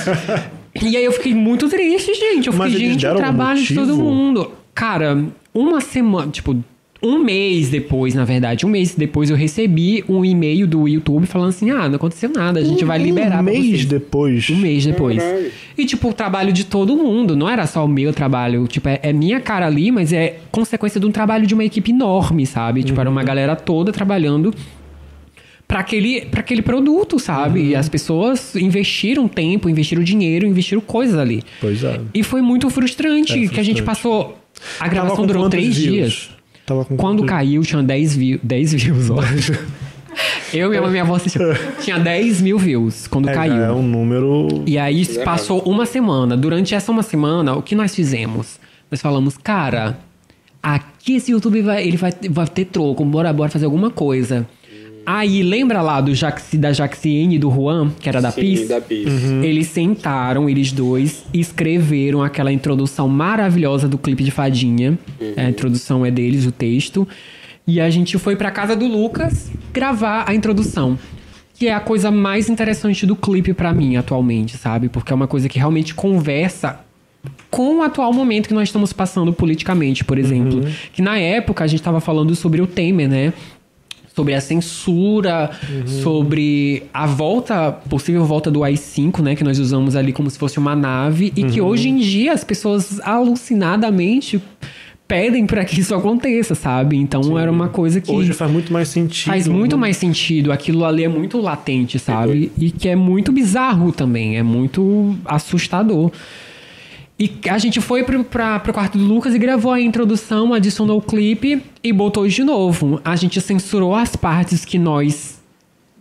Speaker 3: e aí eu fiquei muito triste, gente. Eu
Speaker 1: Mas
Speaker 3: fiquei,
Speaker 1: eles
Speaker 3: gente,
Speaker 1: deram
Speaker 3: o
Speaker 1: algum
Speaker 3: trabalho de todo
Speaker 1: motivo?
Speaker 3: mundo. Cara, uma semana, tipo... Um mês depois, na verdade, um mês depois eu recebi um e-mail do YouTube falando assim: ah, não aconteceu nada, a gente vai liberar.
Speaker 1: Um
Speaker 3: pra
Speaker 1: mês
Speaker 3: vocês."
Speaker 1: depois.
Speaker 3: Um mês depois.
Speaker 1: É
Speaker 2: Caralho.
Speaker 3: E, tipo, o trabalho de todo mundo. Não era só o meu trabalho. Tipo, é, é minha cara ali, mas é consequência de um trabalho de uma equipe enorme, sabe? Tipo, era
Speaker 1: Uhum.
Speaker 3: uma galera toda trabalhando para aquele, pra aquele produto, sabe?
Speaker 1: Uhum.
Speaker 3: E as pessoas investiram tempo, investiram dinheiro, investiram coisas ali.
Speaker 1: Pois é.
Speaker 3: E foi muito frustrante, que a
Speaker 1: frustrante.
Speaker 3: gente passou. A
Speaker 1: Tava
Speaker 3: gravação
Speaker 1: com
Speaker 3: durou
Speaker 1: quantos
Speaker 3: três
Speaker 1: views?
Speaker 3: dias.
Speaker 1: Tava com
Speaker 3: Quando
Speaker 1: quantos-
Speaker 3: caiu, tinha 10, view, 10 views, ó. Eu mesma, minha avó assistiu. Tinha 10 mil views quando
Speaker 1: É,
Speaker 3: caiu.
Speaker 1: É um número.
Speaker 3: E
Speaker 2: É
Speaker 3: aí se passou uma semana. Durante essa uma semana, o que nós fizemos? Nós falamos, cara, aqui esse YouTube vai, ele vai, vai ter troco, bora, bora fazer alguma coisa. Aí, lembra lá do Jaxi, da Jaxiene e do Juan, que era da
Speaker 2: Sim,
Speaker 3: PIS?
Speaker 2: da Pis.
Speaker 3: Eles sentaram, eles dois, e escreveram aquela introdução maravilhosa do clipe de Fadinha. A introdução é deles, o texto. E a gente foi pra casa do Lucas gravar a introdução. Que é a coisa mais interessante do clipe pra mim atualmente, sabe? Porque é uma coisa que realmente conversa com o atual momento que nós estamos passando politicamente, por exemplo. Que na época a gente estava falando sobre o Temer, né? Sobre a censura, sobre a volta, possível volta do AI-5, né? Que nós usamos ali como se fosse uma nave. E que hoje em dia as pessoas alucinadamente pedem para que isso aconteça, sabe? Então era uma coisa que
Speaker 1: Hoje faz muito mais sentido.
Speaker 3: faz muito mais sentido. Aquilo ali é muito latente, sabe? E que é muito bizarro também. É muito assustador. E a gente foi pro, pra, pro quarto do Lucas e gravou a introdução, adicionou o clipe e botou de novo. A gente censurou as partes que nós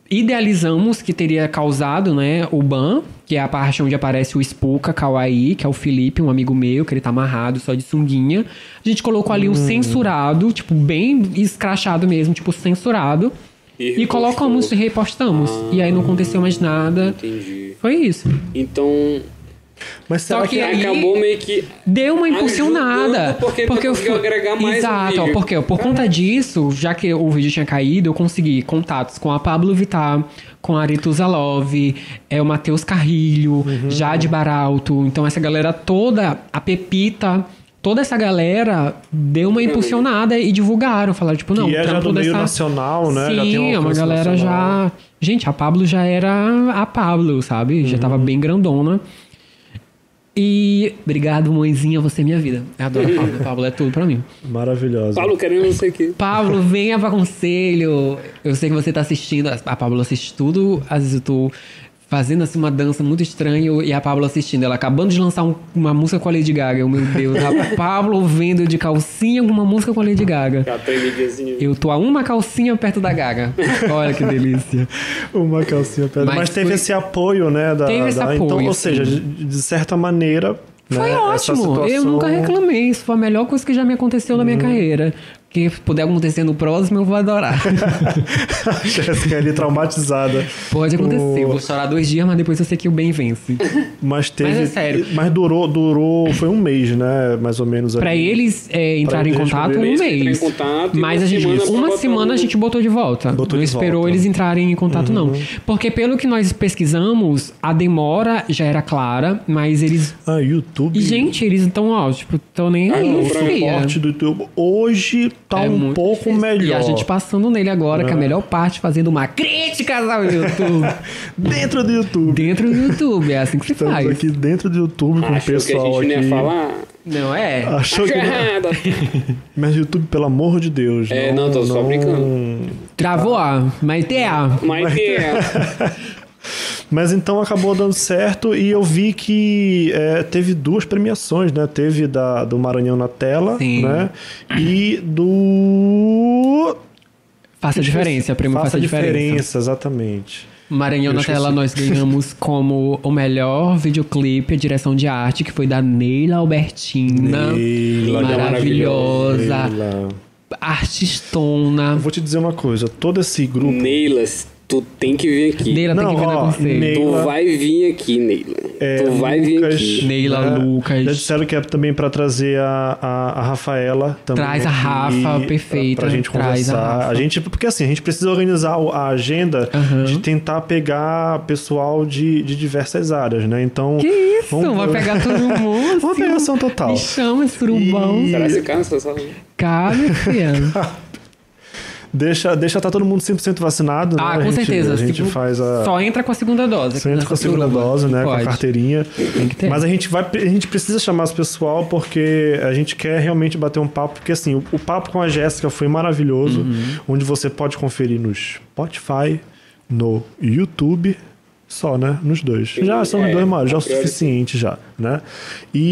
Speaker 3: idealizamos que teria causado, né, o ban, que é a parte onde aparece o Spuka Kawaii, que é o Felipe, um amigo meu, que ele tá amarrado só de sunguinha. A gente colocou ali um censurado, tipo, bem escrachado mesmo, tipo, censurado.
Speaker 2: E
Speaker 3: E,
Speaker 2: repostou.
Speaker 3: colocamos e repostamos. e aí não aconteceu mais nada.
Speaker 2: Entendi.
Speaker 3: Foi isso.
Speaker 2: Então,
Speaker 1: Mas será
Speaker 3: Só
Speaker 1: que...
Speaker 3: que aí-
Speaker 2: acabou meio que
Speaker 3: Deu uma impulsionada.
Speaker 2: Ajudando, porque
Speaker 3: eu
Speaker 2: conseguiu agregar mais no
Speaker 3: Exato,
Speaker 2: vídeo. Ah.
Speaker 3: ó, porque eu- por
Speaker 2: Caraca.
Speaker 3: conta disso, já que o vídeo tinha caído, eu consegui contatos com a Pablo Vittar, com a Arituza Love, é, o Matheus Carrilho,
Speaker 2: Uhum.
Speaker 3: Jade Baralto. Então, essa galera toda, a Pepita. Toda essa galera deu uma impulsionada e divulgaram. Falaram, tipo, não,
Speaker 1: E é já
Speaker 3: trampo
Speaker 1: do meio
Speaker 3: dessa-
Speaker 1: nacional, né?
Speaker 3: Sim,
Speaker 1: Já tem um
Speaker 3: é uma
Speaker 1: alcance
Speaker 3: galera
Speaker 1: nacional.
Speaker 3: já. Gente, a Pablo já era a Pablo, sabe? Já
Speaker 1: Uhum.
Speaker 3: tava bem grandona. E obrigado, mãezinha, você é minha vida. Eu adoro a Pablo. A Pablo é tudo pra mim.
Speaker 1: Maravilhosa.
Speaker 2: Paulo querendo não sei o quê.
Speaker 3: Pablo, venha pra conselho. Eu sei que você tá assistindo. A Pablo assiste tudo. Às vezes eu tô fazendo assim uma dança muito estranha e a Pablo assistindo. Ela acabando de lançar um- uma música com a Lady Gaga. Eu, meu Deus, a Pablo vendo de calcinha uma música com a Lady Gaga.
Speaker 2: Já tô em mídiazinho.
Speaker 3: Eu tô a uma calcinha perto da Gaga. Olha que
Speaker 2: Né?
Speaker 3: delícia.
Speaker 1: Uma calcinha pedra. Mas,
Speaker 3: Mas
Speaker 1: teve
Speaker 3: foi-
Speaker 1: esse apoio, né? Da,
Speaker 3: Teve esse
Speaker 1: da- Então,
Speaker 3: apoio,
Speaker 1: ou seja, de,
Speaker 3: sim.
Speaker 1: de certa maneira.
Speaker 3: Foi
Speaker 1: né, essa
Speaker 3: ótimo. Eu
Speaker 1: situação-
Speaker 3: nunca reclamei. Isso foi a melhor coisa que já me aconteceu na minha
Speaker 2: Uhum.
Speaker 3: carreira. Que se puder acontecer no próximo, eu vou adorar.
Speaker 1: Jéssica ali traumatizada.
Speaker 3: Pode acontecer. Eu vou chorar dois dias, mas depois eu sei que o bem vence.
Speaker 1: Mas teve.
Speaker 3: Mas é sério.
Speaker 1: mas durou, durou. Foi um mês, né? Mais ou menos.
Speaker 3: Pra
Speaker 1: ali.
Speaker 3: eles é, entrarem em
Speaker 1: eles
Speaker 3: contato, um
Speaker 1: responderem,
Speaker 3: mês.
Speaker 2: eles entram em contato e
Speaker 3: mas
Speaker 2: uma
Speaker 3: a gente,
Speaker 2: semana pra
Speaker 3: uma
Speaker 2: botar
Speaker 3: semana a
Speaker 2: um-
Speaker 3: gente botou de volta.
Speaker 1: Botou
Speaker 3: não
Speaker 1: de
Speaker 3: esperou
Speaker 1: volta.
Speaker 3: eles entrarem em contato, não.
Speaker 2: Uhum.
Speaker 3: Porque pelo que nós pesquisamos, a demora já era clara, mas eles.
Speaker 1: Ah, YouTube.
Speaker 3: E, gente, eles estão, ó, tipo, tão nem
Speaker 2: Ah,
Speaker 3: aí.
Speaker 2: não,
Speaker 1: o
Speaker 2: pra
Speaker 3: fia.
Speaker 1: suporte do YouTube. Hoje tá
Speaker 3: É
Speaker 1: um
Speaker 3: muito
Speaker 1: pouco melhor.
Speaker 3: E a gente passando nele agora, que é a melhor parte, fazendo uma crítica ao YouTube.
Speaker 1: Dentro do YouTube.
Speaker 3: Dentro do YouTube, é assim que se
Speaker 1: Estamos
Speaker 3: faz.
Speaker 1: aqui dentro do YouTube com o
Speaker 2: Achou que a
Speaker 1: pessoal
Speaker 2: gente não
Speaker 1: aqui.
Speaker 2: ia falar?
Speaker 3: Não é?
Speaker 1: Achou
Speaker 2: Achou
Speaker 1: que.
Speaker 2: errado.
Speaker 1: Mas YouTube, pelo amor de Deus.
Speaker 2: É, não, tô só brincando.
Speaker 3: Travou a, mas tem a.
Speaker 2: Mas tem
Speaker 1: Mas então acabou dando certo e eu vi que é, teve duas premiações, né? Teve da, do Maranhão na tela,
Speaker 3: Sim.
Speaker 1: né? E do.
Speaker 3: Faça a diferença, primo, faça, a diferença.
Speaker 1: exatamente.
Speaker 3: Maranhão
Speaker 1: Eu
Speaker 3: na
Speaker 1: esqueci.
Speaker 3: tela nós ganhamos como o melhor videoclipe, a direção de arte, que foi da Neila Albertina.
Speaker 1: Neila, é
Speaker 3: maravilhosa.
Speaker 1: Neila.
Speaker 3: Artistona.
Speaker 1: Eu vou te dizer uma coisa, todo esse grupo.
Speaker 2: Neilas, tu tem que vir aqui.
Speaker 3: Neila tem
Speaker 1: Não,
Speaker 3: que vir na
Speaker 1: ó,
Speaker 3: conselho.
Speaker 1: Neila-
Speaker 2: Tu vai vir aqui, Neila.
Speaker 1: é,
Speaker 2: tu vai vir
Speaker 1: Lucas, né?
Speaker 2: aqui.
Speaker 3: Neila, Lucas.
Speaker 1: Já disseram que é também pra trazer a, a, a Rafaela também.
Speaker 3: Traz a
Speaker 1: aqui,
Speaker 3: Rafa,
Speaker 1: pra-
Speaker 3: perfeita,
Speaker 1: Pra gente
Speaker 3: traz a
Speaker 1: conversar. A,
Speaker 3: Rafa.
Speaker 1: gente, porque assim, a gente precisa organizar o- a agenda
Speaker 3: Aham.
Speaker 1: de tentar pegar pessoal de, de diversas áreas, né? Então.
Speaker 3: Que isso?
Speaker 1: vamos-
Speaker 3: vai pegar todo mundo.
Speaker 1: Uma
Speaker 3: assim,
Speaker 1: pegação total.
Speaker 3: Me chama, surubão.
Speaker 1: E-
Speaker 2: Será que cansa? Só...
Speaker 3: Cabe, filha.
Speaker 1: Deixa, deixa tá todo mundo 100% vacinado. né?
Speaker 3: Ah,
Speaker 1: A
Speaker 3: com
Speaker 1: gente-
Speaker 3: certeza.
Speaker 1: A gente
Speaker 3: Tipo,
Speaker 1: faz a.
Speaker 3: Só entra com a segunda dose.
Speaker 1: Você entra com a
Speaker 3: Nessa
Speaker 1: segunda
Speaker 3: turma,
Speaker 1: dose, né?
Speaker 3: que
Speaker 1: Com a
Speaker 3: pode.
Speaker 1: carteirinha.
Speaker 3: Tem que ter.
Speaker 1: Mas é a gente, vai, a gente precisa chamar esse pessoal porque a gente quer realmente bater um papo. Porque assim, o, o papo com a Jéssica foi maravilhoso. Onde você pode conferir no Spotify, no YouTube. Só, né? Nos dois. Já são os
Speaker 2: É,
Speaker 1: dois maiores, já é o
Speaker 2: a priori,
Speaker 1: suficiente suficiente já, né?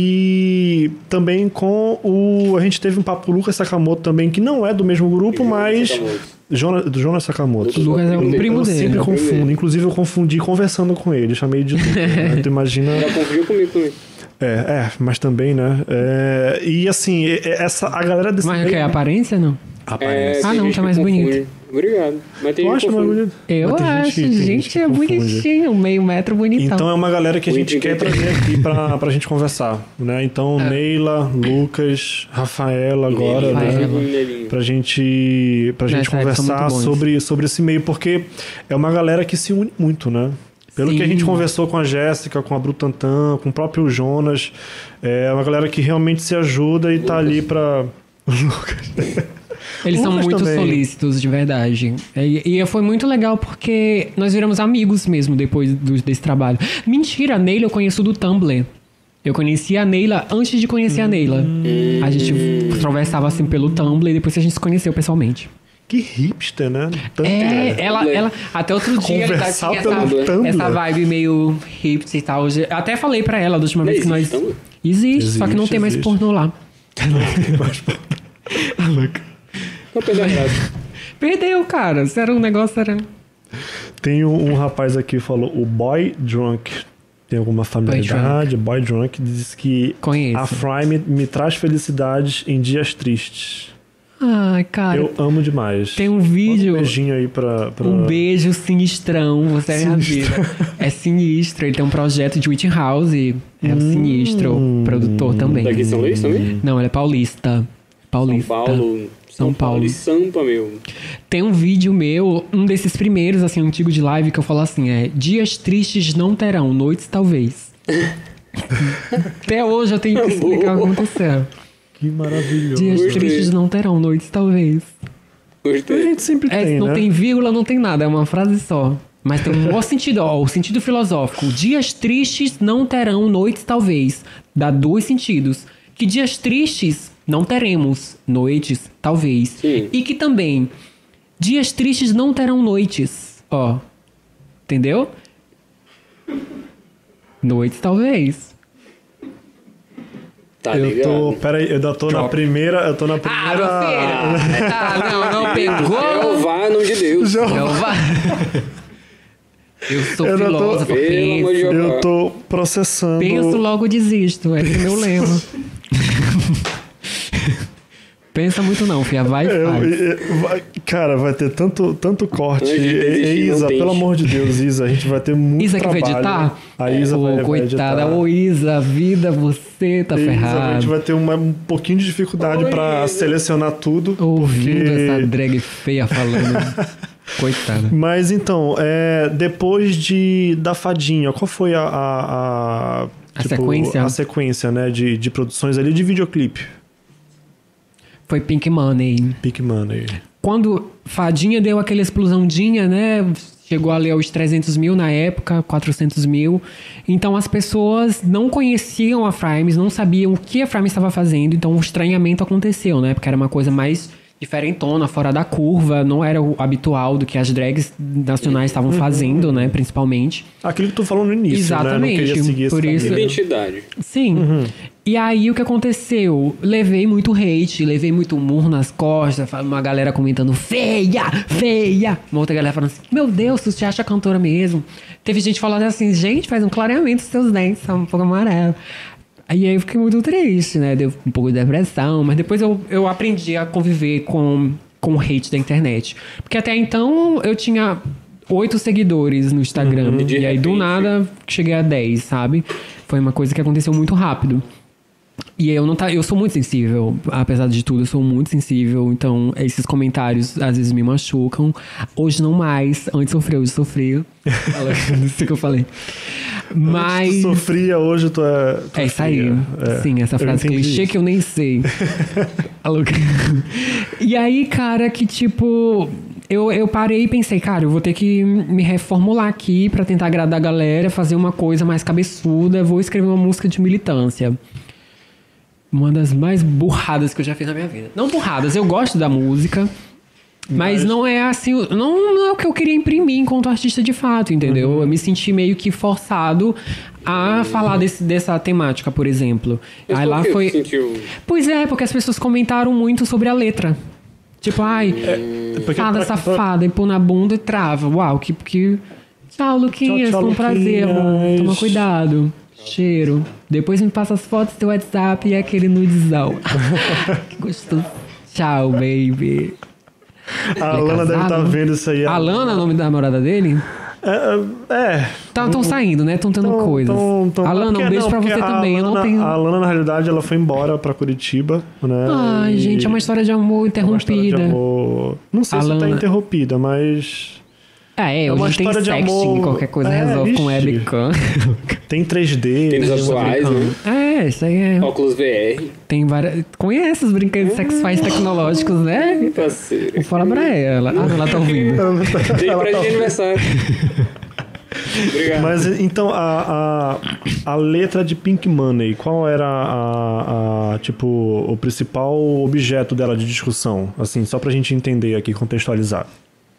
Speaker 1: E também com o. A gente teve um papo com o Lucas Sakamoto também, que não é do mesmo grupo,
Speaker 2: E Jonas
Speaker 1: mas.
Speaker 2: Sakamoto.
Speaker 1: Jona- do Jonas Sakamoto.
Speaker 2: Lucas
Speaker 3: Lucas é o
Speaker 2: Eu
Speaker 3: primo
Speaker 1: eu
Speaker 3: dele.
Speaker 1: sempre confundo.
Speaker 2: primeiro.
Speaker 1: Inclusive, eu confundi conversando com ele. Chamei de. tudo, né? Tu imagina.
Speaker 2: Já confundiu comigo também.
Speaker 1: É, é, mas também, né? É, e assim, e- e- essa, a galera desse.
Speaker 3: Mas que é aparência, não?
Speaker 2: É,
Speaker 1: Aparece.
Speaker 2: tem
Speaker 3: Ah, não,
Speaker 2: gente
Speaker 3: tá
Speaker 2: que
Speaker 3: mais
Speaker 2: confunde.
Speaker 3: bonito.
Speaker 2: Obrigado. Mas tem
Speaker 1: Eu acho mais
Speaker 2: confunde.
Speaker 1: bonito.
Speaker 3: Eu
Speaker 1: Mas tem
Speaker 3: acho,
Speaker 1: que- tem
Speaker 3: gente,
Speaker 1: que
Speaker 3: é
Speaker 1: confunde.
Speaker 3: bonitinho, meio metro bonitão.
Speaker 1: Então é uma galera que a
Speaker 2: O
Speaker 1: gente quer
Speaker 2: Indigo.
Speaker 1: trazer aqui pra, pra gente conversar, né? Então,
Speaker 3: É.
Speaker 1: Neila, Lucas, Rafaela agora,
Speaker 3: Rafaela.
Speaker 1: né? Pra gente, pra gente
Speaker 3: Nessa época são
Speaker 1: conversar
Speaker 3: muito bons.
Speaker 1: sobre, sobre esse meio, porque é uma galera que se une muito, né? Pelo que a
Speaker 3: Sim.
Speaker 1: gente conversou com a Jéssica, com a Brutantan, com o próprio Jonas, é uma galera que realmente se ajuda e tá ali pra...
Speaker 3: Eles são
Speaker 1: Lucas
Speaker 3: muito
Speaker 1: também.
Speaker 3: solícitos, de verdade. É, E, e foi muito legal porque nós viramos amigos mesmo depois do- desse trabalho. Mentira, a Neila eu conheço do Tumblr. Eu conheci a Neila antes de conhecer a Neila. A gente conversava assim pelo Tumblr e depois a gente se conheceu pessoalmente.
Speaker 1: Que hipster, né? Tanto-
Speaker 3: É, ela,
Speaker 2: Tumblr.
Speaker 3: ela. Até outro dia ela
Speaker 1: Conversar
Speaker 3: tinha
Speaker 1: pelo
Speaker 3: essa,
Speaker 1: Tumblr.
Speaker 3: essa vibe meio hipster e tal. Eu até falei pra ela da última vez que
Speaker 2: Não
Speaker 3: nós.
Speaker 2: existe
Speaker 3: Existe, então?
Speaker 2: Tumblr?
Speaker 3: só que não
Speaker 1: Existe,
Speaker 3: tem mais
Speaker 1: existe.
Speaker 3: pornô lá.
Speaker 2: Uma coisa errada.
Speaker 3: Perdeu, cara. Isso era um negócio, era.
Speaker 1: Tem um, um rapaz aqui que falou o Boy Drunk. Tem alguma familiaridade? Boy Drunk diz que
Speaker 3: Conheço.
Speaker 1: a Fry me, me traz felicidades em dias tristes.
Speaker 3: Ai, cara.
Speaker 1: Eu amo demais.
Speaker 3: Tem um
Speaker 1: Manda
Speaker 3: vídeo,
Speaker 1: Um beijinho aí pra. pra...
Speaker 3: um beijo sinistrão, você é minha vida. É sinistro, ele tem um projeto de Witch House, é um sinistro, produtor também.
Speaker 2: Daqui de São Luís também?
Speaker 3: Não, ele é paulista.
Speaker 2: São
Speaker 3: Paulista.
Speaker 2: Paulo.
Speaker 3: São Paulo.
Speaker 2: e Sampa, meu.
Speaker 3: Tem um vídeo meu, um desses primeiros, assim, antigo de live, que eu falo assim, é... Dias tristes não terão, noites talvez. Até hoje eu tenho que explicar o que aconteceu.
Speaker 1: Que maravilhoso.
Speaker 3: Dias
Speaker 2: Gostei.
Speaker 3: tristes não terão, noites talvez.
Speaker 1: A
Speaker 2: Gostei.
Speaker 1: gente sempre
Speaker 3: É,
Speaker 1: tem,
Speaker 3: não
Speaker 1: né?
Speaker 3: tem vírgula, não tem nada, é uma frase só. Mas tem um bom sentido, ó, o sentido filosófico. Dias tristes não terão noites, talvez. Dá dois sentidos. Que dias tristes não teremos noites, talvez.
Speaker 2: Sim.
Speaker 3: E que também, dias tristes não terão noites, ó. Entendeu? Noites, talvez.
Speaker 2: Tá
Speaker 1: Eu
Speaker 2: ligado?
Speaker 1: tô. Pera aí, eu ainda tô na primeira. Eu tô na
Speaker 3: Ah,
Speaker 1: primeira.
Speaker 3: grosseira! Ah, não, não pegou!
Speaker 2: Jeová, nome de Deus.
Speaker 1: Já-
Speaker 3: Eu, vá. eu sou
Speaker 1: Eu não tô-
Speaker 3: filósofo,
Speaker 2: Pelo
Speaker 3: penso.
Speaker 2: amor de Deus.
Speaker 1: Eu tô processando.
Speaker 3: Penso, logo desisto. É o meu lema. Pensa muito não, fia. Vai e
Speaker 1: É, Eu-
Speaker 3: faz.
Speaker 1: eu- vai- cara, vai ter tanto, tanto corte.
Speaker 2: Antes de
Speaker 1: E- e-
Speaker 2: desistir, não
Speaker 1: Isa,
Speaker 2: tente.
Speaker 1: pelo amor de Deus, Isa, a gente vai ter muito
Speaker 3: Isa que vai
Speaker 1: trabalho.
Speaker 3: editar?
Speaker 1: A Isa
Speaker 3: Ô,
Speaker 1: vai, vai
Speaker 3: coitada.
Speaker 1: editar.
Speaker 3: Ô, Isa, vida, você tá
Speaker 1: Isa, a gente
Speaker 3: ferrado.
Speaker 1: vai ter uma- um pouquinho de dificuldade
Speaker 2: Oi,
Speaker 1: pra
Speaker 2: Isa.
Speaker 1: selecionar tudo.
Speaker 3: Ouvindo
Speaker 1: porque-
Speaker 3: essa drag feia falando. coitada.
Speaker 1: Mas então, é, depois de da fadinha, qual foi a, a, a,
Speaker 3: A sequência?
Speaker 1: a sequência, né, de, de produções ali de videoclipe?
Speaker 3: Foi Pink Money.
Speaker 1: Pink Money.
Speaker 3: Quando Fadinha deu aquela explosãozinha, né? Chegou ali aos 300 mil na época, 400 mil. Então as pessoas não conheciam a Frames, não sabiam o que a Frames estava fazendo. Então o estranhamento aconteceu, né? Porque era uma coisa mais diferentona, fora da curva. Não era o habitual do que as drags nacionais estavam fazendo, né? Principalmente.
Speaker 1: Aquilo que tu falou no início, né? Não
Speaker 3: Exatamente,
Speaker 1: queria seguir esse
Speaker 3: por isso-
Speaker 1: caminho.
Speaker 2: Identidade.
Speaker 3: Sim. E aí o que aconteceu? Levei muito hate, levei muito murro nas costas, fa- uma galera comentando feia, feia. Uma outra galera falando assim, meu Deus, tu te acha cantora mesmo? Teve gente falando assim, gente, faz um clareamento, seus dentes são um pouco amarelos. E aí eu fiquei muito triste, né? Deu um pouco de depressão, mas depois eu, eu aprendi a conviver com, com o hate da internet. Porque até então eu tinha oito seguidores no Instagram.
Speaker 2: de
Speaker 3: E aí do
Speaker 2: repente-
Speaker 3: nada nada cheguei a 10, sabe? Foi uma coisa que aconteceu muito rápido. E eu não tá, eu sou muito sensível, apesar de tudo, eu sou muito sensível, então esses comentários às vezes me machucam. Hoje não mais, antes sofreu, hoje sofria. Fala, Não sei o que eu falei.
Speaker 1: Antes tu
Speaker 3: Mas
Speaker 1: sofria, hoje tu é. tu
Speaker 3: é isso aí.
Speaker 1: fria. É,
Speaker 3: Sim, essa
Speaker 1: eu
Speaker 3: frase
Speaker 1: entendi
Speaker 3: clichê
Speaker 1: isso.
Speaker 3: que eu nem sei. Alô, cara. e aí, cara, que tipo. Eu, eu parei e pensei, cara, eu vou ter que me reformular aqui pra tentar agradar a galera, fazer uma coisa mais cabeçuda, vou escrever uma música de militância. Uma das mais burradas que eu já fiz na minha vida. Não burradas, eu gosto da música. Mas, não é assim, não, não é o que eu queria imprimir enquanto artista de fato, entendeu? Eu me senti meio que forçado a falar desse, dessa temática, por exemplo.
Speaker 2: Mas
Speaker 3: Aí
Speaker 2: por
Speaker 3: lá
Speaker 2: que tu
Speaker 3: foi.
Speaker 2: Sentiu...
Speaker 3: Pois é, porque as pessoas comentaram muito sobre a letra. Tipo, ai,
Speaker 1: É, Porque
Speaker 3: fada
Speaker 1: pra-
Speaker 3: safada, e pôr na bunda e trava. Uau, que. que... Tchau, Luquinhas,
Speaker 1: Tchau, tchau,
Speaker 3: foi um prazer, amor.
Speaker 1: Luquinhas.
Speaker 3: Toma cuidado. Cheiro. Depois me passa as fotos do teu WhatsApp e aquele nudizão. que gostoso. Tchau, baby.
Speaker 1: A Lana deve estar
Speaker 3: casado, né?
Speaker 1: vendo isso aí.
Speaker 3: A Lana, o nome da namorada dele?
Speaker 1: É, é,
Speaker 3: Estão saindo, né? Estão tendo
Speaker 1: Tão-
Speaker 3: coisas.
Speaker 1: tão- tão-
Speaker 3: a Lana,
Speaker 1: porque-
Speaker 3: um beijo
Speaker 1: não,
Speaker 3: pra
Speaker 1: porque
Speaker 3: você
Speaker 1: a
Speaker 3: também. Eu não
Speaker 1: Lana-
Speaker 3: tenho.
Speaker 1: A Lana, na realidade, ela foi embora pra Curitiba, né?
Speaker 3: Ai,
Speaker 1: E-
Speaker 3: gente, é uma história de
Speaker 1: uma
Speaker 3: amor
Speaker 1: história de
Speaker 3: interrompida.
Speaker 1: amor. Não sei
Speaker 3: A
Speaker 1: se tá
Speaker 3: Lana-
Speaker 1: interrompida, mas
Speaker 3: Ah, é,
Speaker 1: É uma
Speaker 3: hoje tem
Speaker 1: história de
Speaker 3: sexting,
Speaker 1: amor.
Speaker 3: qualquer coisa
Speaker 1: É,
Speaker 3: resolve com
Speaker 1: vixe.
Speaker 3: webcam.
Speaker 1: tem 3D.
Speaker 2: Tem os atuais, né?
Speaker 3: é, isso aí é.
Speaker 2: Óculos VR.
Speaker 3: Tem várias. Conhece os brinquedos sexuais tecnológicos, né?
Speaker 2: Parceiro.
Speaker 3: Vou falar pra ela. Ah, não, ela tá ouvindo.
Speaker 2: Dei
Speaker 1: tá
Speaker 2: pra gente de aniversário. Obrigado.
Speaker 1: Mas então, a, a, a letra de Pink Money, qual era a, a- tipo, o principal objeto dela de discussão? Assim, só pra gente entender aqui, contextualizar.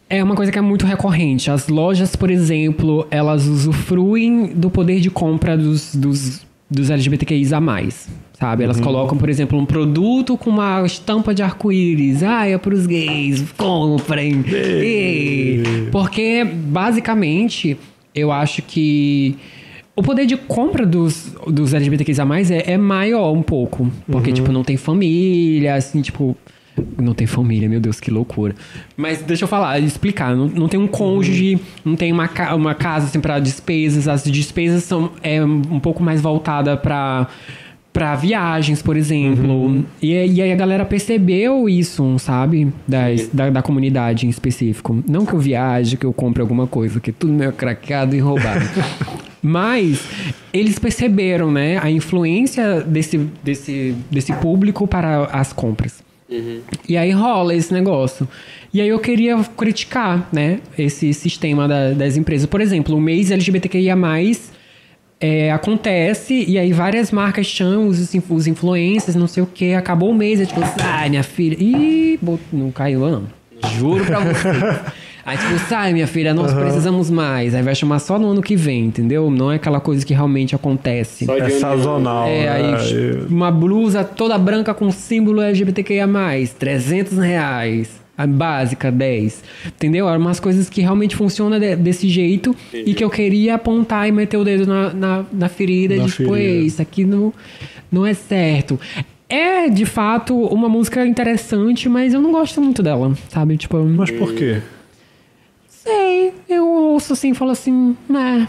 Speaker 3: É uma coisa que é muito recorrente. As lojas, por exemplo, elas usufruem do poder de compra dos, dos, dos LGBTQIs a mais. Sabe? Elas colocam, por exemplo, um produto com uma estampa de arco-íris. Ah, é pros gays, comprem. Ei. Porque, basicamente, eu acho que o poder de compra dos, dos LGBTQIs a mais é, é maior um pouco. Porque, tipo, não tem família, assim, tipo. Não tem família, meu Deus, que loucura. Mas deixa eu falar, explicar. Não, não tem um cônjuge, não tem uma, ca- uma casa assim, pra despesas. As despesas são é, um pouco mais voltada pra, pra viagens, por exemplo. E, aí- e aí a galera percebeu isso, sabe? Das, da, da comunidade em específico. Não que eu viaje, que eu compre alguma coisa, que tudo meu é craqueado e roubado. Mas eles perceberam, né, a influência desse, desse, desse público para as compras. E aí rola esse negócio. E aí eu queria criticar, né, esse sistema da- das empresas. Por exemplo, o mês LGBTQIA+, é, acontece, e aí várias marcas chamam os, inf- os influencers, não sei o quê. Acabou o mês, é tipo, ai, minha filha... Ih, bot- não caiu, não. Juro pra você. Aí tipo, sai minha filha, nós precisamos mais. Aí vai chamar só no ano que vem, entendeu? Não é aquela coisa que realmente acontece.
Speaker 2: Só de
Speaker 1: É
Speaker 2: ano-
Speaker 1: sazonal.
Speaker 3: É,
Speaker 1: né?
Speaker 3: aí uma blusa toda branca com símbolo LGBTQIA+, 300 reais. A básica, 10. Entendeu? Eram umas coisas que realmente funcionam de- desse jeito e que eu queria apontar e meter o dedo na, na, na ferida
Speaker 1: Na
Speaker 3: de, tipo,
Speaker 1: ferida.
Speaker 3: "Ei, isso aqui não, não é certo. É, de fato, uma música interessante, mas eu não gosto muito dela, sabe? Tipo, eu não
Speaker 1: Mas por quê?
Speaker 3: sei. Eu ouço assim e falo assim, né?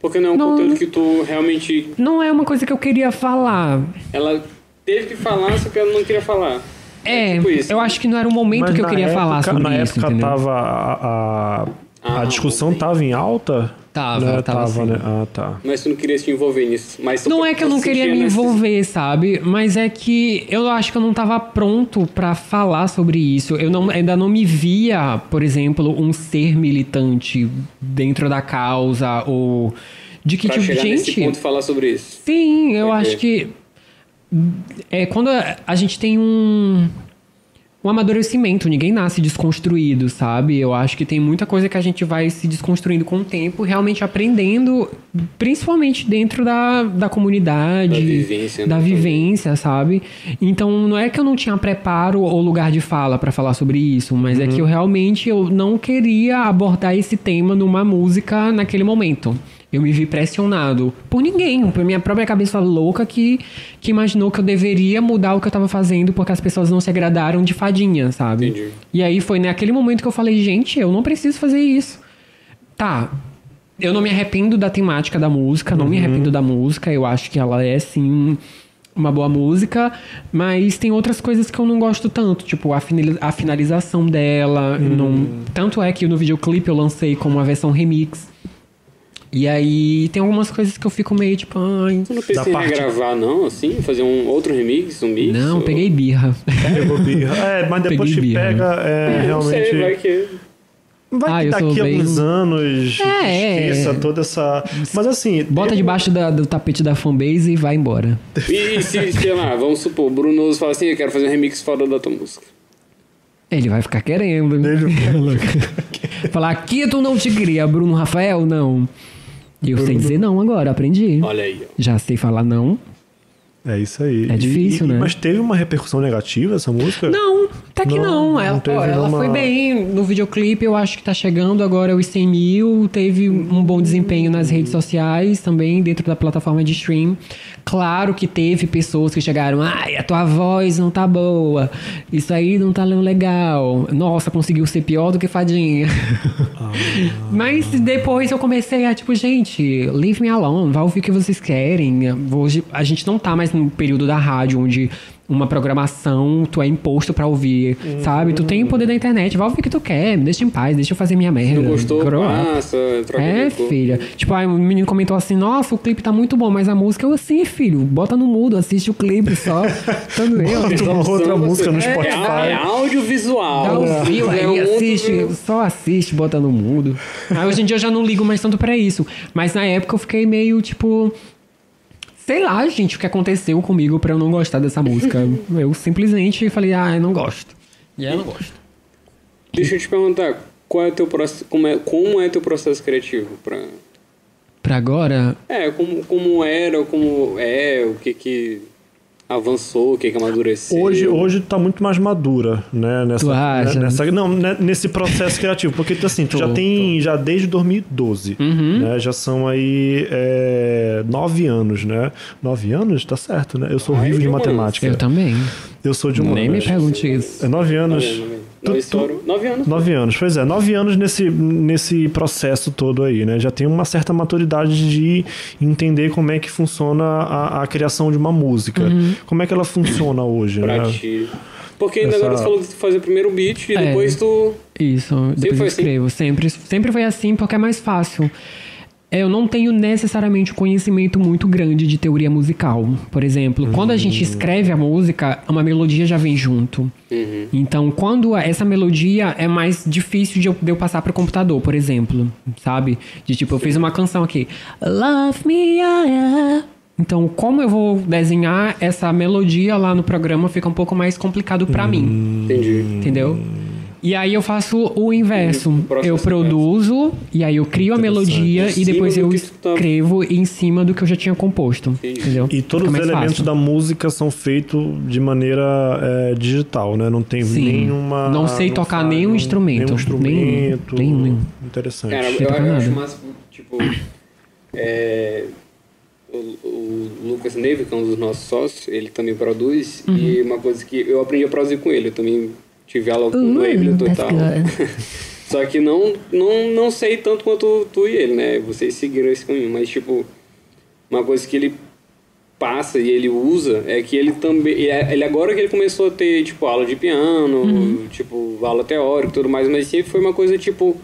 Speaker 2: Porque não é um
Speaker 3: Não.
Speaker 2: conteúdo que tu realmente.
Speaker 3: Não é uma coisa que eu queria falar.
Speaker 2: Ela teve que falar, só que ela não queria falar.
Speaker 3: É,
Speaker 2: tipo isso.
Speaker 3: eu acho que não era o momento
Speaker 1: Mas
Speaker 3: que eu
Speaker 1: na
Speaker 3: queria
Speaker 1: época-
Speaker 3: falar sobre
Speaker 1: Na
Speaker 3: isso,
Speaker 1: época
Speaker 3: entendeu?
Speaker 1: tava a, a, a
Speaker 2: Ah,
Speaker 1: discussão
Speaker 2: bom,
Speaker 1: tava em alta?
Speaker 3: Tava,
Speaker 1: né?
Speaker 3: tava sim.
Speaker 1: né? Ah, tá.
Speaker 2: Mas tu não queria se envolver nisso. Mas tu-
Speaker 3: Não é que eu
Speaker 2: tu
Speaker 3: não queria
Speaker 2: sentia
Speaker 3: me
Speaker 2: necess-
Speaker 3: envolver, sabe? Mas é que eu acho que eu não tava pronto pra falar sobre isso. Eu não- ainda não me via, por exemplo, um ser militante dentro da causa ou de que
Speaker 2: Pra
Speaker 3: tipo,
Speaker 2: chegar nesse
Speaker 3: gente,
Speaker 2: ponto e falar sobre isso.
Speaker 3: Sim, eu
Speaker 2: Entendi.
Speaker 3: acho que. É, quando a, a gente tem um. Um amadurecimento, ninguém nasce desconstruído, sabe? Eu acho que tem muita coisa que a gente vai se desconstruindo com o tempo, realmente aprendendo, principalmente dentro da, da comunidade,
Speaker 2: Da vivência,
Speaker 3: da
Speaker 2: né, também.
Speaker 3: vivência, sabe? Então não é que eu não tinha preparo ou lugar de fala pra falar sobre isso, mas é que eu realmente eu não queria abordar esse tema numa música naquele momento. Eu me vi pressionado por ninguém, por minha própria cabeça louca que, que imaginou que eu deveria mudar o que eu tava fazendo porque as pessoas não se agradaram de fadinha, sabe?
Speaker 2: Entendi.
Speaker 3: E aí foi naquele momento que eu falei, gente, eu não preciso fazer isso. Tá. Eu não me arrependo da temática da música, não me arrependo da música, eu acho que ela é sim uma boa música, mas tem outras coisas que eu não gosto tanto, tipo a, finali- a finalização dela, não- tanto é que no videoclipe eu lancei como uma versão remix. E aí tem algumas coisas que eu fico meio tipo, ai,
Speaker 2: Tu não pensa
Speaker 1: Da
Speaker 2: em
Speaker 1: parte-
Speaker 2: regravar, não, assim? Fazer um outro remix, um mix?
Speaker 3: não,
Speaker 2: ou-
Speaker 3: peguei birra.
Speaker 1: Pegou birra. É, mas depois
Speaker 3: Peguei
Speaker 1: te
Speaker 3: birra. né?
Speaker 1: pega, é,
Speaker 2: Não
Speaker 1: realmente.
Speaker 2: sei, vai que.
Speaker 1: Vai
Speaker 3: Ah,
Speaker 1: que
Speaker 3: eu sou
Speaker 1: daqui a
Speaker 3: bem-
Speaker 1: alguns anos
Speaker 3: É,
Speaker 1: esqueça
Speaker 3: é.
Speaker 1: toda essa. Mas assim.
Speaker 3: Bota
Speaker 1: eu-
Speaker 3: debaixo da- do tapete da fanbase e vai embora.
Speaker 2: E se, sei lá, vamos supor, o Brunoso fala assim: eu quero fazer um remix fora da tua música.
Speaker 3: Ele vai ficar querendo.
Speaker 1: Ele-
Speaker 3: Falar, aqui tu não te cria, Bruno Rafael, não. E eu sei dizer não agora, aprendi.
Speaker 2: Olha aí, ó.
Speaker 3: Já sei falar não.
Speaker 1: É isso aí.
Speaker 3: É
Speaker 1: E-
Speaker 3: difícil,
Speaker 1: e-
Speaker 3: né?
Speaker 1: Mas teve uma repercussão negativa essa música?
Speaker 3: Não, até que
Speaker 1: Não,
Speaker 3: não.
Speaker 1: não
Speaker 3: Ela,
Speaker 1: teve
Speaker 3: ó, ela
Speaker 1: uma-
Speaker 3: foi bem. No videoclipe, eu acho que tá chegando agora os 100 mil. Teve um bom desempenho nas redes sociais também, dentro da plataforma de stream. Claro que teve pessoas que chegaram. Ai, a tua voz não tá boa. Isso aí não tá legal. Nossa, conseguiu ser pior do que fadinha. Mas depois eu comecei a, tipo, gente, leave me alone, vai ouvir o que vocês querem. Hoje a gente não tá mais no período da rádio onde uma programação tu é imposto pra ouvir, sabe? Tu tem o poder da internet, vai ouvir o que tu quer, me deixa em paz, deixa eu fazer minha merda.
Speaker 2: Não gostou? Ah,
Speaker 3: grow up.
Speaker 2: Passa, troca
Speaker 3: É,
Speaker 2: de cor.
Speaker 3: filha. Tipo, aí o menino comentou assim: Nossa, o clipe tá muito bom, mas a música eu assim, filho, bota no mudo, assiste o clipe só. Tanto eu. né?
Speaker 1: Bota uma outra música no
Speaker 2: É,
Speaker 1: Spotify.
Speaker 2: é audiovisual.
Speaker 3: Dá um fio
Speaker 2: É
Speaker 3: aí,
Speaker 2: um outro
Speaker 3: assiste,
Speaker 2: view.
Speaker 3: só assiste, bota no mudo. Aí hoje em dia eu já não ligo mais tanto pra isso. Mas na época eu fiquei meio tipo. Sei lá, gente, o que aconteceu comigo pra eu não gostar dessa música. Eu simplesmente falei, ah, eu não gosto. E eu não gosto.
Speaker 2: Deixa eu te perguntar, qual é teu processo, como é, como é teu processo criativo pra...
Speaker 3: Pra agora,
Speaker 2: É, como, como era, ou como é, o que que avançou, o que que amadureceu.
Speaker 1: Hoje, hoje tá muito mais madura, né? Nessa,
Speaker 3: Tu acha?
Speaker 1: né, nessa- não, né, nesse processo criativo. Porque assim, tu já tem. Já desde 2012.
Speaker 3: Uhum.
Speaker 1: Né, já são aí é, nove anos, né? Nove anos? Tá certo, né? Eu sou horrível de
Speaker 2: eu
Speaker 1: matemática.
Speaker 3: eu também.
Speaker 1: Eu sou de humanas.
Speaker 3: Nem me pergunte isso.
Speaker 1: É nove anos.
Speaker 2: né, Nove,
Speaker 1: Tu- tu-
Speaker 2: estouro- nove anos.
Speaker 1: Nove anos, pois é, nove anos nesse, nesse processo todo aí, né? Já tem uma certa maturidade de entender como é que funciona a, a criação de uma música.
Speaker 3: Uhum.
Speaker 1: Como é que ela funciona hoje,
Speaker 2: pra
Speaker 1: né?
Speaker 2: ti. Porque ainda
Speaker 1: Essa-
Speaker 2: agora tu falou que tu fazia primeiro o beat e
Speaker 3: É.
Speaker 2: depois tu.
Speaker 3: Isso, depois
Speaker 2: foi
Speaker 3: eu
Speaker 2: assim?
Speaker 3: escrevo. Sempre, sempre foi assim porque é mais fácil. É, Eu não tenho necessariamente um conhecimento muito grande de teoria musical. Por exemplo, quando a
Speaker 2: Uhum.
Speaker 3: gente escreve a música, uma melodia já vem junto.
Speaker 2: Uhum.
Speaker 3: Então, quando essa melodia é mais difícil de eu, de eu passar pro computador, por exemplo, sabe? De tipo, eu fiz uma canção aqui. Love me, ah, ah. Então, como eu vou desenhar essa melodia lá no programa fica um pouco mais complicado
Speaker 2: Uhum.
Speaker 3: pra mim
Speaker 2: Entendi.
Speaker 3: entendeu? E aí eu faço o inverso.
Speaker 2: O processo
Speaker 3: eu produzo, e aí eu crio a melodia
Speaker 2: Em
Speaker 3: e depois
Speaker 2: cima
Speaker 3: eu
Speaker 2: do que tu tá-
Speaker 3: escrevo em cima do que eu já tinha composto.
Speaker 2: Entendi.
Speaker 3: Entendeu?
Speaker 1: E todos os
Speaker 3: Fica mais
Speaker 1: elementos
Speaker 3: fácil.
Speaker 1: da música são feitos de maneira é, digital, né? Não tem
Speaker 3: Sim.
Speaker 1: nenhuma.
Speaker 3: Não sei tocar nenhum
Speaker 1: Nenhum
Speaker 3: instrumento. Nenhum,
Speaker 1: instrumento.
Speaker 3: nenhum, nenhum.
Speaker 1: Interessante.
Speaker 2: Cara, eu,
Speaker 3: Não tá
Speaker 2: eu acho
Speaker 3: nada.
Speaker 2: massa, tipo. É, o, o Lucas Neve, que é um dos nossos sócios, ele também produz. E uma coisa que eu aprendi a produzir com ele, eu também tive aula com
Speaker 3: Ooh,
Speaker 2: o Ableton e
Speaker 3: that's
Speaker 2: tal.
Speaker 3: good.
Speaker 2: Só que não, não, não sei tanto quanto tu e ele, né? Vocês seguiram esse caminho, mas tipo, uma coisa que ele passa e ele usa é que ele também. e é- Ele agora que ele começou a ter, tipo, aula de piano, tipo, aula teórica e tudo mais, mas sempre foi uma coisa tipo.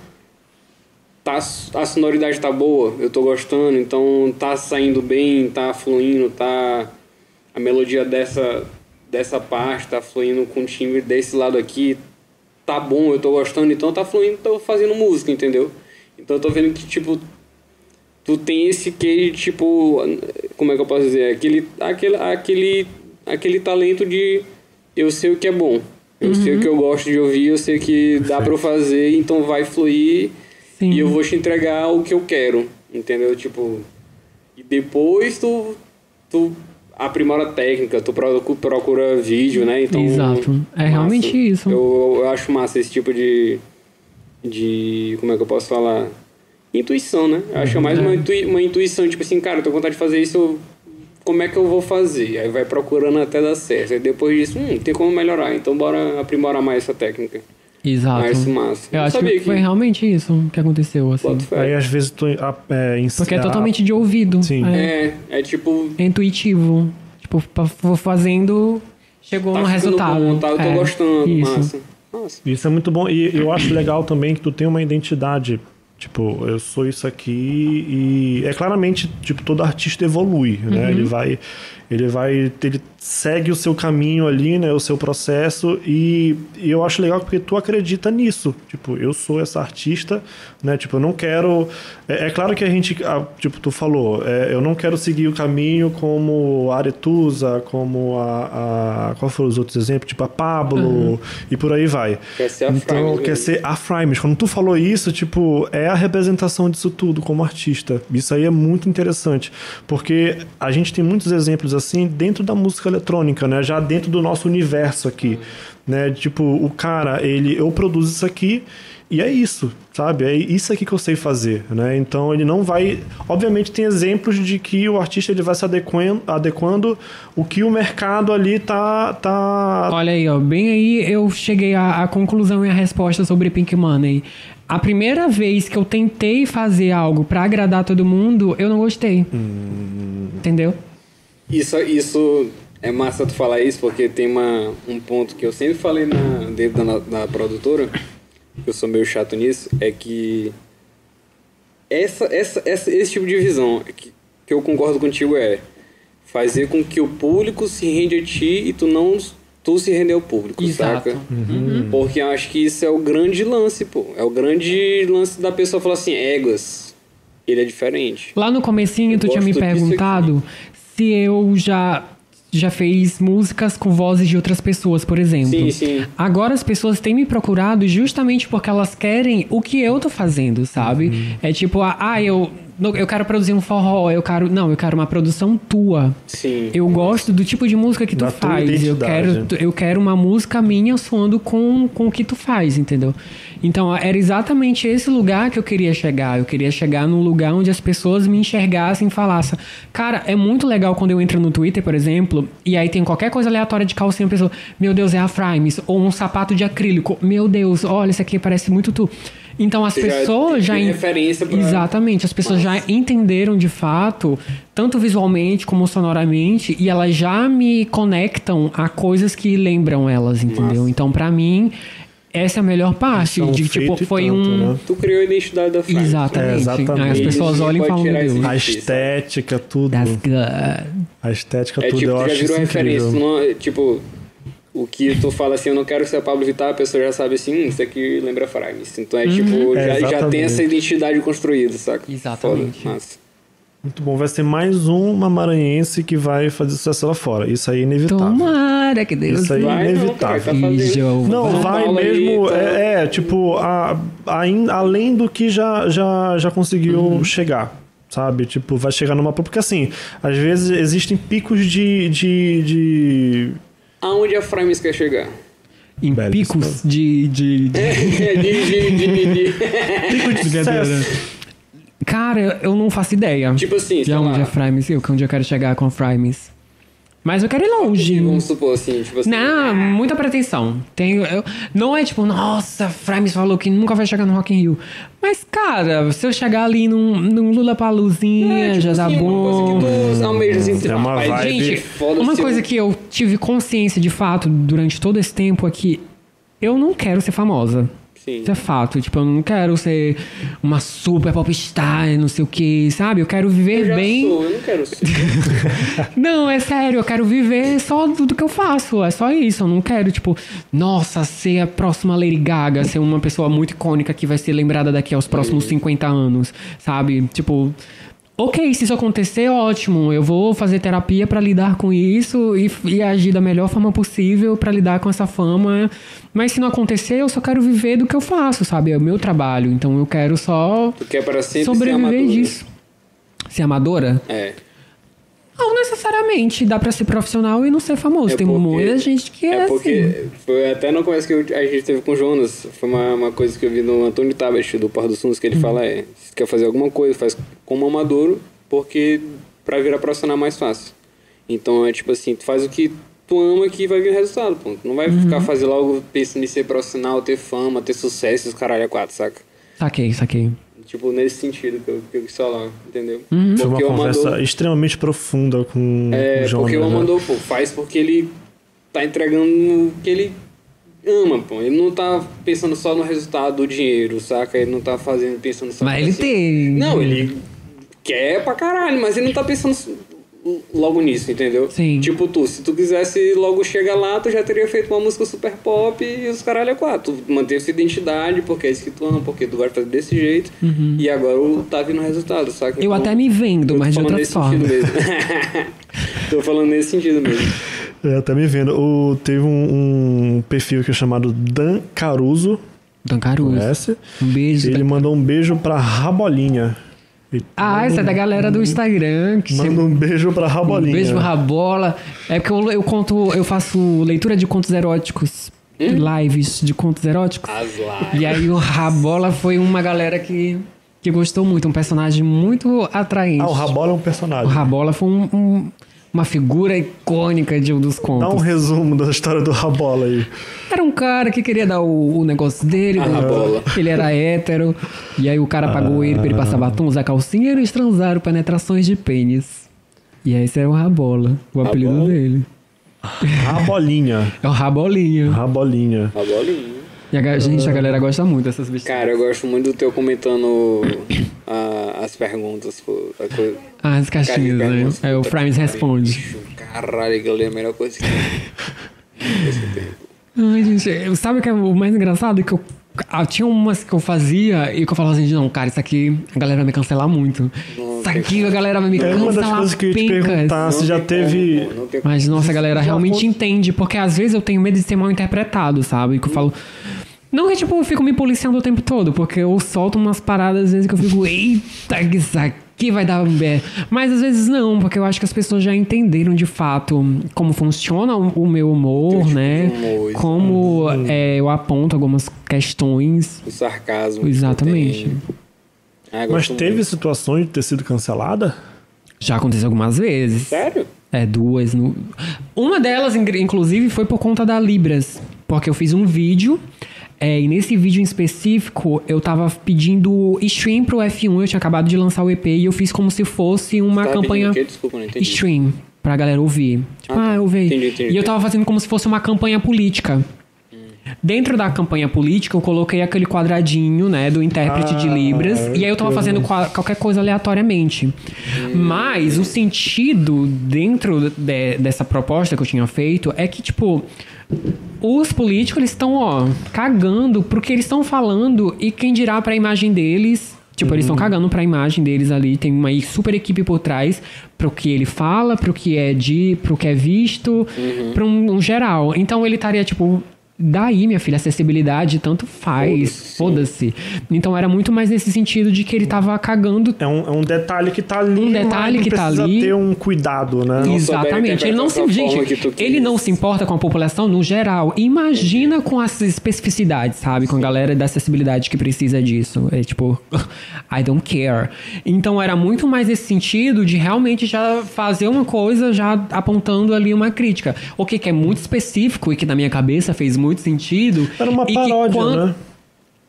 Speaker 2: Tá, a sonoridade tá boa, eu tô gostando, então tá saindo bem, tá fluindo, tá. A melodia dessa, dessa parte tá fluindo com o timbre desse lado aqui, tá bom, eu tô gostando, então tá fluindo, tô fazendo música, entendeu? Então eu tô vendo que, tipo, tu tem esse que, tipo, como é que eu posso dizer? Aquele, aquele, aquele, aquele talento de eu sei o que é bom, eu
Speaker 3: Uhum.
Speaker 2: sei o que eu gosto de ouvir, eu sei que dá pra eu fazer, então vai fluir
Speaker 3: Sim.
Speaker 2: e eu vou te entregar o que eu quero, entendeu? Tipo, e depois tu, tu aprimora a técnica, tu procu- procura vídeo, né? Então,
Speaker 3: Exato. É realmente isso.
Speaker 2: Eu, eu acho massa esse tipo de, de. Como é que eu posso falar? Intuição, né? Eu acho mais
Speaker 3: Uhum.
Speaker 2: uma, intui- uma intuição, tipo assim, cara, eu tô com vontade de fazer isso, eu- como é que eu vou fazer? Aí vai procurando até dar certo. Aí depois disso, hum, tem como melhorar, então bora aprimorar mais essa técnica.
Speaker 3: Exato.
Speaker 2: Mas massa.
Speaker 3: Eu
Speaker 2: Não
Speaker 3: acho
Speaker 2: sabia
Speaker 3: que
Speaker 2: que-
Speaker 3: foi realmente isso que aconteceu, assim.
Speaker 2: Bota fé.
Speaker 1: Aí às vezes tu a, é, ens-
Speaker 3: Porque é
Speaker 1: a-
Speaker 3: totalmente de ouvido.
Speaker 1: Sim.
Speaker 3: É,
Speaker 2: É, é tipo,
Speaker 3: é intuitivo. Tipo, pa- vou fazendo, chegou
Speaker 2: tá
Speaker 3: no
Speaker 2: ficando
Speaker 3: um resultado.
Speaker 2: bom, tá? Eu tô
Speaker 3: É,
Speaker 2: gostando,
Speaker 3: isso.
Speaker 2: massa. Massa.
Speaker 1: Isso é muito bom. E eu acho legal também que tu tem uma identidade. Tipo, eu sou isso aqui e é claramente, tipo, todo artista evolui, né? Ele vai ele vai ele segue o seu caminho ali, né, o seu processo e, e eu acho legal porque tu acredita nisso. Tipo, eu sou essa artista, né? Tipo, eu não quero é, é claro que a gente ah, tipo, tu falou, é, eu não quero seguir o caminho como a Aretusa, como a, a qual foram os outros exemplos? Tipo a Pablo e por aí vai.
Speaker 2: Quer ser a
Speaker 1: Então,
Speaker 2: Frames
Speaker 1: quer
Speaker 2: mesmo.
Speaker 1: ser a Frames. Quando tu falou isso, tipo, é a representação disso tudo como artista. Isso aí é muito interessante, porque a gente tem muitos exemplos assim, dentro da música eletrônica, né? Já dentro do nosso universo aqui, né? Tipo, o cara, ele, eu produzo isso aqui e é isso, sabe? É isso aqui que eu sei fazer, né? Então ele não vai. Obviamente tem exemplos de que o artista ele vai se adequando, adequando o que o mercado ali tá. tá...
Speaker 3: Olha aí, ó, bem aí eu cheguei à, à conclusão e à resposta sobre Pink Money. A primeira vez que eu tentei fazer algo pra agradar todo mundo, eu não gostei. Entendeu?
Speaker 2: Isso, isso é massa tu falar isso, porque tem uma, um ponto que eu sempre falei na, dentro da, da produtora, que eu sou meio chato nisso, é que essa, essa, essa, esse tipo de visão que, que eu concordo contigo é fazer com que o público se rende a ti e tu não tu se render ao público,
Speaker 3: Exato. Uhum.
Speaker 2: saca? Porque eu acho que isso é o grande lance, pô. É o grande lance da pessoa falar assim, éguas, ele é diferente.
Speaker 3: Lá no comecinho,
Speaker 2: Eu
Speaker 3: tu tinha me
Speaker 2: gosto disso
Speaker 3: perguntado se eu já já fez músicas com vozes de outras pessoas, por exemplo.
Speaker 2: Sim, sim.
Speaker 3: Agora as pessoas têm me procurado justamente porque elas querem o que eu tô fazendo, sabe?
Speaker 2: Uhum.
Speaker 3: É tipo, ah, ah, eu não- eu quero produzir um forró, eu quero, não, eu quero uma produção tua.
Speaker 2: Sim.
Speaker 3: Eu gosto do tipo de música que tu
Speaker 1: Da tua
Speaker 3: faz. Eu
Speaker 1: identidade. né?
Speaker 3: quero, eu quero uma música minha soando com, com o que tu faz, entendeu? Então, era exatamente esse lugar que eu queria chegar. Eu queria chegar num lugar onde as pessoas me enxergassem e falassem. Cara, é muito legal quando eu entro no Twitter, por exemplo, e aí tem qualquer coisa aleatória de calcinha, a pessoa, meu Deus, é a Frames, ou um sapato de acrílico, meu Deus, olha, isso aqui parece muito tu. Então as
Speaker 2: Você já
Speaker 3: pessoas já.
Speaker 2: tem
Speaker 3: en-
Speaker 2: referência pra-
Speaker 3: Exato. Exatamente, as pessoas já entenderam de fato, tanto visualmente como sonoramente, e elas já me conectam a coisas que lembram elas, entendeu? Então, pra mim, essa é a melhor parte.
Speaker 1: são
Speaker 3: de tipo,
Speaker 1: Então, feito e
Speaker 3: foi
Speaker 1: tanto,
Speaker 3: um.
Speaker 1: né?
Speaker 2: Tu criou a identidade da Frank.
Speaker 3: Exatamente.
Speaker 1: É, exatamente.
Speaker 3: Aí as
Speaker 1: E
Speaker 3: pessoas
Speaker 2: ninguém
Speaker 3: olham e
Speaker 2: pode
Speaker 3: falam, meu
Speaker 2: tirar esse-
Speaker 3: Deus.
Speaker 1: A estética, tudo.
Speaker 3: That's good.
Speaker 1: A estética,
Speaker 2: É
Speaker 1: tudo.
Speaker 2: tipo,
Speaker 1: eu
Speaker 2: tu já
Speaker 1: acho
Speaker 2: virou
Speaker 1: isso
Speaker 2: referência.
Speaker 1: incrível.
Speaker 2: tu não é- tipo, o que tu fala assim, eu não quero ser a Pablo Vittar, a pessoa já sabe assim, hum, isso aqui lembra Frames. Então é tipo,
Speaker 1: É,
Speaker 2: já, já tem
Speaker 1: exatamente.
Speaker 2: essa identidade construída, saca?
Speaker 3: Exatamente.
Speaker 2: Foda, massa. é?
Speaker 1: Muito bom. Vai ser mais uma maranhense que vai fazer sucesso lá fora. Isso aí é inevitável.
Speaker 3: Tomara que Deus.
Speaker 1: Isso aí
Speaker 2: Vai não,
Speaker 1: inevitável.
Speaker 2: cara, tá fazendo.
Speaker 3: Ih, Jeová.
Speaker 1: Não,
Speaker 2: São
Speaker 1: vai
Speaker 2: Paulo aí,
Speaker 1: mesmo.
Speaker 2: tá-
Speaker 1: É, é, tipo, a, ain- além do que já, já, já conseguiu
Speaker 2: Uhum.
Speaker 1: chegar. Sabe? Tipo, vai chegar numa. Porque assim, às vezes existem picos de. de, de...
Speaker 2: Aonde a Frames quer chegar?
Speaker 3: Em
Speaker 1: Velho,
Speaker 3: picos
Speaker 1: isso
Speaker 3: de, de, de-
Speaker 2: de, é, de, de, de,
Speaker 1: Pico de sucesso.
Speaker 3: Cara, eu não faço ideia.
Speaker 2: Tipo assim,
Speaker 3: de
Speaker 2: sei
Speaker 3: onde
Speaker 2: lá.
Speaker 3: é Frames, eu que onde eu quero chegar com a Frames. Mas eu quero ir longe.
Speaker 2: Vamos supor assim, tipo assim.
Speaker 3: Não, muita pretensão. Tenho, eu, não é tipo, nossa, Frames falou que nunca vai chegar no Rock in Rio. Mas, cara, se eu chegar ali num, num Lula Paluzinha,
Speaker 2: É, tipo
Speaker 3: já tá dá
Speaker 2: assim,
Speaker 3: bom.
Speaker 2: Uma coisa que tu almejas em
Speaker 1: É uma
Speaker 2: assim, Rapaz,
Speaker 1: vibe-
Speaker 3: Gente,
Speaker 2: foda-se,
Speaker 3: uma
Speaker 2: eu-
Speaker 3: coisa que eu tive consciência de fato durante todo esse tempo é que eu não quero ser famosa.
Speaker 2: Sim.
Speaker 3: Isso é fato. Tipo, eu não quero ser uma super popstar, não sei o que, sabe? Eu quero viver
Speaker 2: Eu já
Speaker 3: é bem.
Speaker 2: sou, eu não quero ser.
Speaker 3: Não, é sério, eu quero viver só do, do que eu faço. É só isso. Eu não quero, tipo, nossa, ser a próxima Lady Gaga, ser uma pessoa muito icônica que vai ser lembrada daqui aos próximos 50 anos, sabe? Tipo. Ok, se isso acontecer, ótimo. Eu vou fazer terapia pra lidar com isso e, e agir da melhor forma possível pra lidar com essa fama. Mas se não acontecer, eu só quero viver do que eu faço, sabe? É o meu trabalho. Então eu quero só
Speaker 2: Tu quer pra sempre ser
Speaker 3: sobreviver
Speaker 2: amadora.
Speaker 3: disso. Ser amadora?
Speaker 2: É.
Speaker 3: Não necessariamente. Dá pra ser profissional e não ser famoso.
Speaker 2: É
Speaker 3: Tem
Speaker 2: porque-
Speaker 3: muita gente que é,
Speaker 2: É porque
Speaker 3: assim.
Speaker 2: foi até na conversa que eu- a gente teve com o Jonas, foi uma, uma coisa que eu vi no Antônio Tabet, do Par dos Suns, que ele
Speaker 3: Uhum.
Speaker 2: fala é, se quer fazer alguma coisa, faz como amador, porque pra virar profissional é mais fácil. Então é tipo assim, tu faz o que tu ama que vai vir o resultado, ponto. Não vai
Speaker 3: Uhum.
Speaker 2: ficar fazer logo pensando em ser profissional, ter fama, ter sucesso, os caralho a quatro, saca?
Speaker 3: Saquei, saquei.
Speaker 2: Tipo, nesse sentido que eu, que eu quis falar, entendeu?
Speaker 3: Uhum.
Speaker 1: Foi é uma
Speaker 2: Porque o
Speaker 1: conversa
Speaker 2: amador-
Speaker 1: extremamente profunda com
Speaker 2: é,
Speaker 1: o Jonas.
Speaker 2: porque o
Speaker 1: né?
Speaker 2: Amandou, pô, faz porque ele tá entregando o que ele ama, pô. Ele não tá pensando só no resultado do dinheiro, saca? Ele não tá fazendo pensando só
Speaker 3: Mas ele
Speaker 2: assim.
Speaker 3: tem.
Speaker 2: Não, ele quer pra caralho, mas ele não tá pensando s- logo nisso, entendeu?
Speaker 3: Sim.
Speaker 2: Tipo tu, se tu quisesse logo chegar lá, tu já teria feito uma música super pop e os caralho é quatro. Tu manteve sua identidade, porque é isso que tu ama, porque tu vai fazer desse jeito. E agora o- tá vindo o resultado, saca?
Speaker 3: Uhum. Eu
Speaker 2: Então-
Speaker 3: até me vendo,
Speaker 2: eu
Speaker 3: mas de
Speaker 2: tô falando
Speaker 3: outra
Speaker 2: nesse
Speaker 3: forma.
Speaker 2: sentido mesmo. tô falando nesse sentido mesmo.
Speaker 1: É, tá me vendo. O, teve um, um perfil aqui chamado Dan Caruso,
Speaker 3: Dan Caruso.
Speaker 1: conhece?
Speaker 3: Um beijo.
Speaker 1: Ele
Speaker 3: Dan-
Speaker 1: mandou um beijo pra Rabolinha. E
Speaker 3: Ah,
Speaker 1: manda
Speaker 3: essa é da galera do Instagram. Que
Speaker 1: Manda um beijo pra Rabolinha.
Speaker 3: Um beijo rabola. É porque eu, eu conto, eu faço leitura de contos eróticos,
Speaker 2: Hum?
Speaker 3: lives de contos eróticos.
Speaker 2: As lá.
Speaker 3: E aí o Rabola foi uma galera que, que gostou muito, um personagem muito atraente.
Speaker 1: Ah, o Rabola é um
Speaker 3: O
Speaker 1: personagem.
Speaker 3: Rabola foi um- um- uma figura icônica de um dos
Speaker 1: Dá um
Speaker 3: contos.
Speaker 1: resumo da história do Rabola aí.
Speaker 3: Era um cara que queria dar o, o negócio dele.
Speaker 2: A
Speaker 3: o-
Speaker 2: Rabola.
Speaker 3: Ele era hétero. E aí o cara pagou ele pra ele passar batom, usar calcinha e eles transaram penetrações de pênis. E aí esse era o Rabola, o apelido
Speaker 2: Rabola?
Speaker 3: dele.
Speaker 1: Rabolinha.
Speaker 3: É o Rabolinha.
Speaker 1: Rabolinha.
Speaker 2: A Tá bolinha.
Speaker 3: E a, ga- gente, a galera gosta muito dessas besteiras.
Speaker 2: Cara, eu gosto muito do teu comentando ah, as perguntas. pô, a coisa-
Speaker 3: Ah, as caixinhas,
Speaker 2: Cara,
Speaker 3: né?
Speaker 2: perguntas,
Speaker 3: É o
Speaker 2: puta que
Speaker 3: Frames
Speaker 2: pariu,
Speaker 3: responde.
Speaker 2: bicho, Caralho, aquilo é a melhor coisa que tem. Esse tempo.
Speaker 3: Ai, gente, eu- sabe o que é o mais engraçado? Que eu, ah, tinha umas que eu fazia e que eu falava assim, não, cara, isso aqui a galera vai me cancelar muito. Isso aqui a galera vai me
Speaker 1: É
Speaker 3: cancelar
Speaker 1: uma das coisas que eu ia te
Speaker 3: pencas."
Speaker 1: perguntar assim, se
Speaker 2: Não
Speaker 1: já
Speaker 2: tem
Speaker 1: teve.
Speaker 2: como, pô, não tem
Speaker 3: Mas nossa, a galera
Speaker 1: Já
Speaker 3: realmente
Speaker 1: foi-
Speaker 3: entende, porque às vezes eu tenho medo de ser mal interpretado, sabe? Que eu falo. Não que, tipo, eu fico me policiando o tempo todo, porque eu solto umas paradas às vezes que eu fico, eita, que isso aqui vai dar um bé. Mas às vezes não, porque eu acho que as pessoas já entenderam de fato como funciona o o meu humor,
Speaker 2: tipo
Speaker 3: né?
Speaker 2: de humor, isso. Uhum.
Speaker 3: como é, eu aponto algumas questões.
Speaker 2: O sarcasmo. que
Speaker 3: Exatamente.
Speaker 2: tem. Ah,
Speaker 1: Mas
Speaker 2: gosto
Speaker 1: teve
Speaker 2: muito.
Speaker 1: situações de ter sido cancelada?
Speaker 3: Já aconteceu algumas vezes.
Speaker 2: Sério?
Speaker 3: É, duas. no- Uma delas, in- inclusive, foi por conta da Libras. Porque eu fiz um vídeo. é, e nesse vídeo em específico, eu tava pedindo stream pro F1. Eu tinha acabado de lançar o EP e eu fiz como se fosse
Speaker 2: Tava
Speaker 3: uma
Speaker 2: Tá pedindo
Speaker 3: campanha
Speaker 2: o quê? Desculpa, não entendi.
Speaker 3: stream pra galera ouvir. Tipo,
Speaker 2: Ah, tá.
Speaker 3: ah, eu ouvi.
Speaker 2: Entendi, entendi, Hum.
Speaker 3: E eu
Speaker 2: entendi.
Speaker 3: tava fazendo como se fosse uma campanha política. Dentro da campanha política, eu coloquei aquele quadradinho, né, do intérprete de
Speaker 1: Ah,
Speaker 3: Libras. E aí eu tava fazendo qua- qualquer coisa aleatoriamente.
Speaker 2: Hum.
Speaker 3: Mas o sentido dentro de- dessa proposta que eu tinha feito é que, tipo, os políticos, eles estão, ó, cagando pro que eles estão falando e quem dirá pra imagem deles. Tipo, eles estão cagando pra imagem deles ali, tem uma super equipe por trás pro que ele fala, pro que é de, pro que é visto, pra um, um geral. Então ele estaria, tipo, daí, minha filha, acessibilidade tanto faz, foda-se. então era muito mais nesse sentido de que ele tava cagando
Speaker 1: É um, é um detalhe que tá ali.
Speaker 3: Um detalhe
Speaker 1: mas não
Speaker 3: que tá
Speaker 1: precisa
Speaker 3: ali.
Speaker 1: ter um cuidado, né?
Speaker 2: Não souberam
Speaker 3: Exatamente. Ele não se,
Speaker 2: interpretar da forma
Speaker 3: gente,
Speaker 2: que tu quis.
Speaker 3: ele não se importa com a população no geral. Imagina com as especificidades, sabe? Com a galera da acessibilidade que precisa disso. É tipo, I don't care. Então era muito mais esse sentido de realmente já fazer uma coisa já apontando ali uma crítica. O que, que é muito específico e que na minha cabeça fez muito sentido.
Speaker 1: Era uma
Speaker 3: e que
Speaker 1: paródia,
Speaker 3: quan-
Speaker 1: né?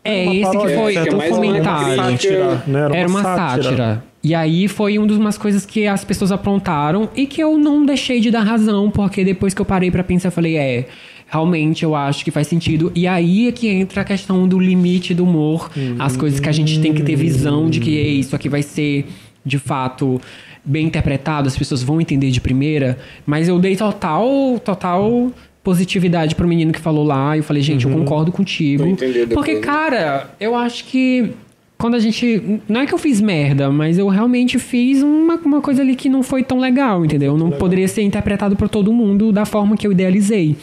Speaker 3: É
Speaker 1: Uma
Speaker 3: esse que
Speaker 1: paródia,
Speaker 3: foi
Speaker 1: de certa
Speaker 2: é
Speaker 3: o
Speaker 2: mais uma
Speaker 1: forma, né?
Speaker 3: comentário.
Speaker 1: Sátira, né?
Speaker 3: Era uma, sátira. E aí foi uma das umas coisas que as pessoas aprontaram e que eu não deixei de dar razão, porque depois que eu parei pra pensar, eu falei, é, realmente eu acho que faz sentido. E aí é que entra a questão do limite do humor, as coisas que a gente tem que ter visão de que ei, isso aqui vai ser de fato bem interpretado, as pessoas vão entender de primeira, mas eu dei total, total positividade pro menino que falou lá, eu falei, gente, eu concordo contigo.
Speaker 2: Vou entender depois,
Speaker 3: Porque,
Speaker 2: né?
Speaker 3: cara, eu acho que quando a gente. Não é que eu fiz merda, mas eu realmente fiz uma, uma coisa ali que não foi tão legal, entendeu? Não poderia ser interpretado por todo mundo da forma que eu idealizei.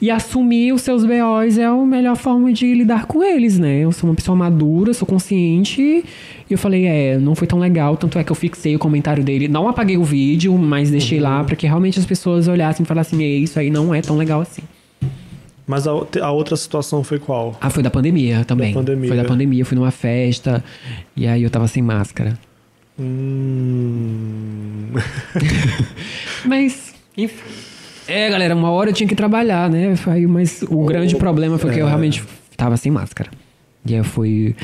Speaker 3: E assumir os seus BOs é a melhor forma de lidar com eles, né? Eu sou uma pessoa madura, sou consciente. E eu falei, é, não foi tão legal. Tanto é que eu fixei o comentário dele. Não apaguei o vídeo, mas deixei lá pra que realmente as pessoas olhassem e falassem, é, isso aí não é tão legal assim.
Speaker 1: Mas a, outra- a outra situação foi qual?
Speaker 3: Ah, foi da pandemia também.
Speaker 1: Da pandemia.
Speaker 3: Foi da pandemia, eu fui numa festa e aí eu tava sem máscara.
Speaker 1: Hum...
Speaker 3: Mas, enfim. É, galera, uma hora eu tinha que trabalhar, né? Aí, mas
Speaker 1: Oh,
Speaker 3: o grande problema foi que
Speaker 1: é.
Speaker 3: eu realmente tava sem máscara. E aí eu fui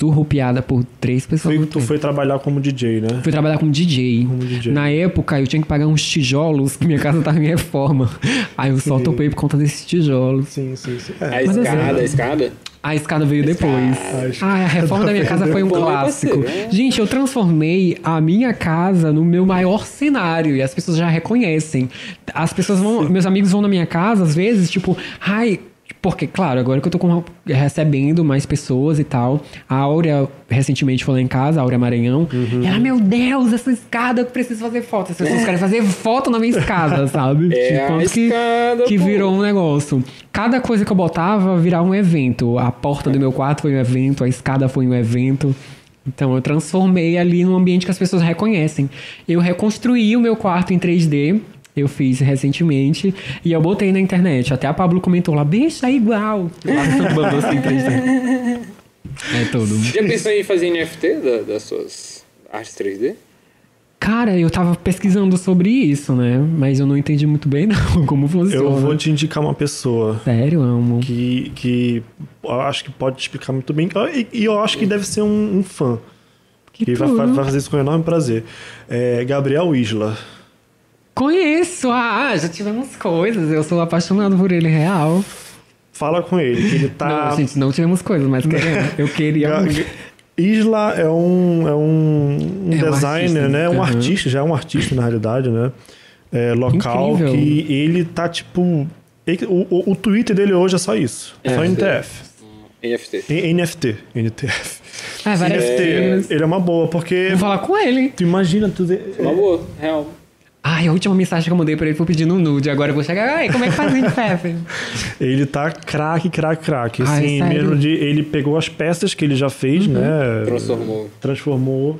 Speaker 3: surrupiada por três pessoas.
Speaker 1: Foi- tu foi trabalhar como DJ, né?
Speaker 3: Fui trabalhar como DJ.
Speaker 1: Como DJ.
Speaker 3: Na época, eu tinha que pagar uns tijolos, que minha casa tava em reforma. Aí eu só topei por conta desses tijolos.
Speaker 1: Sim, sim, sim.
Speaker 2: A
Speaker 1: É.
Speaker 3: Mas
Speaker 2: escada,
Speaker 3: assim-
Speaker 2: a escada?
Speaker 3: A escada veio depois.
Speaker 1: escada
Speaker 3: Ah, a reforma da minha casa foi um
Speaker 2: Pô,
Speaker 3: clássico.
Speaker 2: mas vai ser, né?
Speaker 3: Gente, eu transformei a minha casa no meu maior cenário e as pessoas já reconhecem. As pessoas vão, meus amigos vão na minha casa às vezes, tipo, ai, porque, claro, agora que eu tô com- recebendo mais pessoas e tal. A Áurea recentemente foi lá em casa, a Áurea Maranhão.
Speaker 2: Uhum.
Speaker 3: E ela, meu Deus, essa escada, eu preciso fazer foto. As pessoas querem fazer foto na minha escada, sabe?
Speaker 2: É
Speaker 3: Tipo,
Speaker 2: a
Speaker 3: tanto que-
Speaker 2: escada,
Speaker 3: que
Speaker 2: pô.
Speaker 3: virou um negócio. Cada coisa que eu botava virava um evento. A porta do meu quarto foi um evento, a escada foi um evento. Então eu transformei ali num ambiente que as pessoas reconhecem. Eu reconstruí o meu quarto em 3D. Eu fiz recentemente e eu botei na internet. Até a Pablo comentou lá, bicho, é igual. Lá no Santo Bambam, assim, 3D. É todo.
Speaker 2: Já pensou em fazer NFT da- das suas artes 3D?
Speaker 3: Cara, eu tava pesquisando sobre isso, né? Mas eu não entendi muito bem, não, como funciona.
Speaker 1: Eu vou te indicar uma pessoa
Speaker 3: Sério, amo.
Speaker 1: que, que eu acho que pode te explicar muito bem. Ah, E, e eu acho que deve ser um, um fã.
Speaker 3: Que
Speaker 1: Que vai,
Speaker 3: tudo.
Speaker 1: fa- vai fazer isso com enorme prazer. É Gabriel Isla.
Speaker 3: Conheço, ah, já tivemos coisas. Eu sou apaixonado por ele, real.
Speaker 1: Fala com ele, que ele tá.
Speaker 3: Não, gente, não tivemos coisas, mas queremos. Eu queria.
Speaker 1: Ga-
Speaker 3: muito.
Speaker 1: Isla é um, é um, um
Speaker 3: É um
Speaker 1: designer,
Speaker 3: artista,
Speaker 1: né? Um
Speaker 3: aham.
Speaker 1: artista, já é um artista na realidade, né? É, local
Speaker 3: Incrível.
Speaker 1: que ele tá tipo. ele- o, o- o Twitter dele hoje é só isso. É só
Speaker 2: NFT.
Speaker 1: NTF.
Speaker 2: NFT.
Speaker 1: E- NFT. NTF.
Speaker 3: Ah, várias coisas.
Speaker 1: NFT. Ele é uma boa, porque.
Speaker 3: Vou falar com ele.
Speaker 1: Tu imagina, tu.
Speaker 2: Uma boa, real.
Speaker 3: Ai, a última mensagem que eu mandei pra ele foi pedindo um nude. Agora eu vou chegar. Ai, como é que faz isso, chefe?
Speaker 1: Ele tá craque, craque, craque.
Speaker 3: Ai,
Speaker 1: Assim,
Speaker 3: Ah, é sério? Uhum.
Speaker 1: mesmo de. Ele pegou as peças que ele já fez, né?
Speaker 2: Transformou.
Speaker 1: Transformou.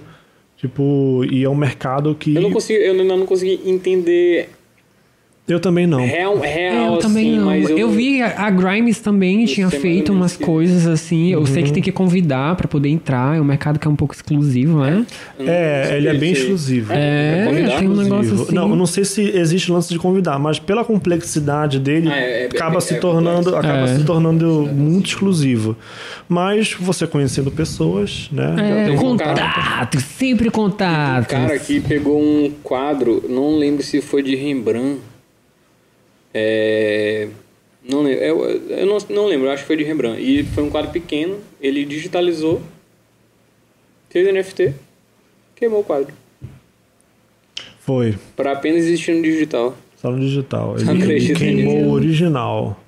Speaker 1: Tipo, e é um mercado que.
Speaker 2: Eu não consigo, eu ainda não consegui entender
Speaker 1: Eu também não.
Speaker 2: real, real
Speaker 3: eu
Speaker 2: assim,
Speaker 3: também não.
Speaker 2: mas
Speaker 3: Eu...
Speaker 2: eu,
Speaker 3: vi a, a Grimes também tinha
Speaker 2: sei mais
Speaker 3: feito
Speaker 2: ou menos
Speaker 3: umas
Speaker 2: que-
Speaker 3: coisas assim. Eu sei que
Speaker 1: Uhum.
Speaker 3: tem que convidar pra poder entrar. É um mercado que é um pouco exclusivo, né?
Speaker 2: eu não
Speaker 1: É,
Speaker 2: sei
Speaker 1: ele é
Speaker 2: se-
Speaker 1: bem exclusivo.
Speaker 3: É,
Speaker 2: convidar,
Speaker 3: tem um negócio
Speaker 1: Exclusivo.
Speaker 3: assim.
Speaker 1: Não, eu não sei se existe lance de convidar, mas pela complexidade dele,
Speaker 2: Ah, é, é,
Speaker 1: acaba
Speaker 2: é,
Speaker 1: se
Speaker 2: é
Speaker 1: tornando,
Speaker 2: complexo.
Speaker 1: acaba
Speaker 3: É.
Speaker 1: se tornando muito exclusivo. Mas você conhecendo pessoas, né? já
Speaker 3: É,
Speaker 1: tem-
Speaker 2: tenho um
Speaker 3: contato, sempre contato.
Speaker 2: cara que pegou um quadro, não lembro se foi de Rembrandt. É, não lembro, eu, eu não, não lembro, eu acho que foi de Rembrandt. E foi um quadro pequeno, ele digitalizou, fez NFT, queimou o quadro.
Speaker 3: É.
Speaker 1: Foi.
Speaker 2: Pra apenas existir no digital.
Speaker 1: Só no digital. Ele, ele
Speaker 2: Acredito
Speaker 1: queimou
Speaker 2: nisso.
Speaker 1: o original.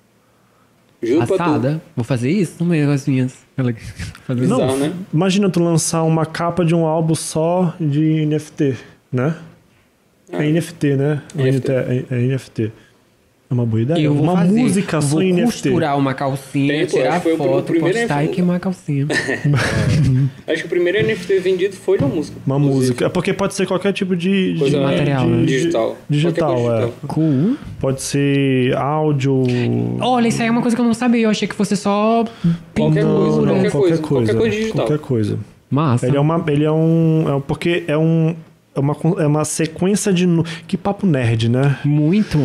Speaker 2: Juro pra tu.
Speaker 3: Passada. Vou fazer isso no meio das minhas. Ela- assim. fazer
Speaker 1: Não,
Speaker 3: isso.
Speaker 2: Bizarro, né?
Speaker 1: imagina tu lançar uma capa de um álbum só de NFT, né? É NFT, né?
Speaker 2: NFT.
Speaker 1: É, é NFT. É uma boa ideia.
Speaker 3: E eu vou
Speaker 1: uma
Speaker 3: fazer.
Speaker 1: música só
Speaker 3: vou
Speaker 1: em NFT.
Speaker 3: costurar uma calcinha,
Speaker 2: Tem, pô,
Speaker 3: tirar
Speaker 2: acho que foi o
Speaker 3: foto,
Speaker 2: primeiro
Speaker 3: postar e
Speaker 2: NFT.
Speaker 3: queimar a calcinha.
Speaker 2: Acho que o primeiro NFT vendido foi de uma música.
Speaker 1: Uma
Speaker 2: inclusive.
Speaker 1: música. É porque pode ser qualquer tipo de,
Speaker 2: Coisa
Speaker 1: de
Speaker 3: material, né?
Speaker 2: Digital.
Speaker 1: Digital,
Speaker 2: Qualquer coisa
Speaker 1: é.
Speaker 2: digital.
Speaker 3: cool.
Speaker 1: Pode ser áudio.
Speaker 3: um? Olha, isso aí é uma coisa que eu não sabia. Eu achei que fosse só
Speaker 2: Qualquer
Speaker 3: pintura.
Speaker 2: coisa,
Speaker 1: não,
Speaker 2: qualquer coisa, qualquer coisa digital.
Speaker 1: Qualquer coisa.
Speaker 3: Massa.
Speaker 1: Ele é uma. Ele é um. é um- porque é um. É uma, con- é uma sequência de. nu- Que papo nerd, né?
Speaker 3: Muito.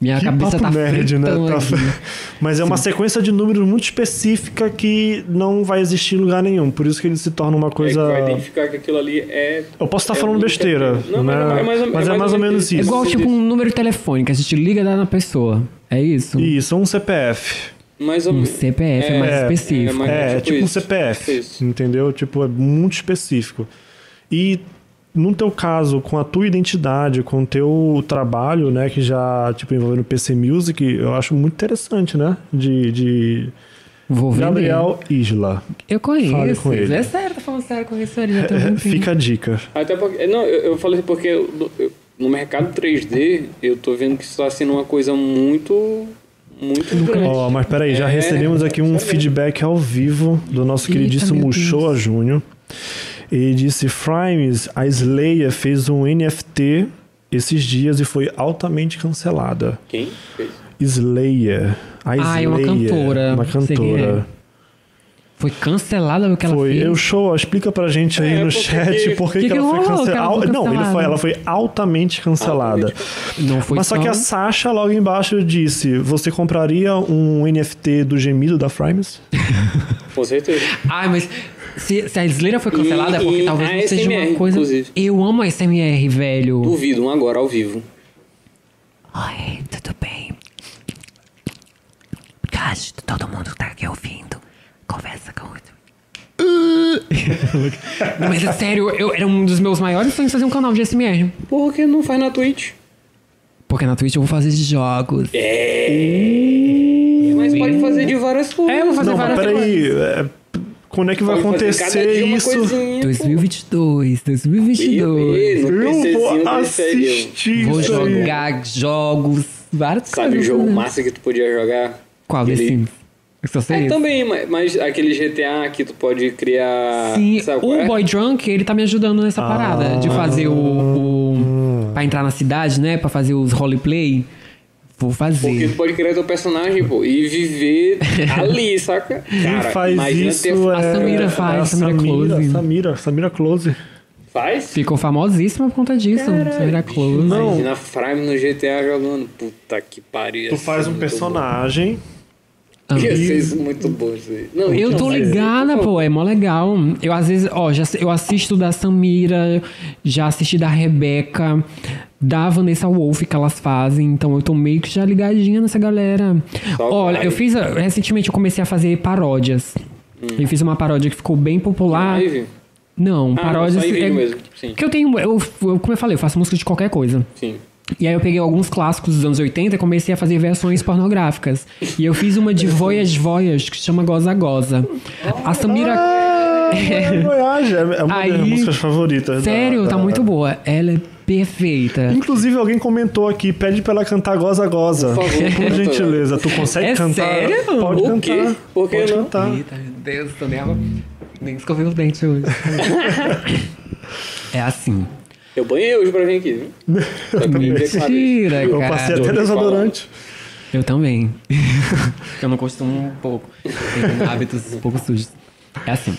Speaker 3: Minha
Speaker 1: que
Speaker 3: cabeça
Speaker 1: papo
Speaker 3: tá
Speaker 1: nerd, né?
Speaker 3: fritando
Speaker 1: Tá-
Speaker 3: aqui.
Speaker 1: Mas é uma sequência de números muito específica que não vai existir em lugar nenhum. Por isso que ele se torna uma coisa.
Speaker 2: É que vai identificar que aquilo ali é.
Speaker 1: Eu posso estar
Speaker 2: é
Speaker 1: falando
Speaker 2: única.
Speaker 1: besteira,
Speaker 2: Não,
Speaker 1: né?
Speaker 2: não, é mais ou-
Speaker 1: mas é mais ou menos
Speaker 3: É
Speaker 1: isso.
Speaker 3: igual, tipo, um número telefônico. A gente liga e dá na pessoa. É isso?
Speaker 1: Isso, um CPF.
Speaker 2: Mais ou
Speaker 3: Um
Speaker 2: menos.
Speaker 3: CPF é, mais
Speaker 1: É,
Speaker 3: específico.
Speaker 2: é mais-
Speaker 1: É, é tipo, um
Speaker 2: isso,
Speaker 1: CPF,
Speaker 2: tipo isso.
Speaker 1: entendeu? Tipo, é muito específico. E no teu caso, com a tua identidade, com o teu trabalho, né, que já, tipo, envolvendo PC Music, eu acho muito interessante, né? De, de
Speaker 3: Vou vender.
Speaker 1: Gabriel Isla.
Speaker 3: Eu
Speaker 1: Fale
Speaker 3: conheço.
Speaker 1: com ele.
Speaker 3: É sério, tá falando sério, conheço ele. Já tem um
Speaker 1: É,
Speaker 3: tempinho.
Speaker 1: fica a dica.
Speaker 2: Até porque. Não, eu, eu falei porque eu- eu- no mercado 3D, eu tô vendo que isso tá sendo uma coisa muito. Muito grande.
Speaker 1: Ó, mas peraí, já
Speaker 2: É,
Speaker 1: recebemos aqui um
Speaker 2: isso aí.
Speaker 1: feedback ao vivo do nosso
Speaker 3: Eita,
Speaker 1: queridíssimo
Speaker 3: meu Deus.
Speaker 1: Shoa Júnior. Ele disse: Frames, a Slayer fez um NFT esses dias e foi altamente cancelada.
Speaker 2: Quem fez?
Speaker 1: Slayer. A
Speaker 3: Ah, é uma
Speaker 1: Slayer,
Speaker 3: cantora.
Speaker 1: Uma
Speaker 3: Sei quem
Speaker 1: cantora.
Speaker 3: Foi cancelada o que ela
Speaker 1: Foi.
Speaker 3: fez.
Speaker 1: Eu show, explica pra gente aí
Speaker 2: É,
Speaker 1: no
Speaker 2: porque-
Speaker 1: chat por que,
Speaker 3: Que
Speaker 1: que, ela
Speaker 3: que
Speaker 1: foi
Speaker 3: rolou, que ela
Speaker 1: cancelada.
Speaker 3: foi
Speaker 1: Não, ele foi,
Speaker 3: cancelada?
Speaker 1: ela foi altamente cancelada.
Speaker 2: Altamente
Speaker 3: Não foi
Speaker 1: Mas só
Speaker 3: só
Speaker 1: que a Sasha logo embaixo disse: Você compraria um NFT do gemido da Frames?
Speaker 2: Com certeza.
Speaker 3: Ai, mas se, se a Slayer foi cancelada é
Speaker 2: E-
Speaker 3: porque
Speaker 2: e
Speaker 3: talvez
Speaker 2: a
Speaker 3: não seja uma
Speaker 2: ASMR,
Speaker 3: coisa...
Speaker 2: inclusive.
Speaker 3: Eu amo a SMR, velho.
Speaker 2: Duvido, um agora, ao vivo.
Speaker 4: Oi, tudo bem? Caixa, todo mundo tá aqui ouvindo. Conversa com o
Speaker 3: Não, mas é sério, eu, era um dos meus maiores sonhos fazer um canal de SMR.
Speaker 2: Por que não faz na Twitch?
Speaker 3: Porque na Twitch eu vou fazer de jogos. É,
Speaker 2: Mas pode fazer de várias coisas.
Speaker 3: É, eu vou fazer
Speaker 1: Não, mas
Speaker 3: várias
Speaker 1: peraí. é, quando é que vai
Speaker 2: Pode fazer cada
Speaker 1: acontecer
Speaker 2: dia uma
Speaker 1: isso?
Speaker 2: coisinha, pô.
Speaker 3: 2022,
Speaker 1: Eu
Speaker 2: Beleza, um
Speaker 3: 2022.
Speaker 2: PCzinho
Speaker 1: vou
Speaker 2: da série,
Speaker 1: assistir
Speaker 3: Vou
Speaker 1: isso aí.
Speaker 3: jogar jogos, várias
Speaker 2: Sabe o
Speaker 3: coisas.
Speaker 2: jogo
Speaker 3: né?
Speaker 2: massa que tu podia jogar?
Speaker 3: Qual The
Speaker 2: Ele-
Speaker 3: Sims? Só sei
Speaker 2: É,
Speaker 3: isso.
Speaker 2: também, ma- mas aquele GTA que tu pode criar.
Speaker 3: Sim,
Speaker 2: sabe qual
Speaker 3: o
Speaker 2: é? Ah.
Speaker 3: Boy Drunk, ele tá me ajudando nessa parada de fazer o, o. pra entrar na cidade, né? Pra fazer os roleplay. Vou
Speaker 2: Porque
Speaker 3: fazer.
Speaker 2: tu pode criar teu personagem, pô, e viver ali, saca?
Speaker 1: Quem
Speaker 2: Cara,
Speaker 1: faz
Speaker 2: imagina
Speaker 1: isso
Speaker 2: ter-
Speaker 1: é...
Speaker 3: a Samira faz,
Speaker 1: é a
Speaker 3: Samira Close.
Speaker 1: Samira, Samira Close.
Speaker 2: Faz?
Speaker 3: Ficou famosíssima por conta disso. é Samira Close.
Speaker 1: Não.
Speaker 2: Imagina a Frame no GTA jogando. Puta que pariu. ia
Speaker 1: Tu
Speaker 2: ser
Speaker 1: faz um
Speaker 2: muito
Speaker 1: personagem.
Speaker 3: Ah.
Speaker 2: bom. Ia ser muito bom isso aí. Não,
Speaker 3: Eu
Speaker 2: então,
Speaker 3: tô
Speaker 2: mas-
Speaker 3: ligada, pô, é mó legal. Eu às vezes, ó, já, eu assisto da Samira, já assisti da Rebeca, da Vanessa Wolff que elas fazem, então eu tô meio que já ligadinha nessa galera.
Speaker 2: Só
Speaker 3: Olha,
Speaker 2: vai.
Speaker 3: eu fiz, recentemente eu comecei a fazer paródias.
Speaker 2: Hum.
Speaker 3: Eu fiz uma paródia que ficou bem popular.
Speaker 2: tipo, Live?
Speaker 3: Não,
Speaker 2: Ah,
Speaker 3: paródias.
Speaker 2: só em vídeo
Speaker 3: é-
Speaker 2: mesmo. Sim,
Speaker 3: Que eu tenho, eu, eu- como eu falei, eu faço música de qualquer coisa.
Speaker 2: sim.
Speaker 3: E aí eu peguei alguns clássicos dos anos 80 e comecei a fazer versões pornográficas. E eu fiz uma de Voyage Voyage que se chama Goza Goza. A Samira.
Speaker 1: Ah, é. Voyage, é é uma
Speaker 3: Aí-
Speaker 1: das minhas músicas favoritas. da-
Speaker 3: Sério,
Speaker 1: da-
Speaker 3: tá muito boa. Ela é perfeita.
Speaker 1: Inclusive, alguém comentou aqui, pede pra ela cantar Goza Goza.
Speaker 2: Por favor,
Speaker 1: Por
Speaker 2: canta.
Speaker 1: gentileza, tu consegue
Speaker 3: É
Speaker 1: cantar?
Speaker 3: sério?
Speaker 1: Pode
Speaker 2: O
Speaker 1: cantar.
Speaker 2: quê? Por que
Speaker 1: Pode
Speaker 2: não?
Speaker 1: cantar.
Speaker 3: Eita, meu Deus, tô nela. Nem escovei os dentes hoje. é assim.
Speaker 2: Eu banhei hoje pra vir aqui, viu? Só que é eu lembrei que uma vez.
Speaker 3: Mentira,
Speaker 1: Eu
Speaker 3: cara.
Speaker 1: passei até
Speaker 2: Caralho.
Speaker 1: desodorante.
Speaker 3: Eu também. Porque eu não costumo um pouco. Tenho hábitos um pouco sujos. É assim.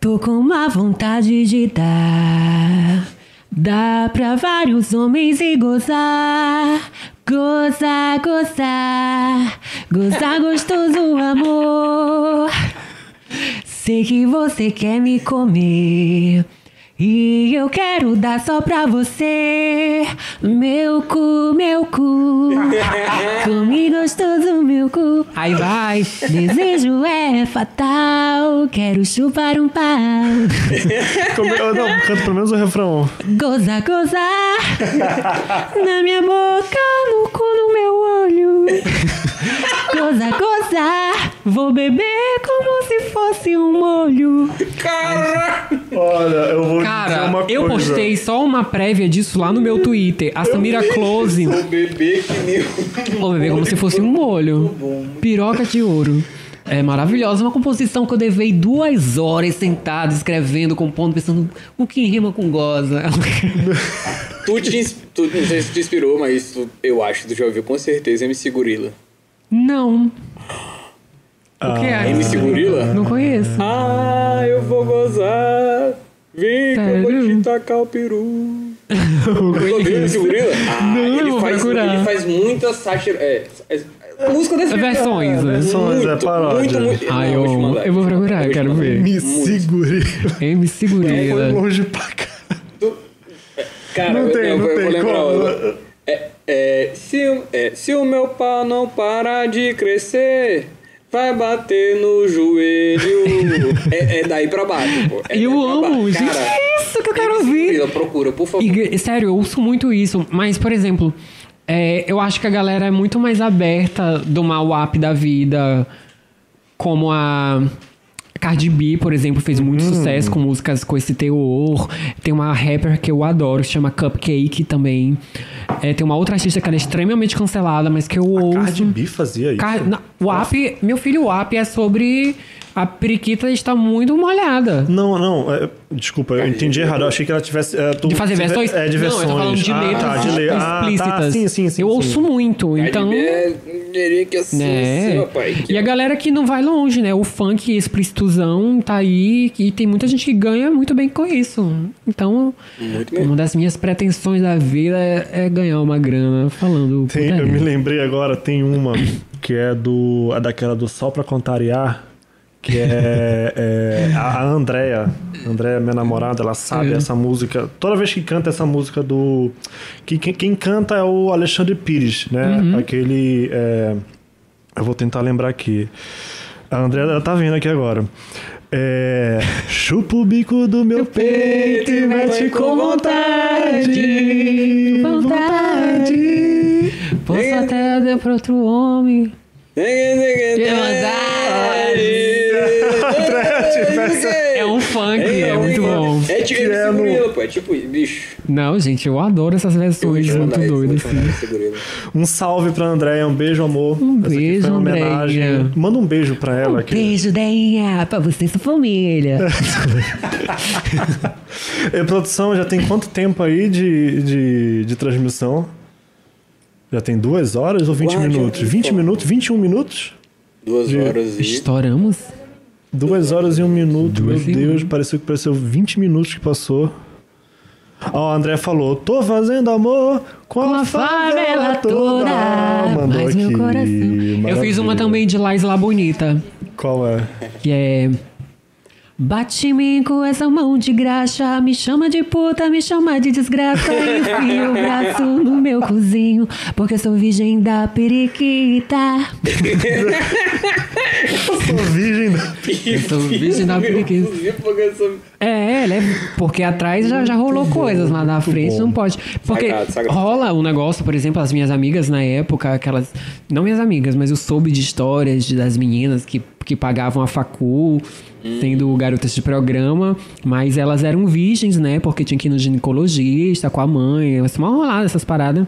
Speaker 3: Tô com uma vontade de dar. Dá pra vários homens e gozar. Gozar, gozar. Gozar gostoso, amor. Sei que você quer me comer. E eu quero dar só pra você. Meu cu, meu cu. Come gostoso, meu cu. Aí vai. Desejo é fatal. Quero chupar um pau.
Speaker 1: Como- eu Não, canta pelo menos o refrão.
Speaker 3: Goza, gozar. Na minha boca, no cu, no meu olho. Goza, gozar. Vou beber como se fosse um molho.
Speaker 1: Olha, eu vou dizer
Speaker 3: Cara,
Speaker 1: é uma coisa.
Speaker 3: eu postei só uma prévia disso lá no meu Twitter. A Samira Close.
Speaker 2: O bebê que me.
Speaker 3: Vou beber como se fosse um molho. Piroca de ouro. É maravilhosa, uma composição que eu devei duas horas sentado, escrevendo, compondo, pensando o que rima com goza.
Speaker 2: Tu te, ins- tu, não sei se te inspirou, mas tu- eu acho que tu já ouviu com certeza MC Gorila.
Speaker 3: Não. O que é?
Speaker 2: MC Gorila?
Speaker 3: Não conheço.
Speaker 2: Ah, eu vou gozar. Vem que eu vou te tacar o peru. Não ouviu MC Gorila? Ah,
Speaker 3: Não,
Speaker 2: ele,
Speaker 3: vou
Speaker 2: faz,
Speaker 3: procurar.
Speaker 2: ele faz muita sátira. É, é- é música desse
Speaker 3: Versões, né?
Speaker 1: Versões, é paródia.
Speaker 2: Muito, muito.
Speaker 3: Ah,
Speaker 2: Não,
Speaker 3: eu
Speaker 2: te
Speaker 3: amo.
Speaker 2: mandar,
Speaker 3: Eu vou
Speaker 2: te mandar,
Speaker 3: procurar,
Speaker 2: eu vou te
Speaker 3: quero
Speaker 2: mandar.
Speaker 3: ver.
Speaker 1: Me segurei.
Speaker 3: MC
Speaker 1: Foi
Speaker 3: Gorila.
Speaker 1: longe pra cá.
Speaker 2: Tu- é, Cara,
Speaker 1: Não
Speaker 2: eu-
Speaker 1: tem,
Speaker 2: eu,
Speaker 1: não
Speaker 2: eu
Speaker 1: tem
Speaker 2: vou lembrar
Speaker 1: como.
Speaker 2: outra. É, é, se, o- é, se o meu pau não parar de crescer, vai bater no joelho. é, é daí pra baixo, pô. É daí
Speaker 3: Eu
Speaker 2: pra
Speaker 3: amo,
Speaker 2: baixo.
Speaker 3: gente.
Speaker 2: Cara,
Speaker 3: É isso que eu quero
Speaker 2: Elis
Speaker 3: ouvir.
Speaker 2: Gorila, procura, por favor.
Speaker 3: E, sério, eu ouço muito isso, mas, por exemplo, é, eu acho que a galera é muito mais aberta do mal up da vida, como a Cardi B, por exemplo, fez
Speaker 1: Hum.
Speaker 3: muito sucesso com músicas com esse teor. Tem uma rapper que eu adoro, chama Cupcake também. É, tem uma outra artista que ela é extremamente cancelada, mas que eu ouço.
Speaker 1: Cardi B fazia isso.
Speaker 3: Car- na- o app, meu filho, o app é sobre a periquita está muito molhada.
Speaker 1: Não, não, é, desculpa, eu entendi errado. Eu achei que ela tivesse. é, tu-
Speaker 3: De fazer
Speaker 1: tiver-
Speaker 3: versões?
Speaker 1: É, de versões.
Speaker 3: Não, eu tô falando de
Speaker 1: Ah,
Speaker 3: letras
Speaker 1: tá, de le- ah, tá,
Speaker 3: explícitas.
Speaker 1: sim, sim, sim.
Speaker 3: Eu
Speaker 1: sim.
Speaker 3: ouço muito, então...
Speaker 2: Aí, é, diria que assim,
Speaker 3: né?
Speaker 2: assim, rapaz, que-
Speaker 3: e a galera que um não vai longe, né? O funk explicituzão tá aí e tem muita gente que ganha muito bem com isso. Então,
Speaker 2: Muito bem.
Speaker 3: uma das minhas pretensões da vida é, é ganhar uma grana falando. né?
Speaker 1: Tem-
Speaker 3: putaria.
Speaker 1: eu me lembrei agora, tem uma que é do. A daquela do Sol pra Contrariar, que é. é, a, a Andrea. Andrea, minha namorada, ela sabe
Speaker 3: É.
Speaker 1: essa música. Toda vez que canta essa música do. Que, quem, quem canta é o Alexandre Pires, né? Aquele. é, eu vou tentar lembrar aqui. A Andrea ela tá vindo aqui agora. É, Chupa o bico do meu peito e mete com vontade.
Speaker 3: Vontade. Posso até dar pra outro homem.
Speaker 2: Que
Speaker 3: Que vontade.
Speaker 2: vontade.
Speaker 3: É um funk, é muito bom.
Speaker 2: É tipo
Speaker 1: Que
Speaker 2: MC
Speaker 1: é no-
Speaker 2: Gorila, pô. É tipo, bicho.
Speaker 3: Não, gente, eu adoro essas
Speaker 2: Eu vou
Speaker 3: versões
Speaker 2: te
Speaker 3: muito
Speaker 2: mandar isso, vou
Speaker 3: doidas.
Speaker 2: te mandar esse gorila.
Speaker 1: Um salve pra Andréia, um beijo, amor.
Speaker 3: Um
Speaker 1: Essa aqui
Speaker 3: beijo,
Speaker 1: foi uma homenagem.
Speaker 3: Andréia.
Speaker 1: Manda um beijo pra ela aqui.
Speaker 4: Beijo, Deinha, pra você e sua família.
Speaker 1: E, Eh, produção, já tem quanto tempo aí de, de, de transmissão? Já tem duas horas ou 20
Speaker 2: Uau, já
Speaker 1: minutos?
Speaker 2: tem
Speaker 1: 20
Speaker 2: pouco.
Speaker 1: minutos? 21 minutos?
Speaker 2: Duas horas e.
Speaker 3: Estouramos?
Speaker 1: Duas horas e um minuto,
Speaker 3: Duas
Speaker 1: meu
Speaker 3: e
Speaker 1: Deus, pareceu que pareceu 20 minutos que passou. Ó, o André falou, tô fazendo amor com, a, favela toda. Mandou
Speaker 3: Mas meu
Speaker 1: aqui,
Speaker 3: coração. Eu fiz uma
Speaker 1: maravilha.
Speaker 3: também de Lais Lá Bonita,
Speaker 1: Qual é?
Speaker 3: que é.
Speaker 4: Bate-me com essa mão de graxa, me chama de puta, me chama de desgraça. Enfia o braço no meu cozinho, porque eu sou virgem da periquita.
Speaker 1: Eu sou virgem. da-
Speaker 2: Eu
Speaker 3: sou virgem da preguiça. É, ela é. Porque atrás já, já rolou coisas lá na frente,
Speaker 1: bom.
Speaker 3: não pode. Porque
Speaker 2: Sagrado, sagrado.
Speaker 3: rola um negócio, por exemplo, as minhas amigas na época, aquelas. Não minhas amigas, mas eu soube de histórias de- das meninas que, que pagavam a facul, sendo garotas de programa, mas elas eram virgens, né? Porque tinha que ir no ginecologista com a mãe, assim, uma rolada essas paradas.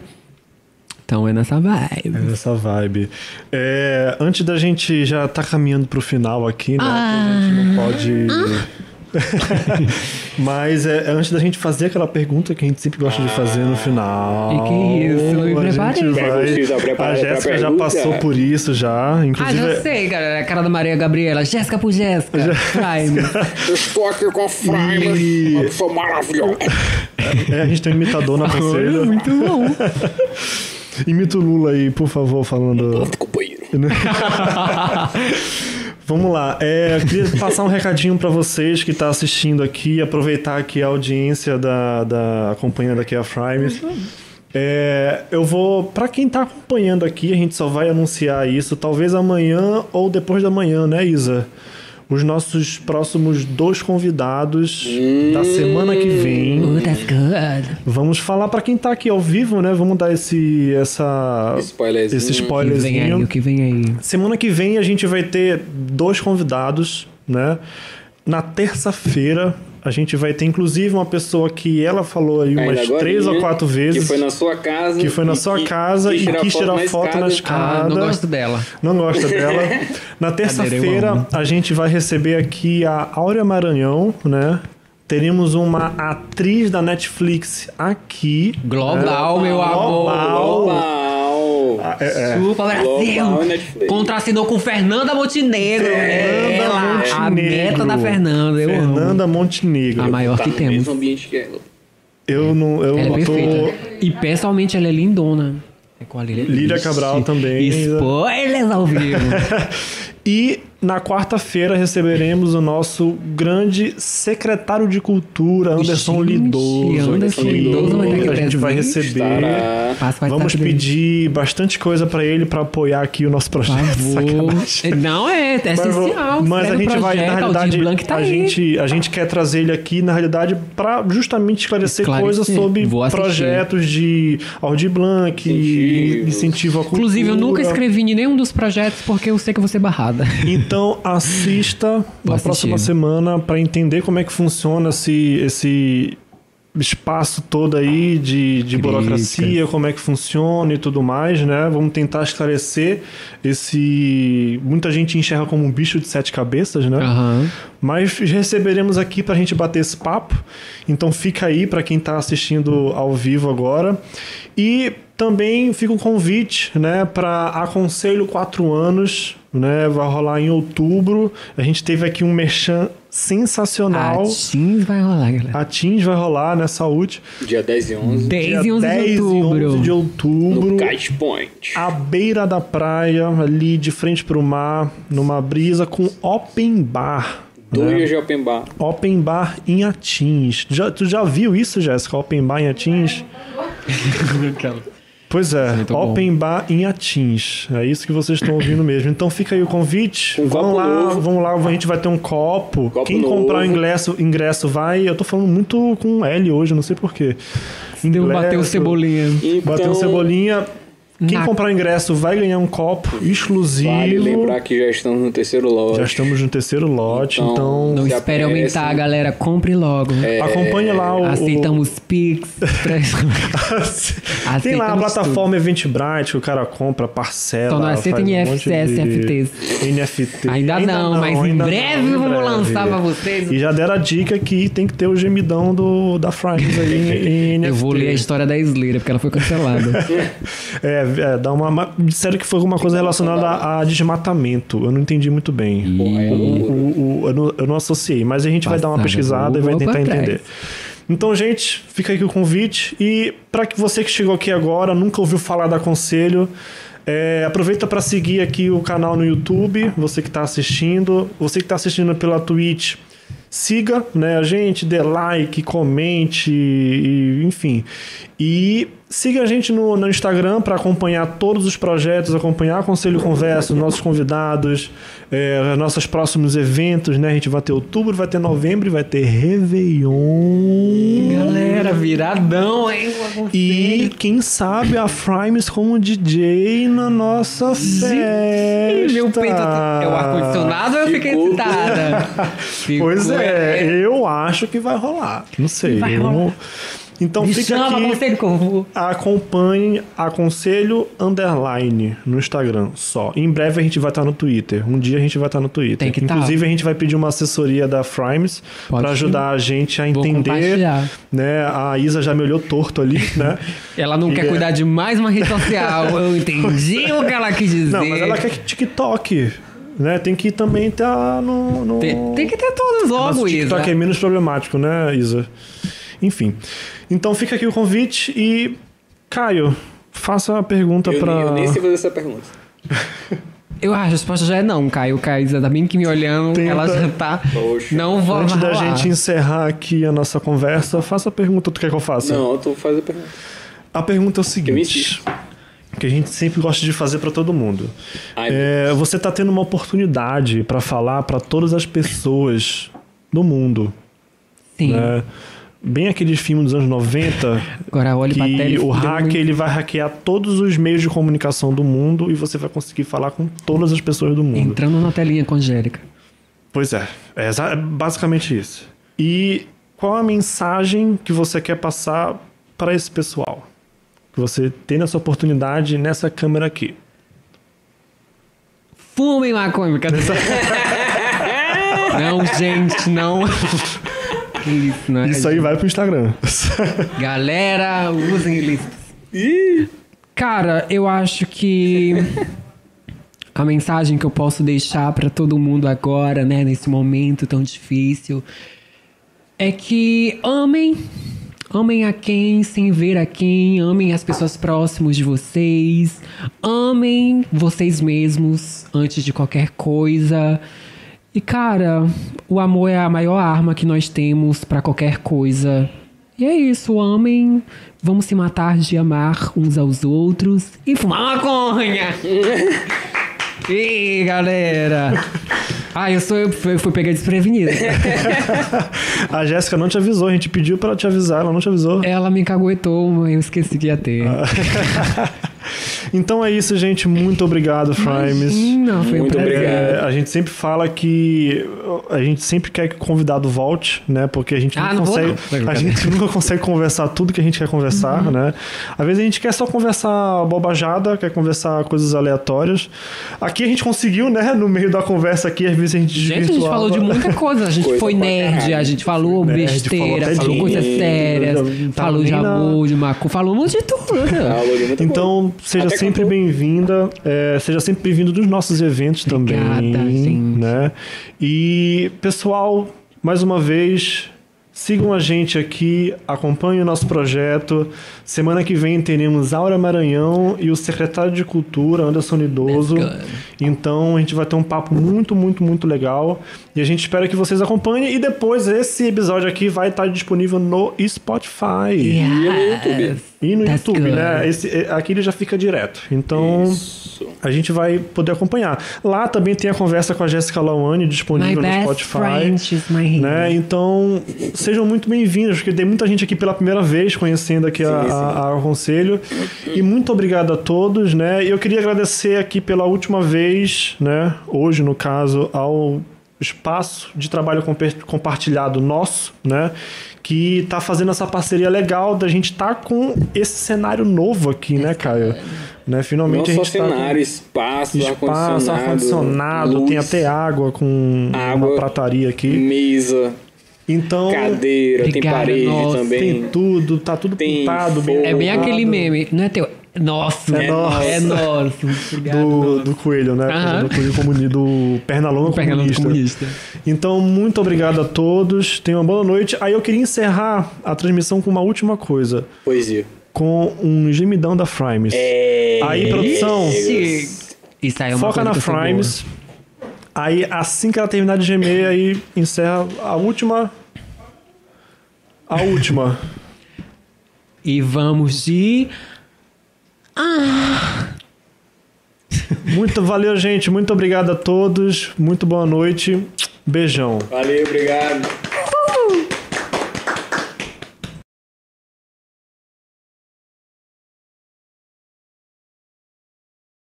Speaker 3: Então é nessa vibe.
Speaker 1: É Essa vibe. É, antes da gente já tá caminhando pro final aqui, né?
Speaker 3: Ah.
Speaker 1: A gente não pode. Mas é, antes da gente fazer aquela pergunta que a gente sempre gosta de fazer no final.
Speaker 3: E que isso, me
Speaker 1: a gente
Speaker 3: preparei.
Speaker 2: Precisa
Speaker 1: vai.
Speaker 2: preparar
Speaker 1: A
Speaker 2: pra
Speaker 1: Jéssica já
Speaker 2: pergunta.
Speaker 1: passou por isso já.
Speaker 3: Ah,
Speaker 1: Inclusive, é,
Speaker 3: já sei, cara. A cara da Maria Gabriela. Jéssica por Jéssica. Prime.
Speaker 2: Eu estou aqui com a Fraimas,
Speaker 1: E-
Speaker 2: uma pessoa maravilhosa.
Speaker 1: é, a gente tem um imitador na
Speaker 3: Olha,
Speaker 1: pulseira.
Speaker 3: Muito bom.
Speaker 1: Imita o Lula aí, por favor, falando.
Speaker 2: companheiro.
Speaker 1: Vamos lá. É, eu queria passar um recadinho para vocês que está assistindo aqui, aproveitar aqui a audiência da, da companhia daqui a Frimes. É, eu vou. Para quem tá acompanhando aqui, a gente só vai anunciar isso talvez amanhã ou depois da manhã, né, Isa? Os nossos próximos dois convidados da semana que vem.
Speaker 4: Oh, that's good.
Speaker 1: Vamos falar para quem tá aqui ao vivo, né? Vamos dar esse essa
Speaker 2: Spoilerzinho.
Speaker 1: esse
Speaker 3: O que vem
Speaker 1: spoilerzinho.
Speaker 3: aí, o que vem aí.
Speaker 1: Semana que vem a gente vai ter dois convidados, né? Na terça-feira a gente vai ter inclusive uma pessoa que ela falou aí umas
Speaker 2: Ainda
Speaker 1: três
Speaker 2: agorinha,
Speaker 1: ou quatro vezes
Speaker 2: Uhum. Que foi na sua casa.
Speaker 1: que foi na
Speaker 2: e
Speaker 1: sua casa e quis tirar foto na escada.
Speaker 3: Ah, não gosto dela.
Speaker 1: Não gosta dela. Na
Speaker 3: Cadeira, eu
Speaker 1: terça-feira
Speaker 3: amo.
Speaker 1: a gente vai receber aqui a Áurea Maranhão, né? Teremos uma atriz da Netflix aqui. né?
Speaker 3: Global,
Speaker 2: É.
Speaker 3: meu amor.
Speaker 2: Global.
Speaker 1: É, é.
Speaker 3: Chupa, Brasil.
Speaker 2: Global é Netflix.
Speaker 3: Contrassinou com Fernanda Montenegro.
Speaker 1: Fernanda
Speaker 3: ela, a
Speaker 1: Montenegro.
Speaker 3: meta da Fernanda. Eu amo. Ah,
Speaker 1: Fernanda Montenegro.
Speaker 3: A maior
Speaker 2: Tá
Speaker 3: que
Speaker 2: no
Speaker 3: temos.
Speaker 2: mesmo ambiente que ela.
Speaker 1: Eu não. Eu
Speaker 3: Ela é
Speaker 1: tô.
Speaker 3: perfeita. E pessoalmente ela é lindona. É com a Lília,
Speaker 1: Lília
Speaker 3: Ixi.
Speaker 1: Cabral também.
Speaker 3: Spoilers ao vivo.
Speaker 1: E na quarta-feira receberemos o nosso grande secretário de cultura, Anderson
Speaker 3: Gente,
Speaker 1: Lidoso.
Speaker 3: Anderson
Speaker 1: aqui.
Speaker 3: Lidoso vai estar aqui
Speaker 1: A gente vai
Speaker 3: presente.
Speaker 1: receber.
Speaker 2: Estará.
Speaker 3: Passa, vai
Speaker 1: Vamos
Speaker 3: estar presente.
Speaker 1: pedir bastante coisa pra ele pra apoiar aqui o nosso
Speaker 3: Por
Speaker 1: projeto.
Speaker 3: favor.
Speaker 1: Sacanagem.
Speaker 3: Não, é, é essencial.
Speaker 1: mas a
Speaker 3: Escreve o
Speaker 1: gente vai, na
Speaker 3: projeto, Aldir
Speaker 1: realidade,
Speaker 3: Blanc tá
Speaker 1: a,
Speaker 3: aí.
Speaker 1: gente, a gente quer trazer ele aqui, na realidade, pra justamente esclarecer
Speaker 3: Esclarecer.
Speaker 1: coisas sobre
Speaker 3: Vou assistir.
Speaker 1: projetos de Aldir Blanc,
Speaker 2: Incentivos.
Speaker 1: incentivo à cultura.
Speaker 3: Inclusive, eu nunca escrevi em nenhum dos projetos porque eu sei que eu vou ser barrada.
Speaker 1: Então assista na
Speaker 3: assistir.
Speaker 1: próxima semana para entender como é que funciona esse, esse espaço todo aí de, de burocracia, como é que funciona e tudo mais, né? Vamos tentar esclarecer esse. Muita gente enxerga como um bicho de sete cabeças, né?
Speaker 3: Aham.
Speaker 1: Mas receberemos aqui pra gente bater esse papo. Então fica aí pra quem tá assistindo ao vivo agora. E também fica o convite, né, para Aconselho 4 anos, né, vai rolar em outubro. A gente teve aqui um merchan sensacional.
Speaker 3: A Teams Assim vai rolar, galera.
Speaker 1: A Teams vai rolar, né, saúde.
Speaker 2: Dia 10 e 11.
Speaker 3: 10
Speaker 1: Assim, Dia
Speaker 3: e 11
Speaker 1: 10
Speaker 3: de
Speaker 1: e
Speaker 3: outubro.
Speaker 1: 11 de outubro
Speaker 2: No Kite
Speaker 3: Ah,
Speaker 2: Point.
Speaker 1: à beira da praia, ali de frente pro mar, numa brisa com open bar. né?
Speaker 2: Dois de Open Bar.
Speaker 1: Open Bar em Atins. Já, tu já viu isso, Jéssica? Open Bar em Atins? Pois é,
Speaker 3: Muito tá bom.
Speaker 1: Open Bar em Atins. É isso que vocês estão ouvindo mesmo. Então fica aí o convite.
Speaker 2: Um
Speaker 1: vamos
Speaker 2: copo
Speaker 1: lá,
Speaker 2: novo.
Speaker 1: vamos lá, a gente vai ter um copo.
Speaker 2: Copo
Speaker 1: Quem comprar o
Speaker 2: novo.
Speaker 1: ingresso, ingresso vai. Eu tô falando muito com L hoje, não sei porquê.
Speaker 3: Deu bater o um cebolinha.
Speaker 1: Bateu
Speaker 2: Então,
Speaker 1: cebolinha. Quem
Speaker 3: Na-
Speaker 1: comprar o ingresso vai ganhar um copo exclusivo.
Speaker 2: Vale lembrar que já estamos no terceiro lote.
Speaker 1: Já estamos no terceiro lote,
Speaker 2: Então, é,
Speaker 1: então,
Speaker 3: Não
Speaker 2: Se
Speaker 3: espere
Speaker 2: aparece-
Speaker 3: aumentar, galera. Compre logo.
Speaker 1: É. acompanhe lá o.
Speaker 3: Aceitamos Pix. pra-
Speaker 1: o... Tem lá a
Speaker 3: Aceitamos
Speaker 1: plataforma Eventbrite que o cara compra, parcela.
Speaker 3: Só não aceita
Speaker 1: faz
Speaker 3: em
Speaker 1: um monte
Speaker 3: FCS,
Speaker 1: de...
Speaker 3: FTs.
Speaker 1: NFT.
Speaker 3: Ainda não, mas em
Speaker 1: ainda
Speaker 3: breve
Speaker 1: em
Speaker 3: vamos
Speaker 1: breve.
Speaker 3: lançar pra vocês.
Speaker 1: E já deram a dica que tem que ter o gemidão do, da Frames aí em, em NFT.
Speaker 3: Eu vou ler a história da Isleira, porque ela foi cancelada.
Speaker 1: É, é, dá uma. ma- Disseram que foi alguma coisa relacionada a, a desmatamento. Eu não entendi muito bem.
Speaker 2: Porra, é loucura.
Speaker 1: O- o- eu, não, eu não associei, mas a gente vai dar uma
Speaker 3: Passada,
Speaker 1: pesquisada e vai
Speaker 3: vou
Speaker 1: tentar
Speaker 3: pra trás.
Speaker 1: entender. Então, gente, fica aqui o convite. E para que você que chegou aqui agora, nunca ouviu falar da Conselho, é, aproveita para seguir aqui o canal no YouTube, você que está assistindo, você que está assistindo pela Twitch. Siga né, a gente, dê like, comente, e- enfim. E siga a gente no, no Instagram para acompanhar todos os projetos, acompanhar o Conselho Converso, nossos convidados, é, nossos próximos eventos, né? A gente vai ter outubro, vai ter novembro e vai ter Réveillon.
Speaker 3: galera, viradão, hein?
Speaker 1: E quem sabe a Frimes como DJ na nossa festa.
Speaker 3: Ih, Meu peito até- é o ar-condicionado eu fiquei
Speaker 2: Ficou-
Speaker 3: excitada.
Speaker 1: Pois
Speaker 3: Ficou-
Speaker 1: é, eu acho que vai rolar. Não sei.
Speaker 3: Vai
Speaker 1: eu
Speaker 3: rolar.
Speaker 1: não- Então
Speaker 3: Me
Speaker 1: fica
Speaker 3: chama,
Speaker 1: aqui.
Speaker 3: conselho que eu vou.
Speaker 1: Acompanhe Aconselho Underline no Instagram só. Em breve a gente vai estar no Twitter. Um dia a gente vai estar no Twitter.
Speaker 3: Tem que tá.
Speaker 1: Inclusive a gente vai pedir uma assessoria da Frimes
Speaker 3: Pode
Speaker 1: para ajudar a gente a
Speaker 3: Vou
Speaker 1: entender.
Speaker 3: compartilhar.
Speaker 1: Né? A Isa já me olhou torto ali, né?
Speaker 3: Ela não quer
Speaker 1: E-
Speaker 3: cuidar de mais uma rede social. Eu entendi o que ela quis dizer.
Speaker 1: Não, mas ela quer que TikTok, né? Tem que também estar no, no-
Speaker 3: Tem, tem que ter todas
Speaker 1: Mas
Speaker 3: logo,
Speaker 1: o
Speaker 3: Isa.
Speaker 1: TikTok é menos problemático, né, Isa? Enfim. Então fica aqui o convite e Caio, faça a pergunta
Speaker 2: Eu,
Speaker 1: para
Speaker 2: nem, eu nem sei fazer essa pergunta.
Speaker 3: Eu acho, a resposta já é não, Caio. Caio, Isa, tá bem que me olhando,
Speaker 1: Tenta.
Speaker 3: ela já tá.
Speaker 2: Poxa.
Speaker 3: Não vou
Speaker 1: Antes da
Speaker 3: rolar.
Speaker 1: gente encerrar aqui a nossa conversa, faça a pergunta tu quer que eu faça.
Speaker 2: Não, eu tô fazendo a pergunta.
Speaker 1: A pergunta é o
Speaker 2: Eu
Speaker 1: seguinte,
Speaker 2: insisto.
Speaker 1: que a gente sempre gosta de fazer pra todo mundo.
Speaker 2: Ai,
Speaker 1: É, você tá tendo uma oportunidade pra falar pra todas as pessoas do mundo,
Speaker 3: Sim.
Speaker 1: né? Bem aqueles filmes dos anos 90
Speaker 3: Agora olha pra tela. e
Speaker 1: que o
Speaker 3: deu
Speaker 1: hack
Speaker 3: muito-
Speaker 1: ele vai hackear todos os meios de comunicação do mundo e você vai conseguir falar com todas as pessoas do mundo.
Speaker 3: Entrando na telinha com Angélica.
Speaker 1: Pois é, é exa- é basicamente isso. E qual a mensagem que você quer passar para esse pessoal? Que você tem nessa oportunidade nessa câmera aqui.
Speaker 3: Fumem maconha. cadê? não, gente, não. Que isso, né?
Speaker 1: Isso aí vai pro Instagram.
Speaker 3: Galera, usem ilícitos. Cara, eu acho que a mensagem que eu posso deixar pra todo mundo agora, né, nesse momento tão difícil, é que amem, amem a quem, sem ver a quem, amem as pessoas próximas de vocês, amem vocês mesmos antes de qualquer coisa. E cara, o amor é a maior arma que nós temos pra qualquer coisa. E é isso, amem, vamos se matar de amar uns aos outros e fumar maconha. Ei, galera. Ah, eu sou eu fui, fui pegar desprevenida.
Speaker 1: a Jéssica não te avisou, a gente pediu para te avisar, ela não te avisou.
Speaker 3: Ela me caguetou, mas eu esqueci que ia ter.
Speaker 1: Ah, Então é isso, gente. Muito obrigado, Frimes.
Speaker 3: Não, foi um
Speaker 2: Muito
Speaker 3: prazer.
Speaker 1: É,
Speaker 2: Obrigado.
Speaker 1: a gente sempre fala que a gente sempre quer que o convidado volte, né? Porque a gente
Speaker 3: Ah,
Speaker 1: nunca
Speaker 3: não Uhum. vou,
Speaker 1: consegue,
Speaker 3: não.
Speaker 1: a gente nunca consegue conversar tudo que a gente quer conversar, né? Às vezes a gente quer só conversar bobajada, quer conversar coisas aleatórias. Aqui a gente conseguiu, né? No meio da conversa aqui, às vezes a gente
Speaker 3: Gente, a gente
Speaker 1: desvirtuava.
Speaker 3: falou de muita coisa. A gente
Speaker 2: Coisa
Speaker 3: foi
Speaker 2: pra
Speaker 3: nerd,
Speaker 2: caralho.
Speaker 3: a gente falou
Speaker 1: Nerd,
Speaker 3: besteira,
Speaker 1: falou
Speaker 3: falou,
Speaker 1: até de-
Speaker 3: coisas sérias,
Speaker 1: Não tava
Speaker 3: falou de
Speaker 1: nem na-
Speaker 3: amor, de macu, falou um monte de tudo.
Speaker 2: Alô, tá, de muita coisa.
Speaker 1: Então, seja
Speaker 2: Até
Speaker 1: sempre
Speaker 2: cantou.
Speaker 1: bem-vinda, é, seja sempre bem-vindo dos nossos eventos
Speaker 3: Obrigada,
Speaker 1: também,
Speaker 3: gente.
Speaker 1: né? E pessoal, mais uma vez, sigam a gente aqui, acompanhem o nosso projeto. Semana que vem teremos Aura Maranhão e o secretário de Cultura, Anderson Idoso.
Speaker 3: Let's go.
Speaker 1: Então a gente vai ter um papo muito, muito, muito legal. E a gente espera que vocês acompanhem. E depois esse episódio aqui vai estar disponível no Spotify.
Speaker 2: E no YouTube.
Speaker 1: E no
Speaker 3: That's
Speaker 1: YouTube,
Speaker 3: good.
Speaker 1: né? Esse, é, aqui ele já fica direto. Então,
Speaker 2: Isso.
Speaker 1: a gente vai poder acompanhar. Lá também tem a conversa com a Jéssica Lawane
Speaker 4: My
Speaker 1: disponível no
Speaker 4: best
Speaker 1: Spotify.
Speaker 4: friend is my hero.
Speaker 1: Né? Então, sejam muito bem-vindos, porque tem muita gente aqui pela primeira vez conhecendo aqui a,
Speaker 2: Sim, sim.
Speaker 1: a- a- o Conselho. E muito obrigado a todos, né? E eu queria agradecer aqui pela última vez, né? Hoje, no caso, ao espaço de trabalho compe- compartilhado nosso, né? Que tá fazendo essa parceria legal da gente tá com esse cenário novo aqui, né, Caio? Né? Finalmente
Speaker 2: Não
Speaker 1: a
Speaker 2: só
Speaker 1: gente tá com
Speaker 2: cenário, espaço,
Speaker 1: espaço,
Speaker 2: ar-condicionado.
Speaker 1: ar-condicionado,
Speaker 2: luz,
Speaker 1: tem até água com uma
Speaker 2: Água.
Speaker 1: prataria aqui.
Speaker 2: Mesa,
Speaker 1: Então,
Speaker 2: cadeira, tem
Speaker 3: Obrigado,
Speaker 2: parede
Speaker 3: nossa,
Speaker 1: tem
Speaker 2: também.
Speaker 1: tudo, tá tudo
Speaker 2: Tem
Speaker 1: pintado,
Speaker 2: fogo.
Speaker 1: bem
Speaker 3: É bem
Speaker 1: arrumado.
Speaker 3: aquele meme. Não é teu. É nosso.
Speaker 1: É nosso.
Speaker 3: É nosso. Obrigado.
Speaker 1: Do,
Speaker 3: nosso.
Speaker 1: do coelho, né?
Speaker 3: Aham.
Speaker 1: Do coelho comuni, do Pernalonga
Speaker 3: Pega no
Speaker 1: comunista.
Speaker 3: comunista.
Speaker 1: Então, muito obrigado a todos. Tenham uma boa noite. Aí eu queria encerrar a transmissão com uma última coisa.
Speaker 2: Poesia.
Speaker 1: Com um gemidão da Frimes.
Speaker 2: É,
Speaker 1: Aí, produção,
Speaker 3: Esse- Isso aí é uma
Speaker 1: foca
Speaker 3: coisa
Speaker 1: na
Speaker 3: que eu sou boa.
Speaker 1: Frimes. Aí, assim que ela terminar de gemer, aí encerra a última... A última.
Speaker 3: E vamos de.
Speaker 1: Muito valeu, gente. Muito obrigado a todos. Muito boa noite. Beijão.
Speaker 2: Valeu, obrigado.